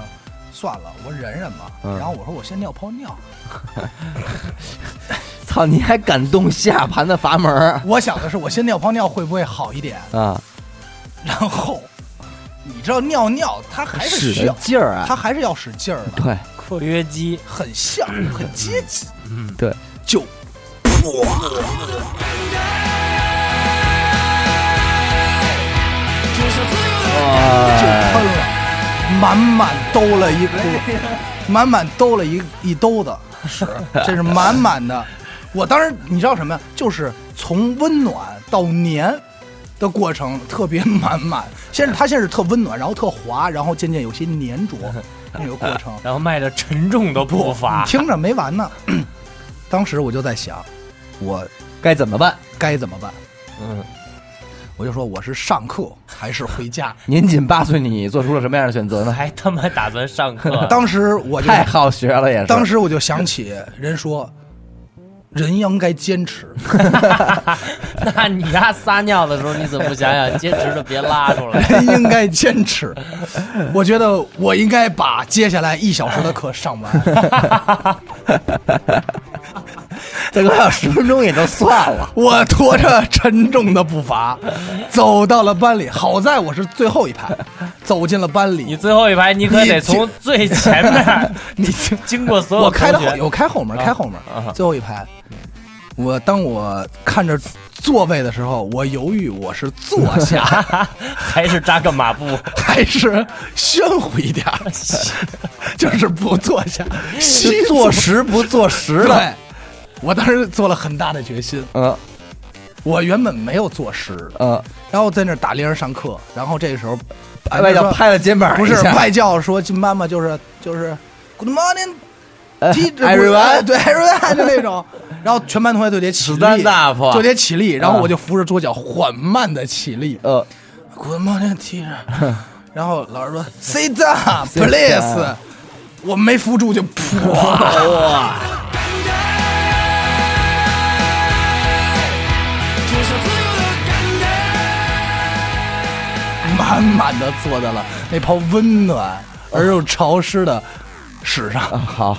[SPEAKER 1] 算了，我忍忍吧。
[SPEAKER 2] 嗯
[SPEAKER 1] 然后我说我先尿泡尿，
[SPEAKER 2] 操，你还敢动下盘的阀门儿
[SPEAKER 1] 我想的是我先尿泡尿会不会好一点，
[SPEAKER 2] 啊？
[SPEAKER 1] 然后。你知道尿尿，它还是需
[SPEAKER 2] 使
[SPEAKER 1] 要，
[SPEAKER 2] 劲儿啊！
[SPEAKER 1] 它还是要使劲儿的，
[SPEAKER 2] 对，
[SPEAKER 3] 括约肌，
[SPEAKER 1] 很像，很接近，
[SPEAKER 2] 对，
[SPEAKER 1] 就
[SPEAKER 2] 哇，
[SPEAKER 1] 喷了，满满兜了一裤，满满兜了一一兜子屎， [LAUGHS] 这是满满的。我当时你知道什么呀？就是从温暖到黏的过程特别满满。先是它先是特温暖，然后特滑，然后渐渐有些粘着那个过程。
[SPEAKER 3] 然后迈着沉重的步伐
[SPEAKER 1] 你，听着没完呢。 [CLEARS THROAT] 当时我就在想，我
[SPEAKER 2] 该怎么办？
[SPEAKER 1] 该怎么办？
[SPEAKER 2] 嗯，
[SPEAKER 1] 我就说我是上课还是回
[SPEAKER 2] [LAUGHS]
[SPEAKER 1] 家？，
[SPEAKER 2] 年仅八岁，你做出了什么样的选择呢？
[SPEAKER 3] 还他妈打算上课
[SPEAKER 1] [LAUGHS] 当时我就
[SPEAKER 2] 啊太好学了，也是。
[SPEAKER 1] 当时我就想起人说，人应该坚持。 [LAUGHS]
[SPEAKER 3] 那你丫撒尿的时候，你怎么不想想坚持着别拉出
[SPEAKER 1] [LAUGHS]
[SPEAKER 3] 来？
[SPEAKER 1] 人应该坚持。我觉得我应该把接下来一小时的课上
[SPEAKER 2] [LAUGHS]
[SPEAKER 1] 完。
[SPEAKER 2] 再给我十分钟也就算 [LAUGHS] 了。
[SPEAKER 1] 我拖着沉重的步伐走到了班里，好在我是最后一排，走进了班
[SPEAKER 3] 你
[SPEAKER 1] 里。
[SPEAKER 3] 最后一排，你可
[SPEAKER 1] 你
[SPEAKER 3] 得从最前面
[SPEAKER 1] [LAUGHS]
[SPEAKER 3] 儿，你经经过
[SPEAKER 2] 哦
[SPEAKER 3] 所有
[SPEAKER 1] 我开的
[SPEAKER 3] 同
[SPEAKER 1] 后，
[SPEAKER 3] 学，
[SPEAKER 1] 我开后
[SPEAKER 2] 啊
[SPEAKER 1] 门，开后门，最后一排。我当我看着座位的时候，我犹豫我是坐
[SPEAKER 2] [LAUGHS]
[SPEAKER 1] 下
[SPEAKER 3] 还是扎个马步，
[SPEAKER 1] 还是喧呼一
[SPEAKER 2] [LAUGHS]
[SPEAKER 1] 点儿，就是不坐下，
[SPEAKER 2] 就坐实不 [LAUGHS] 坐实了。
[SPEAKER 1] 对，我当时做了很大的决心。
[SPEAKER 2] 嗯
[SPEAKER 1] 我原本没有坐实，
[SPEAKER 2] 嗯，
[SPEAKER 1] 然后在那儿打铃儿上课，然后这时候哎
[SPEAKER 2] 外教
[SPEAKER 1] 说
[SPEAKER 2] 拍了肩膀一下，
[SPEAKER 1] 不是外教说进班嘛，就是就是 Good morning
[SPEAKER 2] 哎
[SPEAKER 1] teacher，
[SPEAKER 2] everyone，
[SPEAKER 1] 对 everyone 就那种，然后全班同学就得起
[SPEAKER 2] 子
[SPEAKER 1] 立，
[SPEAKER 2] 弹大炮嗯
[SPEAKER 1] 就得起立，然后我就扶着桌角缓慢的起立
[SPEAKER 2] 呃，
[SPEAKER 1] ，Good morning
[SPEAKER 2] [LAUGHS]
[SPEAKER 1] teacher，然后老师说 Sit down please，
[SPEAKER 2] down
[SPEAKER 1] 我没扶住
[SPEAKER 2] [LAUGHS]
[SPEAKER 1] 就啊噗，满满的坐在了那泡温暖而又潮湿的屎上。
[SPEAKER 2] 好，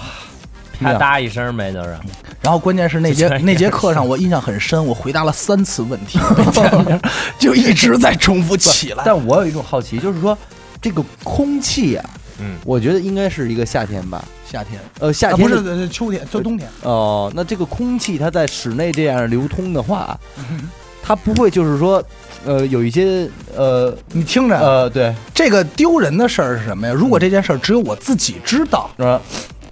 [SPEAKER 3] 啪嗒一声呗， [LAUGHS] 就是。
[SPEAKER 1] 然后关键是那节那节课上，我印象很深，我回答了三次问题，就一直在重复起来。
[SPEAKER 2] 但我有一种好奇，就是说这个空气啊，
[SPEAKER 5] 嗯，
[SPEAKER 2] 我觉得应该是一个夏天吧，
[SPEAKER 1] 夏天，
[SPEAKER 2] 呃，夏
[SPEAKER 1] 啊
[SPEAKER 2] 天
[SPEAKER 1] 不是
[SPEAKER 2] 的
[SPEAKER 1] 呃秋天，就冬天，
[SPEAKER 2] 哦，那这个空气它在室内这样流通的话，它不会就是说，呃，有一些呃
[SPEAKER 1] 你听着，
[SPEAKER 2] 呃，对，
[SPEAKER 1] 这个丢人的事儿是什么呀？如果这件事儿只有我自己知道，
[SPEAKER 2] 呃，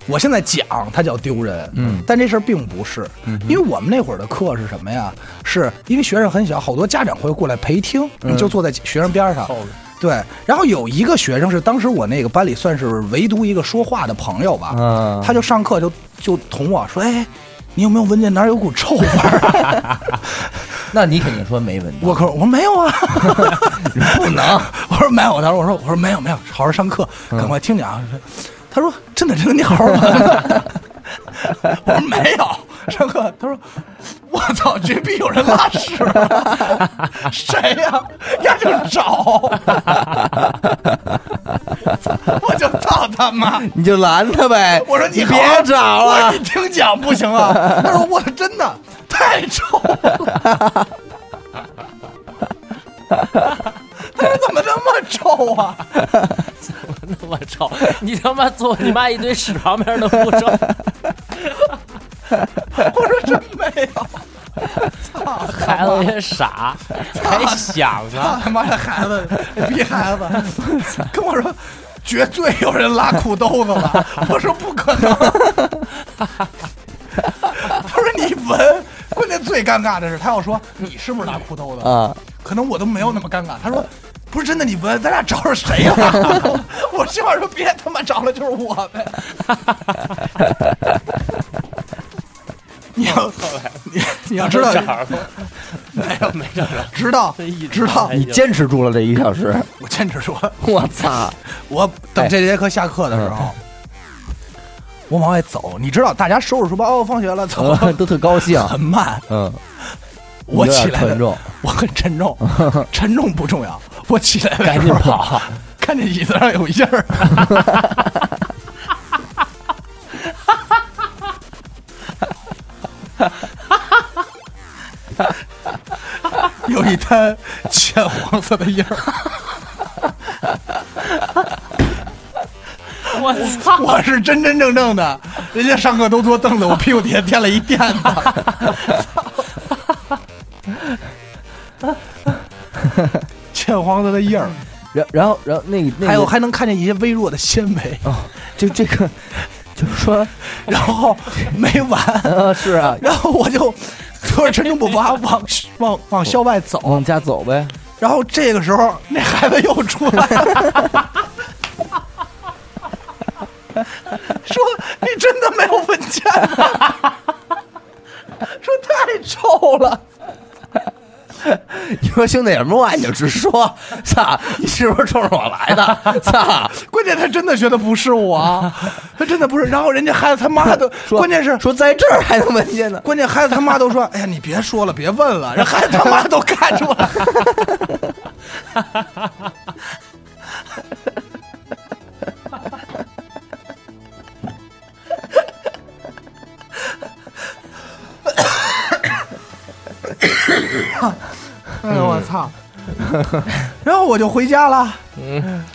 [SPEAKER 1] 我现在讲它叫丢人，
[SPEAKER 2] 嗯，
[SPEAKER 1] 但这事儿并不是，因为我们那会儿的课是什么呀？是因为学生很小，好多家长会过来陪听，
[SPEAKER 2] 嗯
[SPEAKER 1] 你就坐在学生边上，对。然后有一个学生是当时我那个班里算是唯独一个说话的朋友吧，
[SPEAKER 2] 嗯，
[SPEAKER 1] 他就上课就就捅我说，哎。你有没有闻见哪儿有股臭味儿？
[SPEAKER 2] 那你肯定说没闻到，
[SPEAKER 1] 我可我说没有 [LAUGHS] 啊，不能。 [LAUGHS] 我说没有，当时我说我说没有没有，好好上课，赶快听讲啊。他说真的真的，你好好闻闻。 [LAUGHS] 我说没有，上课。他说我操，绝壁有人拉屎了，谁呀、呀就找， [LAUGHS] 我就操他妈！
[SPEAKER 2] 你就拦他呗，
[SPEAKER 1] [LAUGHS] 我说你好
[SPEAKER 2] 别
[SPEAKER 1] 好
[SPEAKER 2] 找
[SPEAKER 1] 我说
[SPEAKER 2] 了
[SPEAKER 1] 你， [LAUGHS] 听讲不行啊。他说我真的太臭了。他说怎么这么臭啊？
[SPEAKER 3] 我操！你他妈坐你妈一堆屎旁边都不臭， [LAUGHS]
[SPEAKER 1] 我说真没有。操
[SPEAKER 3] 孩子也傻，还想啊
[SPEAKER 1] 操
[SPEAKER 2] [LAUGHS]
[SPEAKER 3] 呢。
[SPEAKER 1] 啊他妈的孩子，逼孩子，跟我说绝对有人拉裤兜子了。我说不可能。他说你闻，关键最尴尬的是，他要说你是不是拉裤兜子？
[SPEAKER 2] 啊，
[SPEAKER 1] 可能我都没有那么尴尬。他说：“不是真的，你闻，咱俩找着谁了？” [LAUGHS] 我心想说：“别他妈找了，就是我呗。” [LAUGHS] 你要你你要知道，
[SPEAKER 6] 没有没有，
[SPEAKER 1] 直到直到
[SPEAKER 2] 你坚持住了这一个小时，
[SPEAKER 1] 我坚持说，
[SPEAKER 2] 我操！哎
[SPEAKER 1] 我等这节课下课的时候，我往外走，你知道，大家收拾书包，哦，放学了，走，
[SPEAKER 2] [LAUGHS] 都特高 [LAUGHS] 兴，
[SPEAKER 1] 很慢，
[SPEAKER 2] 嗯，
[SPEAKER 1] 我起来
[SPEAKER 2] 有
[SPEAKER 1] 的
[SPEAKER 2] 点沉重，
[SPEAKER 1] 我很沉
[SPEAKER 2] [LAUGHS]
[SPEAKER 1] 重，沉重不重要，我起来的时候
[SPEAKER 2] 赶紧，跑，
[SPEAKER 1] 看见椅子上有印儿， [LAUGHS] 有一滩 [LAUGHS] 浅黄色的印儿。
[SPEAKER 3] 我操！
[SPEAKER 1] [LAUGHS] 我是真真正正的，人家上课都坐凳子，我屁股底下垫了一垫 [LAUGHS] 子。浅黄色的印儿，
[SPEAKER 2] 然然后然后那个那个
[SPEAKER 1] 还有还能看见一些微弱的纤维，
[SPEAKER 2] 就这个，就是说，
[SPEAKER 1] 然后没完，
[SPEAKER 2] 呃，是啊，
[SPEAKER 1] 然后我就 [LAUGHS] 坐着沉重步伐往往往校外走，
[SPEAKER 2] 往家走呗。
[SPEAKER 1] 然后这个时
[SPEAKER 2] [LAUGHS]
[SPEAKER 1] 候那孩子又出来了，说你真的没有文件吗？ [LAUGHS] 说太臭了。
[SPEAKER 2] [LAUGHS] 你说兄弟有什么话你就直说，操，你是不是冲着我来的？操，
[SPEAKER 1] 关键他真的觉得不是我，他真的不是。然后人家孩子他妈的，
[SPEAKER 2] 说
[SPEAKER 1] 关键是
[SPEAKER 2] 说在这儿还能闻见呢。
[SPEAKER 1] 关键孩子他妈都说：“哎呀，你别说了，别问了。”人孩子他妈都看出来了。哎呦我操！然后我就回家了。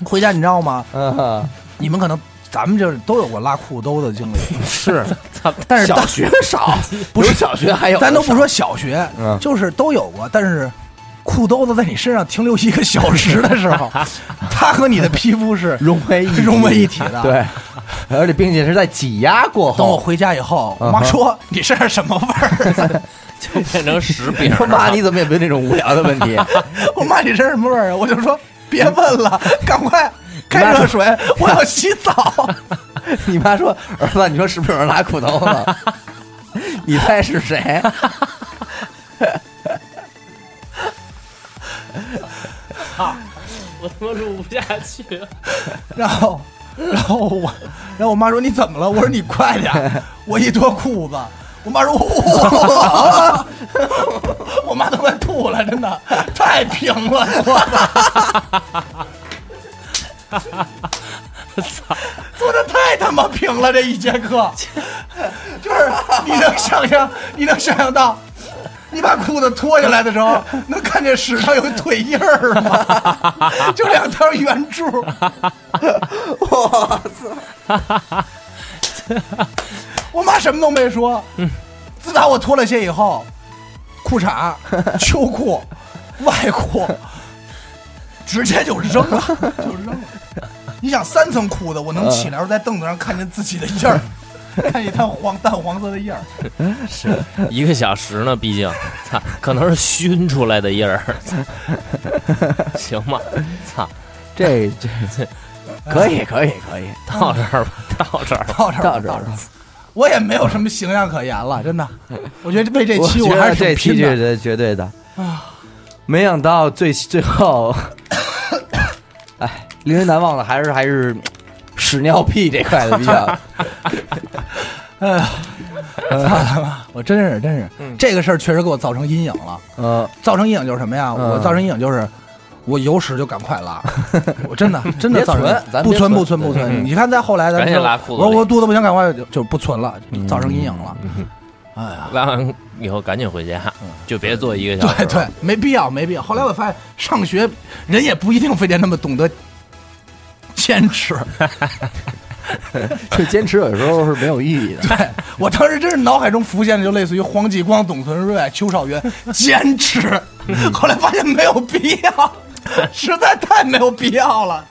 [SPEAKER 1] 回家你知道吗？
[SPEAKER 2] 嗯，
[SPEAKER 1] 你们可能咱们这儿都有过拉裤兜的经历，是，但是
[SPEAKER 2] 小
[SPEAKER 1] 当 [LAUGHS]
[SPEAKER 2] 学少，不是小学还有，
[SPEAKER 1] 咱都不说小学
[SPEAKER 2] 嗯，
[SPEAKER 1] 就是都有过，但是。裤兜子在你身上停留一个小时的时
[SPEAKER 2] [LAUGHS]
[SPEAKER 1] 候，它和你的皮肤是
[SPEAKER 2] 融为一体
[SPEAKER 1] 融为一体的。，
[SPEAKER 2] 对， [LAUGHS] 而且并且是在挤压过
[SPEAKER 1] 等我
[SPEAKER 2] 后。
[SPEAKER 1] 回家以后，我
[SPEAKER 2] 嗯
[SPEAKER 1] 妈
[SPEAKER 2] 哼
[SPEAKER 1] 说你身上什么味儿？ [LAUGHS]
[SPEAKER 3] 就变成石饼
[SPEAKER 2] 说妈，你怎么也问这种无聊的问题？
[SPEAKER 1] 我妈你身上什么味儿啊？我就说别问了，赶快开热水，我要洗澡。
[SPEAKER 2] [LAUGHS] 你妈说儿子，你说是不是有人拉裤头 [LAUGHS] 了？你猜是谁？
[SPEAKER 3] [LAUGHS] 我他妈录不下去了。
[SPEAKER 1] [LAUGHS] 然后，然后我，然后我妈说你怎么了？我说你快点儿，我一脱裤子，我妈说，我我妈都快吐了，真的太平了，我
[SPEAKER 3] 操！
[SPEAKER 1] 做的太他妈平了，这一节课，就是你能想象，你能想象到。你把裤子脱下来的时候，能看见屎上有个腿印儿吗？ [LAUGHS] 就两条圆柱。我妈什么都没说。
[SPEAKER 2] 嗯
[SPEAKER 1] 自打我脱了鞋以后，裤
[SPEAKER 2] [LAUGHS]
[SPEAKER 1] 衩、秋裤、外裤直接就扔
[SPEAKER 2] [LAUGHS]
[SPEAKER 1] 了，就扔了。你想三层裤子，我能起来时候在凳子上看见自己的印儿，
[SPEAKER 2] 嗯
[SPEAKER 1] 看见一滩黄淡黄色的印儿。
[SPEAKER 3] 一个小时呢，毕竟，操，可能是熏出来的印儿， [LAUGHS] 行吗？操，
[SPEAKER 2] 这这这，可以可以可以，
[SPEAKER 3] 到这
[SPEAKER 2] [LAUGHS]
[SPEAKER 3] 儿吧，到这儿吧，
[SPEAKER 1] 到这儿吧，
[SPEAKER 2] 到这儿
[SPEAKER 1] 到这儿吧。我也没有什么形象可言了，真的。我觉得为这期
[SPEAKER 2] 嗯我觉
[SPEAKER 1] 还
[SPEAKER 2] 得
[SPEAKER 1] 是
[SPEAKER 2] 这
[SPEAKER 1] 挺
[SPEAKER 2] 期
[SPEAKER 1] 拼
[SPEAKER 2] 绝
[SPEAKER 1] 的。
[SPEAKER 2] 对绝对的啊！没想到最最后，哎，令人难忘的还是还是屎尿屁这块的比 [LAUGHS] 较。
[SPEAKER 1] 我真是真是，这个事儿确实给我造成阴影了。
[SPEAKER 2] 嗯，
[SPEAKER 1] 造成阴影就是什么呀？
[SPEAKER 2] 嗯
[SPEAKER 1] 我造成阴影就是。我有屎就赶快
[SPEAKER 2] [LAUGHS]
[SPEAKER 1] 拉，我真的真的
[SPEAKER 2] 别
[SPEAKER 1] 造成
[SPEAKER 2] 存咱
[SPEAKER 1] 不
[SPEAKER 2] 别
[SPEAKER 1] 存
[SPEAKER 2] 存嗯
[SPEAKER 1] 不存不存。你看再后来咱
[SPEAKER 3] 赶紧
[SPEAKER 1] 说
[SPEAKER 3] 拉裤子
[SPEAKER 1] 我
[SPEAKER 3] 里
[SPEAKER 1] 我肚子不行，赶快就就不存了，
[SPEAKER 2] 嗯
[SPEAKER 1] 造成阴影了。哎呀，
[SPEAKER 3] 拉完以后赶紧回家，
[SPEAKER 2] 嗯
[SPEAKER 3] 就别坐一个小
[SPEAKER 1] 对
[SPEAKER 3] 时。
[SPEAKER 1] 对，，没必要没必要。后来我发现上学人也不一定非得那么懂得坚持。
[SPEAKER 2] [LAUGHS] 这坚持有时候是没有意义 [LAUGHS] 的。
[SPEAKER 1] 对哎我当时真是脑海中浮现的就类似于黄继光、董存瑞、邱少云坚持，
[SPEAKER 2] 嗯
[SPEAKER 1] 后来发现没有必要，实在太没有必要了。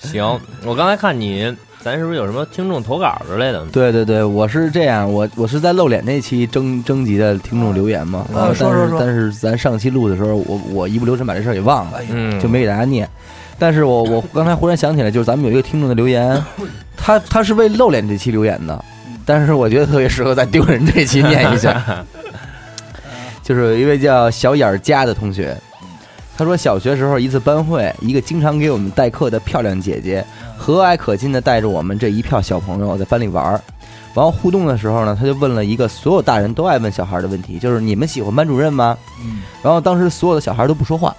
[SPEAKER 3] 行，我刚才看你，咱是不是有什么听众投稿之类的？
[SPEAKER 2] 对对对，我是这样，我我是在露脸那期征征集的听众留言嘛，
[SPEAKER 1] 啊
[SPEAKER 2] 呃
[SPEAKER 1] 说
[SPEAKER 2] 但是
[SPEAKER 1] 说说
[SPEAKER 2] 但是咱上期录的时候，我我一不留神把这事儿给忘了
[SPEAKER 1] 哎，呀
[SPEAKER 3] 嗯，
[SPEAKER 2] 就没给大家念。但是我我刚才忽然想起来，就是咱们有一个听众的
[SPEAKER 1] [LAUGHS]
[SPEAKER 2] 留言，他他是为露脸
[SPEAKER 1] [LAUGHS]
[SPEAKER 2] 这期留言的，但是我觉得特别适合在丢人这期念一下。就是有一位叫小眼儿佳的同学，他说小学时候一次班会，一个经常给我们代课的漂亮姐姐，和蔼可亲的带着我们这一票小朋友在班里玩儿。然后互动的时候呢，他就问了一个所有大人都爱问小孩的问题，就是你们喜欢班主任吗？
[SPEAKER 1] 嗯，
[SPEAKER 2] 然后当时所有的小孩都不说话，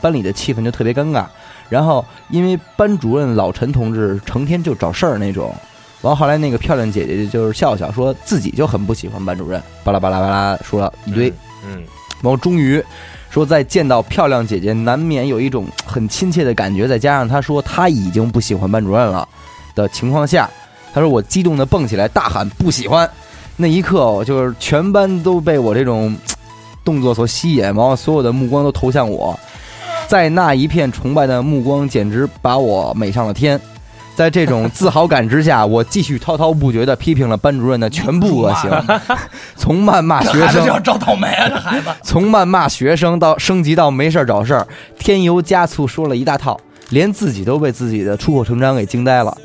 [SPEAKER 2] 班里的气氛就特别尴尬。然后因为班主任老陈同志成天就找事儿那种，然后后来那个漂亮姐姐就是笑笑说自己就很不喜欢班主任，巴拉巴拉巴拉说了一堆，
[SPEAKER 5] 嗯，
[SPEAKER 2] 然后终于说再见到漂亮姐姐，难免有一种很亲切的感觉，再加上她说她已经不喜欢班主任了的情况下，她说我激动的蹦起来大喊不喜欢，那一刻哦就是全班都被我这种嘖动作所吸引，然后所有的目光都投向我，在那一片崇拜的目光简直把我美上了天。在这种自豪感之下，我继续滔滔不绝地批评了班主任的全部恶
[SPEAKER 1] [LAUGHS]
[SPEAKER 2] 行，从谩骂啊学
[SPEAKER 1] 孩子
[SPEAKER 2] 生
[SPEAKER 1] 就要招倒霉啊，这孩子。
[SPEAKER 2] [LAUGHS] 从谩骂学生到升级到没事儿找事儿，添油加醋说了一大套，连自己都被自己的出口成章给惊呆了。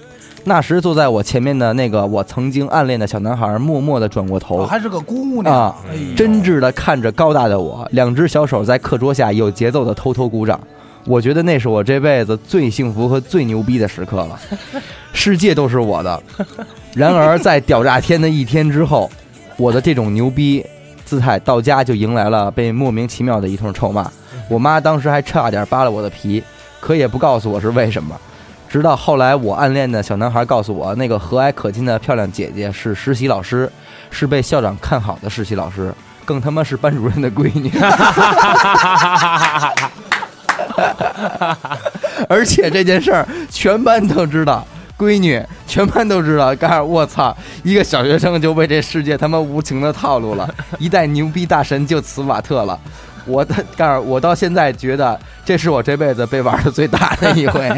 [SPEAKER 2] 那时坐在我前面的那个我曾经暗恋的小男孩，默默地转过
[SPEAKER 1] 我
[SPEAKER 2] 头，
[SPEAKER 1] 还是个姑娘
[SPEAKER 2] 哦啊
[SPEAKER 1] 哎呦
[SPEAKER 2] 真挚地看着高大的我，两只小手在课桌下有节奏地偷偷鼓掌。我觉得那是我这辈子最幸福和最牛逼的时刻了，世界都是我的。然而在屌炸天的一天之后，我的这种牛逼姿态到家就迎来了被莫名其妙的一通臭骂。我妈当时还差点扒了我的皮，可也不告诉我是为什么。直到后来，我暗恋的小男孩告诉我，那个和蔼可亲的漂亮姐姐是实习老师，是被校长看好的实习老师，更他妈是班主任的闺女。而且这件事儿全班都知道，闺女全班都知道。告诉我操，一个小学生就被这世界他妈无情的套路了，一代牛逼大神就此瓦特了。我的告诉我到现在觉得这是我这辈子被玩的最大的一回，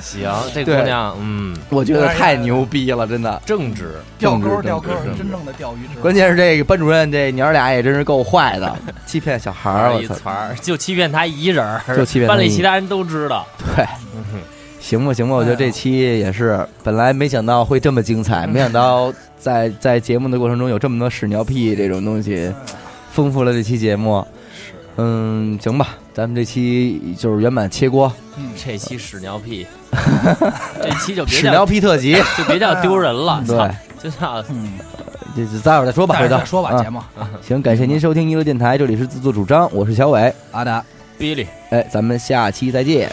[SPEAKER 3] 行，这姑
[SPEAKER 2] 对
[SPEAKER 3] 娘，嗯，
[SPEAKER 2] 我觉得太牛逼了，真的。
[SPEAKER 3] 正直，
[SPEAKER 1] 钓钩儿钓钩
[SPEAKER 2] 钩
[SPEAKER 1] 儿，真正的钓鱼执法
[SPEAKER 2] 关键是这个班主任这娘儿俩也真是够坏的，欺骗小孩哎儿，我
[SPEAKER 3] 一
[SPEAKER 2] 操！
[SPEAKER 3] 词儿就欺骗他一人儿，
[SPEAKER 2] 就欺骗他
[SPEAKER 3] 班里
[SPEAKER 2] 一
[SPEAKER 3] 其他人都知道。
[SPEAKER 2] 对，行吧行吧，我觉
[SPEAKER 1] 啊
[SPEAKER 2] 得这期也是，本来没想到会这么精
[SPEAKER 1] 嗯
[SPEAKER 2] 彩，没想到在在节目的过程中有这么多屎尿屁这种
[SPEAKER 1] [LAUGHS]
[SPEAKER 2] 东西，丰富了这期节目。嗯，行吧，咱们这期就是圆满切锅，
[SPEAKER 3] 这期屎尿
[SPEAKER 2] [LAUGHS]
[SPEAKER 3] 屁，这期
[SPEAKER 1] 呃
[SPEAKER 3] 就别
[SPEAKER 2] 屎尿
[SPEAKER 3] 叫
[SPEAKER 2] 屁
[SPEAKER 1] [LAUGHS]
[SPEAKER 2] 特辑。
[SPEAKER 3] 就别叫丢人了，
[SPEAKER 2] 对
[SPEAKER 3] 操，就叫
[SPEAKER 1] 嗯，
[SPEAKER 2] 这这待会儿再说吧，
[SPEAKER 1] 待
[SPEAKER 2] 回
[SPEAKER 1] 会
[SPEAKER 2] 头
[SPEAKER 1] 儿再说吧，
[SPEAKER 2] 啊
[SPEAKER 1] 节目
[SPEAKER 2] 行，感谢您收听一路电台，这里是自作主张，我是小伟，
[SPEAKER 1] 阿达。
[SPEAKER 3] 哔哩。
[SPEAKER 2] 哎，咱们下期再见。